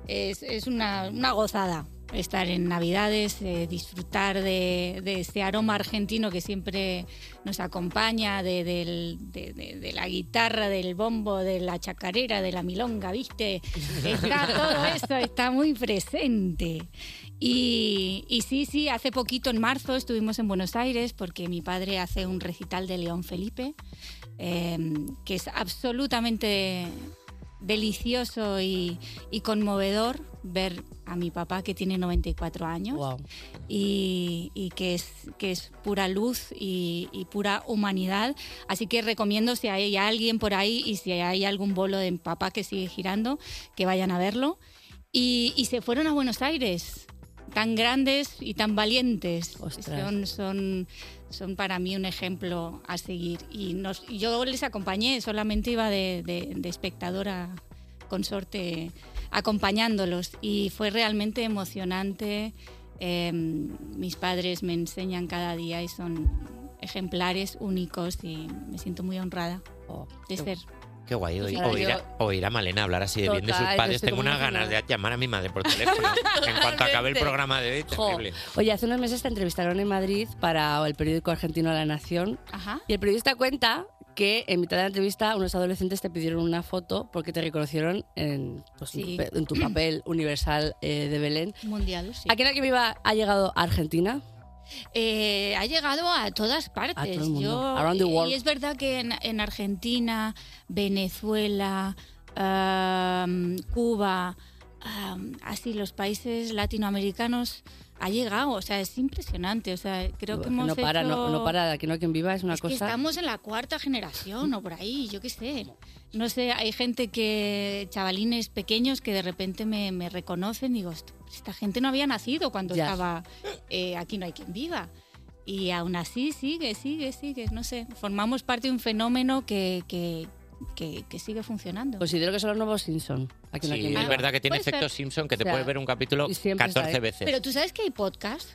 S16: es- es una, una gozada estar en Navidades, eh, disfrutar de, de ese aroma argentino que siempre nos acompaña, de, del- de- de- de la guitarra, del bombo, de la chacarera, de la milonga, ¿viste? Está todo eso, está muy presente. Y, y sí, sí, hace poquito, en marzo, estuvimos en Buenos Aires porque mi padre hace un recital de León Felipe eh, que es absolutamente delicioso y, y conmovedor ver a mi papá que tiene 94 años
S4: Guau.
S16: y, y que, es, que es pura luz y, y pura humanidad. Así que recomiendo si hay alguien por ahí y si hay algún bolo de mi papá que sigue girando, que vayan a verlo. y, y se fueron a Buenos Aires, tan grandes y tan valientes. Son, son, son para mí un ejemplo a seguir. Y nos, y yo les acompañé, solamente iba de, de- de espectadora consorte acompañándolos y fue realmente emocionante. Eh, mis padres me enseñan cada día y son ejemplares únicos y me siento muy honrada de ser.
S5: Oh, Qué guay, oír,
S16: Ahora
S5: oír a, oír a Malena hablar así de bien de sus
S4: Total, yo
S5: padres.
S4: estoy
S5: Tengo
S4: como
S5: unas
S4: una
S5: ganas de llamar a mi madre por teléfono en cuanto acabe el programa de hoy.
S4: Jo.
S5: Terrible.
S4: Oye, hace unos meses te entrevistaron en Madrid para el periódico argentino La Nación y el periodista cuenta que en mitad de la entrevista unos adolescentes te pidieron una foto porque te reconocieron en, pues, en tu
S16: Sí.
S4: pe- en tu papel universal eh, de Belén.
S16: Mundial, sí.
S4: ¿A quién aquí viva ha llegado a Argentina?
S16: Eh, ha llegado a todas partes.
S4: A todo el mundo.
S16: Yo-
S4: Around the world.
S16: Y es verdad que en, en Argentina, Venezuela, am, Cuba, am, así los países latinoamericanos ha llegado. O sea, es impresionante. O sea, creo que
S4: Que
S16: hemos
S4: no para, no,
S16: hecho-
S4: no para, de aquí no hay quien viva, es una
S16: que
S4: cosa.
S16: estamos en la cuarta generación o por ahí, yo qué sé. No sé, hay gente que, chavalines pequeños que de repente me, me reconocen y digo, "Est- esta gente no había nacido cuando
S4: Ya.
S16: estaba eh, aquí no hay quien viva. Y aún así sigue, sigue, sigue, no sé. Formamos parte de un fenómeno que, que, que- que sigue funcionando.
S4: Considero que son los nuevos Simpson. Aquí no hay
S5: Sí,
S4: quien
S5: es
S4: viva.
S5: verdad que tiene
S16: Puede
S5: efecto
S16: ser.
S5: Simpson que te
S4: O sea,
S5: puedes ver un capítulo 14
S4: está, ¿eh?
S5: veces.
S16: Pero tú sabes que hay podcast.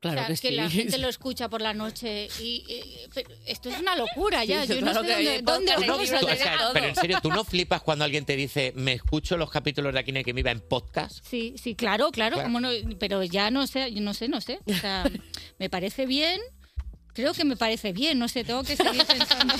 S4: Claro
S16: O sea,
S4: que sí.
S16: la gente lo escucha por la noche y eh, pero esto es una locura ya.
S4: Sí,
S16: Yo
S4: claro
S16: no
S4: que
S16: sé
S4: hay
S16: dónde, dónde
S4: podcast,
S16: lo
S4: libros,
S16: vamos a
S5: Tú, o
S16: tener
S5: sea,
S16: todo.
S5: pero en serio, ¿tú no flipas cuando alguien te dice, me escucho los capítulos de Aquí no hay quien viva en podcast?
S16: Sí, sí, claro, claro,
S5: Claro.
S16: cómo no, pero ya no sé, yo no sé, no sé. O sea, me parece bien, creo que me parece bien, no sé, tengo que seguir pensando.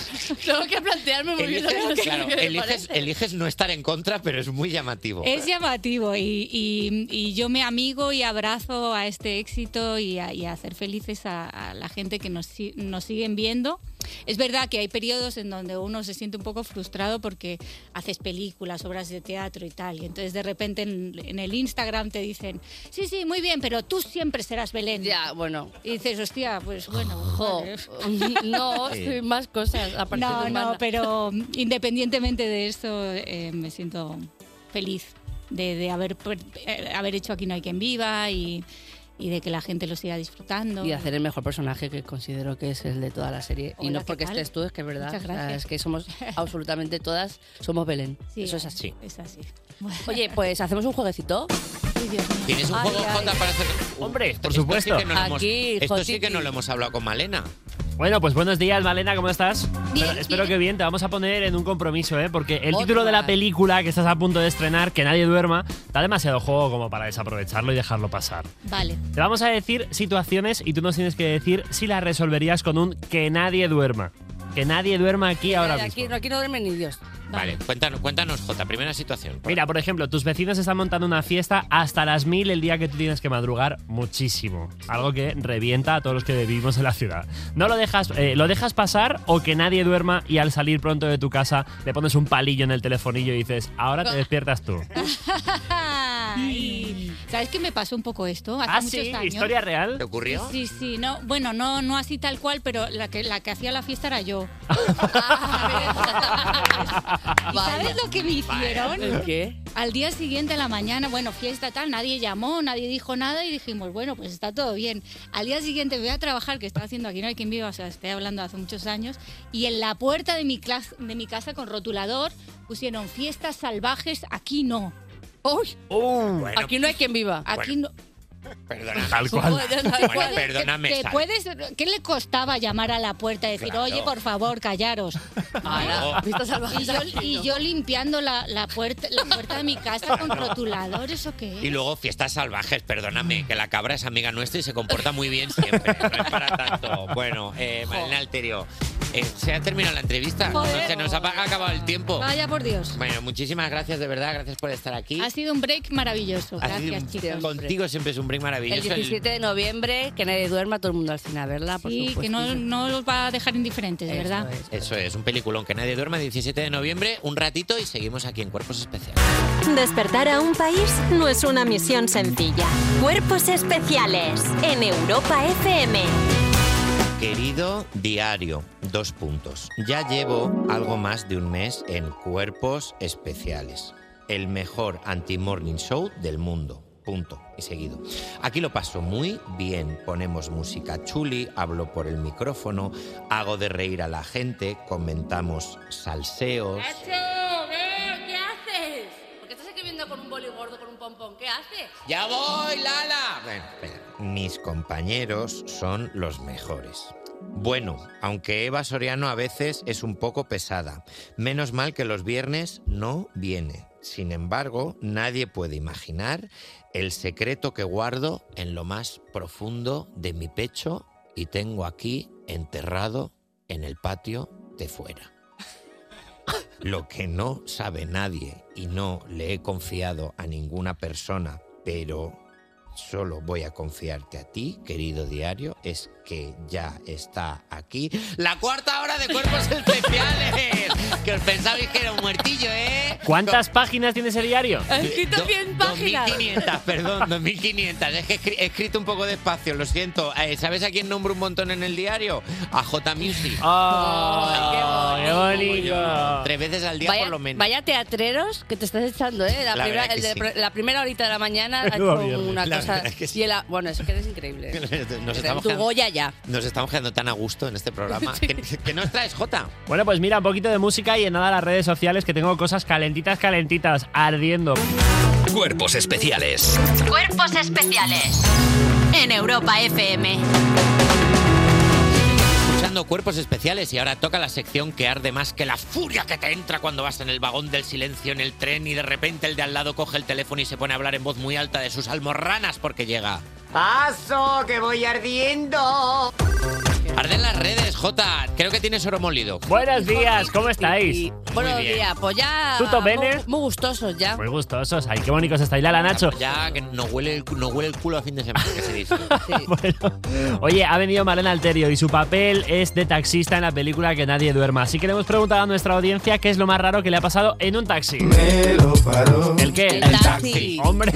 S4: tengo que plantearme
S5: Eliges, claro, eliges, eliges no estar en contra, pero es muy llamativo.
S16: Es llamativo y, y- y yo me amigo y abrazo a este éxito y a, y a hacer felices a, a la gente que nos, si- nos siguen viendo. Es verdad que hay periodos en donde uno se siente un poco frustrado porque haces películas, obras de teatro y tal, y entonces de repente en, en el Instagram te dicen, sí, sí, muy bien, pero tú siempre serás Belén.
S4: Ya, bueno.
S16: Y dices, hostia, pues bueno. vale".
S4: No,
S16: Sí.
S4: sí, más cosas. aparte
S16: No,
S4: de
S16: no,
S4: humana.
S16: pero independientemente de eso, eh, me siento feliz de, de haber, per- eh, haber hecho Aquí no hay quien viva y, y de que la gente lo siga disfrutando.
S4: Y hacer el mejor personaje que considero que es el de toda la serie. y
S16: Hola,
S4: no
S16: ¿qué
S4: porque
S16: tal?
S4: estés tú, es que es verdad.
S16: Muchas
S4: O sea,
S16: gracias.
S4: es que somos absolutamente todas, somos Belén.
S16: Sí, eh,
S4: Eso es así.
S16: Es así.
S4: Oye, pues hacemos un jueguecito.
S5: ¿Tienes un
S4: Ay,
S5: juego
S4: ay.
S5: Jota para hacer? Hombre,
S7: por supuesto.
S5: Esto sí que no lo hemos,
S7: Aquí,
S5: esto sí
S7: Jotiti.
S5: que no lo hemos hablado con Malena.
S7: Bueno, pues buenos días, Malena, ¿cómo estás?
S5: Bien,
S7: espero, espero que bien, te vamos a poner en un compromiso, ¿eh? Porque el título
S4: Otra.
S7: de la película que estás a punto de estrenar, Que nadie duerma, da demasiado juego como para desaprovecharlo y dejarlo pasar.
S16: Vale.
S7: Te vamos a decir situaciones y tú nos tienes que decir si las resolverías con un que nadie duerma. Que nadie duerma aquí ahora
S4: Ay,
S7: mismo.
S4: aquí, no, aquí no duermen ni Dios.
S5: Vale, cuéntanos, cuéntanos, Jota, primera situación.
S7: Mira, por ejemplo, tus vecinos están montando una fiesta hasta las mil el día que tú tienes que madrugar muchísimo. Algo que revienta a todos los que vivimos en la ciudad. No lo dejas, eh, lo dejas pasar o que nadie duerma y al salir pronto de tu casa le pones un palillo en el telefonillo y dices, ahora te despiertas tú.
S16: Ay, ¿Sabes qué me pasó un poco esto? Hace
S7: Ah,
S16: muchos
S7: sí,
S16: años.
S7: historia real. ¿Te
S5: ocurrió?
S16: Sí, sí, no, bueno, no, no así tal cual, pero la que, la que hacía la fiesta era yo. ¿Y sabes lo que me hicieron?
S4: ¿El qué?
S16: Al día siguiente a la mañana, bueno, fiesta tal, nadie llamó, nadie dijo nada y dijimos, bueno, pues está todo bien. Al día siguiente voy a trabajar, que estaba haciendo aquí, no hay quien viva, o sea, estoy hablando hace muchos años, y en la puerta de mi, clas- de mi casa con rotulador pusieron fiestas salvajes, aquí no. ¡Uy!
S4: aquí no hay quien viva.
S16: Aquí no.
S5: Perdona.
S7: Tal
S4: cual.
S5: Bueno, perdóname.
S16: ¿Te
S5: sal.
S16: puedes, ¿Qué le costaba llamar a la puerta y decir,
S5: Claro.
S16: oye, por favor, callaros?
S5: Ahora, vistas
S16: y,
S5: salvajes
S16: yo,
S5: aquí,
S16: y
S5: ¿no?
S16: yo limpiando la, la puerta, la puerta de mi casa con rotuladores o qué.
S5: Y luego fiestas salvajes, perdóname, que la cabra es amiga nuestra y se comporta muy bien siempre. No es para tanto. Bueno, eh, Malena Alterio, eh, se ha terminado la entrevista.
S16: Joder.
S5: Se nos ha acabado el tiempo.
S16: Vaya por Dios.
S5: Bueno, muchísimas gracias, de verdad. Gracias por estar aquí.
S16: Ha sido un break maravilloso.
S5: Ha sido
S16: Gracias,
S5: un-
S16: chicos.
S5: Contigo siempre es un break maravilloso.
S4: El 17 de noviembre, que nadie duerma, todo el mundo al cine a verla, por
S16: Sí, que
S4: supuesto.
S16: no, no los va a dejar indiferentes, de ¿verdad?
S5: Eso es, un peliculón que nadie duerma. 17 de noviembre, un ratito y seguimos aquí en Cuerpos Especiales.
S2: Despertar a un país no es una misión sencilla. Cuerpos especiales en Europa FM.
S5: Querido diario, dos puntos. Ya llevo algo más de un mes en cuerpos especiales. el mejor anti-morning show del mundo. Punto. Y seguido. Aquí lo paso muy bien. Ponemos música chuli, hablo por el micrófono, hago de reír a la gente, comentamos salseos.
S4: ¡Nacho! ¡Ven! ¿Qué haces? ¿Por qué estás escribiendo con un boli gordo, con un pompón? ¿Qué haces?
S5: ¡Ya voy, Lala! Bueno, espera. Mis compañeros son los mejores. Bueno, aunque Eva Soriano a veces es un poco pesada. Menos mal que los viernes no viene. Sin embargo, nadie puede imaginar el secreto que guardo en lo más profundo de mi pecho y tengo aquí enterrado en el patio de fuera. Lo que no sabe nadie y no le he confiado a ninguna persona, pero solo voy a confiarte a ti, querido diario, es que ya está aquí la cuarta hora de cuerpos especiales. que os pensabais que era un muertillo, ¿eh?
S7: ¿Cuántas páginas tiene ese diario?
S5: Has escrito Do- 100 páginas. 2500, perdón, 2500. Es que he escri- he escrito un poco despacio, lo siento. Eh, ¿Sabes a quién nombro un montón en el diario? A J Music.
S7: ¡Oh, qué bonito!
S5: Tres veces al día
S4: Vaya,
S5: por lo menos.
S4: vaya teatreros que te estás echando, ¿eh? La,
S5: La
S4: primera,
S5: verdad que
S4: el de-
S5: sí.
S4: la primera horita de la mañana ha
S5: Menudo
S4: hecho
S5: viernes.
S4: una
S5: La
S4: cosa.
S5: verdad que
S4: y el a- bueno, eso que es increíble.
S5: Nos estamos,
S4: tu
S5: quedando,
S4: Goya ya.
S5: nos estamos quedando tan a gusto en este programa.
S4: Sí.
S5: ¿Qué, qué nos traes, Jota?
S7: Bueno, pues mira, un poquito de música y en nada las redes sociales que tengo cosas calentitas, calentitas, ardiendo.
S1: Cuerpos especiales.
S2: Cuerpos especiales en Europa FM.
S5: Escuchando cuerpos especiales y ahora toca la sección que arde más que la furia que te entra cuando vas en el vagón del silencio en el tren y de repente el de al lado coge el teléfono y se pone a hablar en voz muy alta de sus almorranas porque llega.
S8: ¡Paso, que voy ardiendo!
S5: Arden las redes, Jota. Creo que tienes oro molido.
S7: Buenos días, ¿cómo estáis?
S4: Buenos
S5: bien.
S4: días, pues ya.
S7: ¿Tú tomenes?
S4: Muy, muy gustosos ya.
S7: Muy gustosos, ay, qué bonitos estáis, Lala Nacho.
S5: Ya que no huele el, cu- no huele el culo a fin de semana, que se dice.
S7: Oye, ha venido Malena Alterio y su papel es de taxista en la película Que Nadie Duerma. Así que le hemos preguntado a nuestra audiencia qué es lo más raro que le ha pasado en un taxi. ¿El qué? El
S4: taxi.
S7: Hombre.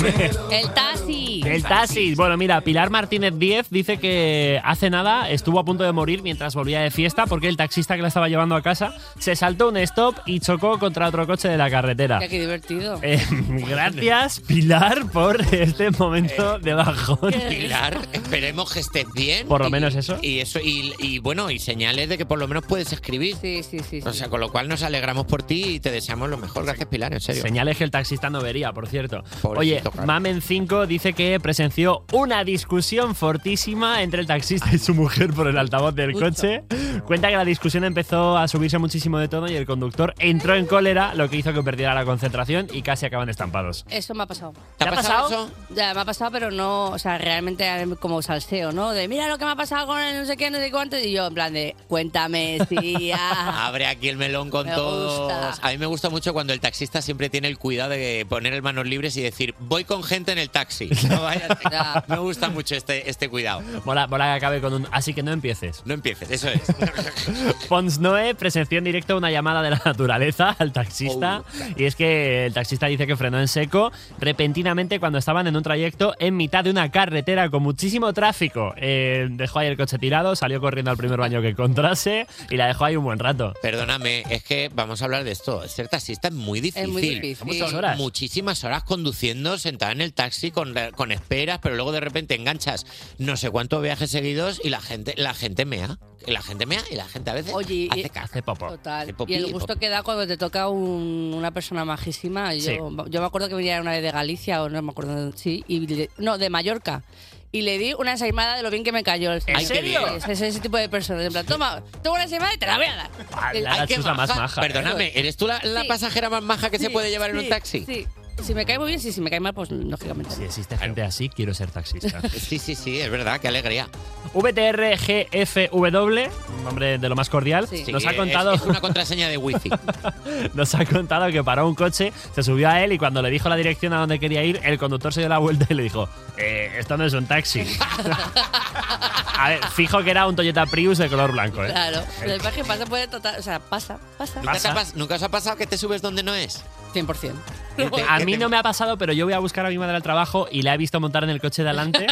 S4: El taxi.
S7: El taxi. Bueno, mira, Pilar Martínez 10 dice que hace nada estuvo a punto de morir mientras volvía de fiesta porque el taxista que la estaba llevando a casa se saltó un stop y chocó contra otro coche de la carretera.
S4: Mira, qué divertido.
S7: Eh, gracias, Pilar, por este momento de bajón.
S5: Pilar, esperemos que estés bien.
S7: Por lo menos eso.
S5: Y eso, y, y bueno, y señales de que por lo menos puedes escribir.
S4: Sí, sí, sí.
S5: O sea, con lo cual nos alegramos por ti y te deseamos lo mejor. Gracias, Pilar, en serio.
S7: Señales que el taxista no vería, por cierto. Oye,
S5: Pobrecito, claro.
S7: Mamen5 dice que presenció una discusión fortísima entre el taxista y su mujer por el altavoz del coche. Cuenta que la discusión empezó a subirse muchísimo de tono y el conductor entró en cólera, lo que hizo que perdiera la concentración y casi acaban estampados.
S4: Eso me ha pasado.
S7: ¿Te ha pasado
S4: Ya, me ha pasado, pero no, o sea, realmente como salseo, ¿no? De mira lo que me ha pasado con el no sé qué, no sé cuánto. Y yo, en plan de, cuéntame, sí, ah.
S5: Abre aquí el melón con
S4: Me
S5: todos.
S4: gusta.
S5: A mí me gusta mucho cuando el taxista siempre tiene el cuidado de poner el manos libres y decir, voy con gente en el taxi. No vayas- me gusta mucho este, este cuidado.
S7: Mola, mola que acabe con un. Así que no empieces.
S5: No empieces, eso es.
S7: Pons Noe presenció en directo una llamada de la naturaleza al taxista.
S5: Oh,
S7: Y es que el taxista dice que frenó en seco repentinamente cuando estaban en un trayecto en mitad de una carretera con muchísimo tráfico. Eh, dejó ahí el coche tirado, salió corriendo al primer baño que encontrase y la dejó ahí un buen rato.
S5: Perdóname, es que vamos a hablar de esto. Ser taxista es muy difícil.
S4: muy difícil. Muchas
S5: Son
S4: horas.
S5: Muchísimas horas conduciendo, sentada en el taxi con, con esperas, pero luego de repente enganchas no sé cuántos viajes seguidos y la gente, la gente mea. Y La gente mea y la gente a veces
S4: Oye, y-
S5: hace caca.
S7: Hace popo.
S4: Total.
S5: Hace popí,
S4: Y el gusto
S5: popí.
S4: que da cuando te toca un- una persona majísima. Yo,
S5: Sí.
S4: yo me acuerdo que venía una vez de Galicia, o no me acuerdo, dónde- sí, y le- no, de Mallorca. Y le di una ensaimada de lo bien que me cayó. el
S5: ¿En serio?
S4: Es ese, ese tipo de personas. En plan, toma, toma una ensaimada y te la voy a dar. El-
S5: Ay, qué
S7: Nacho es la más maja, ¿eh?
S5: Perdóname, ¿eres tú la, la
S4: Sí.
S5: pasajera más maja que se
S4: Sí,
S5: puede llevar en
S4: sí,
S5: un taxi?
S4: Sí. Si me cae muy bien, sí. Si me cae mal, pues lógicamente.
S7: Si existe gente así, quiero ser taxista.
S5: Sí, sí, sí, es verdad, qué alegría.
S7: VTRGFW, un nombre de lo más cordial, nos
S5: Sí,
S7: ha
S5: es-
S7: contado.
S5: Es, una contraseña de wifi.
S7: Nos ha contado que paró un coche, se subió a él y cuando le dijo la dirección a donde quería ir, el conductor se dio la vuelta y le dijo, "Eh, esto no es un taxi. a ver, fijo que era un Toyota Prius de color blanco, ¿eh?
S4: Claro. Pero el paje pasa, puede total. O sea, pasa, pasa.
S5: ¿Nunca, te ha pas- nunca os ha pasado que te subes donde no es?
S4: 100%.
S7: A mí no me ha pasado, pero yo voy a buscar a mi madre al trabajo y la he visto montar en el coche de adelante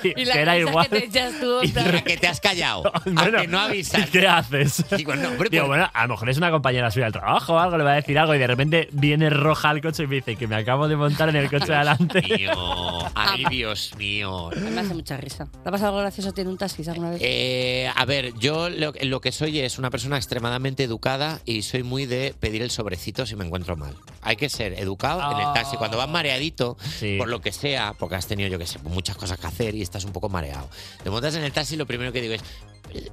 S7: que era igual.
S5: ¿A que te has callado? ¿A Ah, que no avisas?
S7: ¿Y qué haces?
S5: Digo, no, hombre,
S7: Digo,
S5: pues-
S7: bueno, a lo mejor es una compañera suya del trabajo o algo, le va a decir algo y de repente viene roja al coche y me dice que me acabo de montar en el coche de adelante.
S5: Mío, ay, Dios mío.
S4: Me hace mucha risa. ¿Te ha pasado algo gracioso tiene un taxi alguna vez?
S5: Eh, a ver, yo lo, lo que soy es una persona extremadamente educada y soy muy de pedir el sobrecito si me encuentro mal. Hay que ser educado en el taxi. Cuando vas mareadito, por lo que sea, porque has tenido, yo que sé, muchas cosas que hacer y estás un poco mareado. Te montas en el taxi y lo primero que digo es,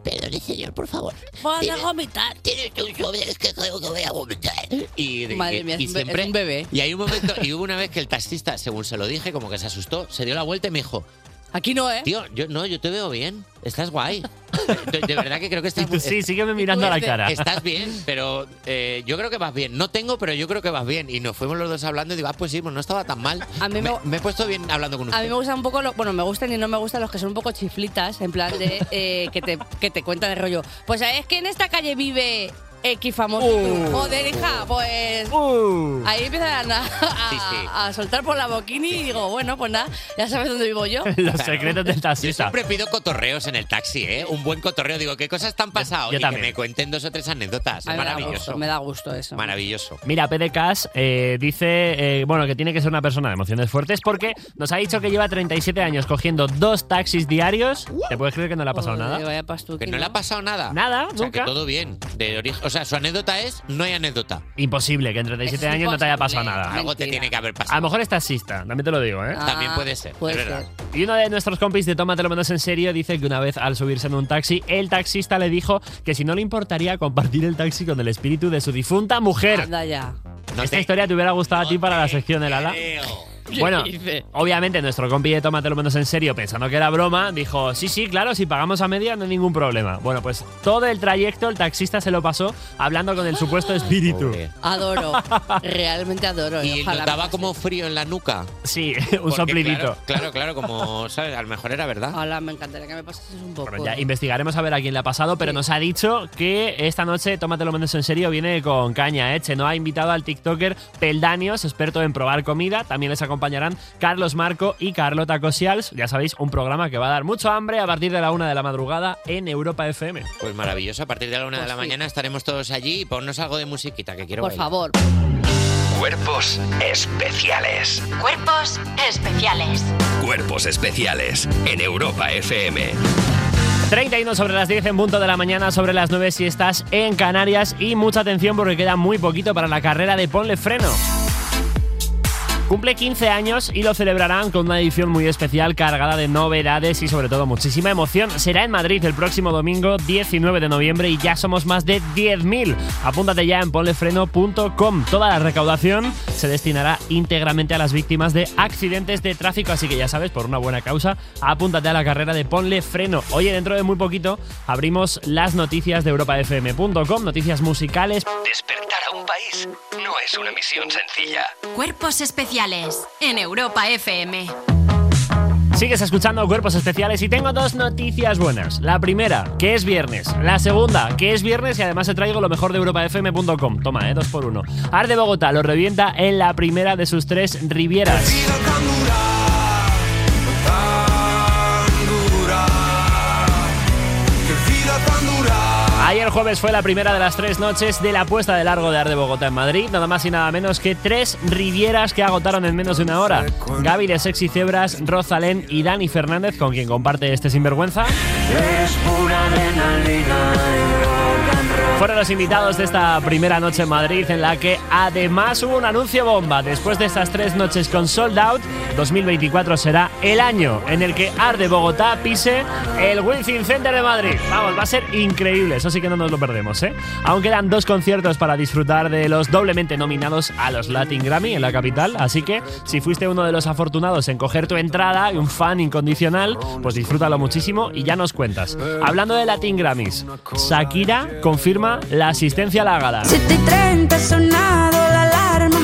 S5: perdone señor, por favor.
S4: Voy a vomitar.
S5: Tienes un sobre, es que creo que voy a vomitar. Y, de-
S4: Madre
S5: y-
S4: mía, es
S5: y
S4: un be-
S5: siempre-
S4: es un bebé.
S5: Y hay un momento, y hubo una vez que el taxista, según se lo dije, como que se asustó, se dio la vuelta y me dijo,
S4: Aquí no, ¿eh?
S5: Tío, yo no, yo te veo bien. Estás guay. De, de verdad que creo que estás
S7: Y tú, sí, sígueme mirando a la cara.
S5: Estás bien, pero eh, yo creo que vas bien. No tengo, pero yo creo que vas bien. Y nos fuimos los dos hablando y digo, ah, pues sí, pues no estaba tan mal.
S4: A mí me-
S5: me, me he puesto bien hablando con usted.
S4: A mí me gustan un poco, lo- bueno, me gustan y no me gustan los que son un poco chiflitas, en plan de eh, que, te, que te cuentan el rollo. Pues es que en esta calle vive X famoso.
S5: Uh.
S4: Joder, hija, pues. Ahí empiezan a, a-
S5: Sí, sí.
S4: a soltar por la boquini y digo, bueno, pues nada, ya sabes dónde vivo yo.
S7: Los secretos del
S5: Yo
S7: taxista.
S5: siempre pido cotorreos en el taxi, ¿eh? Un buen cotorreo. Digo, ¿qué cosas te han pasado?
S7: yo
S5: y
S7: también.
S5: que me cuenten dos o tres anécdotas.
S4: A mí
S5: Es
S4: me da
S5: maravilloso.
S4: gusto, me da gusto eso.
S5: Maravilloso.
S7: Mira, PDCAS eh, dice eh, bueno, que tiene que ser una persona de emociones fuertes porque nos ha dicho que lleva 37 años cogiendo dos taxis diarios. ¿Te puedes creer que no le ha pasado
S4: Joder,
S7: nada?
S4: vaya pastuqui,
S5: Que no le ha pasado nada.
S7: Nada,
S5: O sea, que
S7: nunca.
S5: todo bien. De origen. O sea, su anécdota es, no hay anécdota.
S7: Imposible que en 37
S5: Es
S7: años no te haya pasado
S5: imposible.
S7: nada.
S5: Algo te tiene que haber pasado.
S7: A lo mejor es taxista, también te lo digo, ¿eh?
S5: Ah, También puede ser, puede es verdad.
S7: Y uno de nuestros compis de Tómatelo Menos en Serio dice que una vez al subirse en un taxi, el taxista le dijo que si no le importaría compartir el taxi con el espíritu de su difunta mujer.
S4: Anda ya.
S7: Esta historia te hubiera gustado a ti para la sección del ala.
S4: ¿Qué
S7: Bueno,
S4: dice?
S7: obviamente nuestro compi de Tómatelo Menos en Serio, pensando que era broma, dijo, sí, sí, claro, si pagamos a media no hay ningún problema. Bueno, pues todo el trayecto el taxista se lo pasó hablando con el supuesto espíritu.
S4: Adoro, realmente adoro. eh,
S5: Y
S4: ojalá
S5: notaba como frío en la nuca.
S7: Sí, un
S5: Porque,
S7: soplinito.
S5: Claro, claro, claro, como, ¿sabes? A lo mejor era verdad.
S4: Hola, me encantaría que me pases un poco.
S7: Bueno, Pues ya investigaremos a ver a quién le ha pasado, pero nos ha dicho que esta noche, tómatelo menos en serio, viene con caña, ¿eh? Chenoa ha invitado al TikToker Peldanios, experto en probar comida. También les acompañarán Carlos Marco y Carlota Cosials. Ya sabéis, un programa que va a dar mucho hambre a partir de la una de la madrugada en Europa FM.
S5: Pues maravilloso. A partir de la una de la mañana estaremos todos allí y ponnos algo de musiquita que quiero
S4: Pues Por
S5: bailar.
S4: favor.
S1: Cuerpos especiales.
S2: Cuerpos especiales.
S1: Cuerpos especiales en Europa FM.
S7: 31 sobre las 10 en punto de la mañana, sobre las 9 si estás en Canarias y mucha atención porque queda muy poquito para la carrera de Ponle Freno. Cumple 15 años y lo celebrarán con una edición muy especial cargada de novedades y sobre todo muchísima emoción. Será en Madrid el próximo domingo 19 de noviembre y ya somos más de 10.000. Apúntate ya en ponlefreno.com. Toda la recaudación se destinará íntegramente a las víctimas de accidentes de tráfico, así que ya sabes, por una buena causa, apúntate a la carrera de Ponle Freno. Oye, dentro de muy poquito abrimos las noticias de europafm.com, noticias musicales.
S1: Despertar a un país no es una misión sencilla.
S2: Cuerpos especiales en Europa FM.
S7: Sigues escuchando Cuerpos Especiales y tengo dos noticias buenas. La primera, que es viernes. La segunda, que es viernes y además te traigo lo mejor de EuropaFM.com. Toma, eh, dos por uno. Ar de Bogotá lo revienta en la primera de sus tres rivieras. Ayer jueves fue la primera de las tres noches de la puesta de largo de Ar de Bogotá en Madrid, nada más y nada menos que tres rivieras que agotaron en menos de una hora. Gaby de Sexy Cebras, Rosalén y Dani Fernández, con quien comparte este sinvergüenza. Fueron los invitados de esta primera noche en Madrid, en la que además hubo un anuncio bomba. Después de estas tres noches con Sold Out, 2024 será el año en el que Arde Bogotá pise el Wizzing Center de Madrid. Vamos, va a ser increíble, eso sí que no nos lo perdemos, ¿eh? Aún quedan dos conciertos para disfrutar de los doblemente nominados a los Latin Grammy en la capital, así que si fuiste uno de los afortunados en coger tu entrada y un fan incondicional, pues disfrútalo muchísimo y ya nos cuentas. Hablando de Latin Grammys, Shakira confirma la asistencia a la gala.
S10: 7 y 30 ha sonado la alarma.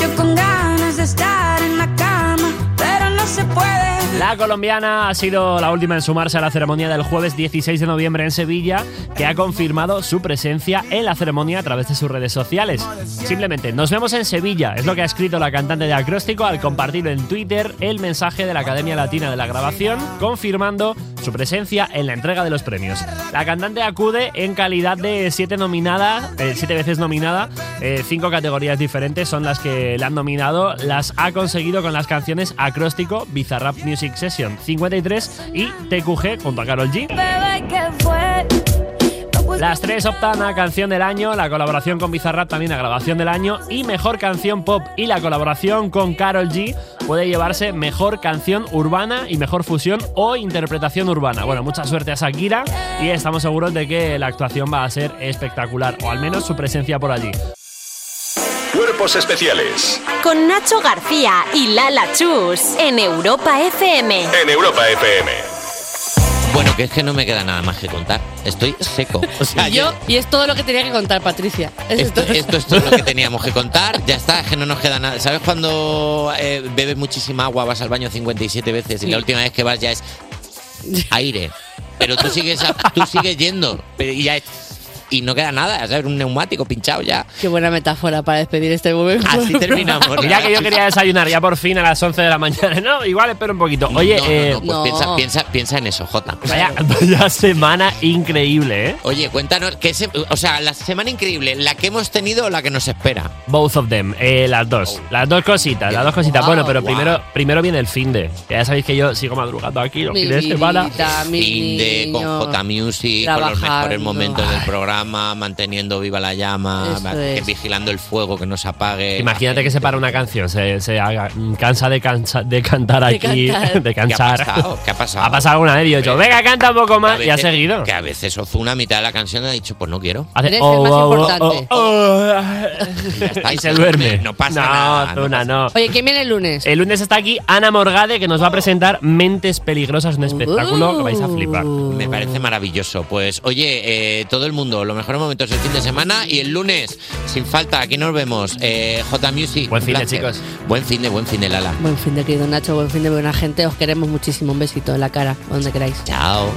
S10: Yo con ganas de estar en la cama, pero no se puede.
S7: La La colombiana ha sido la última en sumarse a la ceremonia del jueves 16 de noviembre en Sevilla, que ha confirmado su presencia en la ceremonia a través de sus redes sociales. Simplemente, nos vemos en Sevilla, es lo que ha escrito la cantante de acróstico al compartir en Twitter el mensaje de la Academia Latina de la Grabación, confirmando su presencia en la entrega de los premios. La cantante acude en calidad de siete nominada, eh, siete veces nominada, eh, cinco categorías diferentes son las que la han nominado, las ha conseguido con las canciones Acróstico, Bizarrap Music Session 53 y TQG junto a Carol G. Las tres optan a Canción del Año, la colaboración con Bizarrap también a Grabación del Año y Mejor Canción Pop y la colaboración con Carol G puede llevarse Mejor Canción Urbana y Mejor Fusión o Interpretación Urbana. Bueno, mucha suerte a Shakira y estamos seguros de que la actuación va a ser espectacular o al menos su presencia por allí.
S9: Cuerpos especiales
S2: Con Nacho García y Lala Chus en Europa FM.
S9: en Europa FM.
S5: Bueno, que es que no me queda nada más que contar. Estoy seco. O sea,
S4: Y yo, y es todo lo que tenía que contar, Patricia. Es
S5: Esto,
S4: todo.
S5: esto es todo lo que teníamos que contar. Ya está, es que no nos queda nada. ¿Sabes cuando eh, bebes muchísima agua, vas al baño 57 veces y la última vez que vas ya es aire? Pero tú sigues, a- tú sigues yendo pero y ya es- y no queda nada. ¿sabes? Un neumático pinchado ya.
S4: Qué buena metáfora para despedir este momento.
S5: Así terminamos.
S7: Mira que yo quería desayunar ya por fin a las 11 de la mañana. No, igual espero un poquito. Oye,
S5: no, no,
S7: eh,
S5: no, pues Piensa, piensa, piensa en eso, Jota.
S7: Vaya, vaya semana increíble, ¿eh?
S5: Oye, cuéntanos, que se- o sea, la semana increíble, la que hemos tenido o la que nos espera.
S7: Both of them, eh, las dos. Las dos cositas, las dos cositas.
S5: Oh. Wow,
S7: bueno, pero
S5: wow.
S7: primero, primero viene el fin de. Ya sabéis que yo sigo madrugando aquí los
S5: Mi
S7: fines de semana.
S4: vidita, mi
S5: Finde, con
S4: niño,
S5: J Music, con los
S4: trabajando.
S5: mejores momentos del programa, manteniendo viva la llama,
S4: Eso
S5: va- que
S4: es.
S5: vigilando el fuego que no se apague.
S7: Imagínate que se para una canción, se, se haga- cansa de, cansa- de cantar aquí,
S5: cantar.
S7: de
S5: ¿Qué
S7: cansar.
S5: ha pasado? ¿Qué ha pasado?
S7: Ha pasado alguna vez y yo he dicho, venga, canta un poco
S5: Que a
S7: más. y ha
S5: veces-
S7: seguido.
S5: Que a veces Ozuna a mitad de la canción ha dicho, pues no quiero.
S7: Hace, Eres el oh, más oh, oh, importante.
S5: Ya está,
S7: Y se duerme.
S5: No pasa
S7: No,
S5: nada.
S7: Ozuna, no.
S4: Oye, ¿quién viene el lunes?
S7: El lunes está aquí Ana Morgade, que nos va a presentar Mentes Peligrosas, un espectáculo que vais a flipar.
S5: Me parece maravilloso. Pues oye, eh, todo el mundo, los mejores momentos del fin de semana y el lunes, sin falta, aquí nos vemos. Eh, J Music. Buen
S7: fin de, chicos.
S5: Buen fin de, buen fin de, Lala.
S4: Buen fin de querido Nacho, buen fin de buena gente. Os queremos muchísimo. Un besito en la cara, donde queráis.
S5: Chao.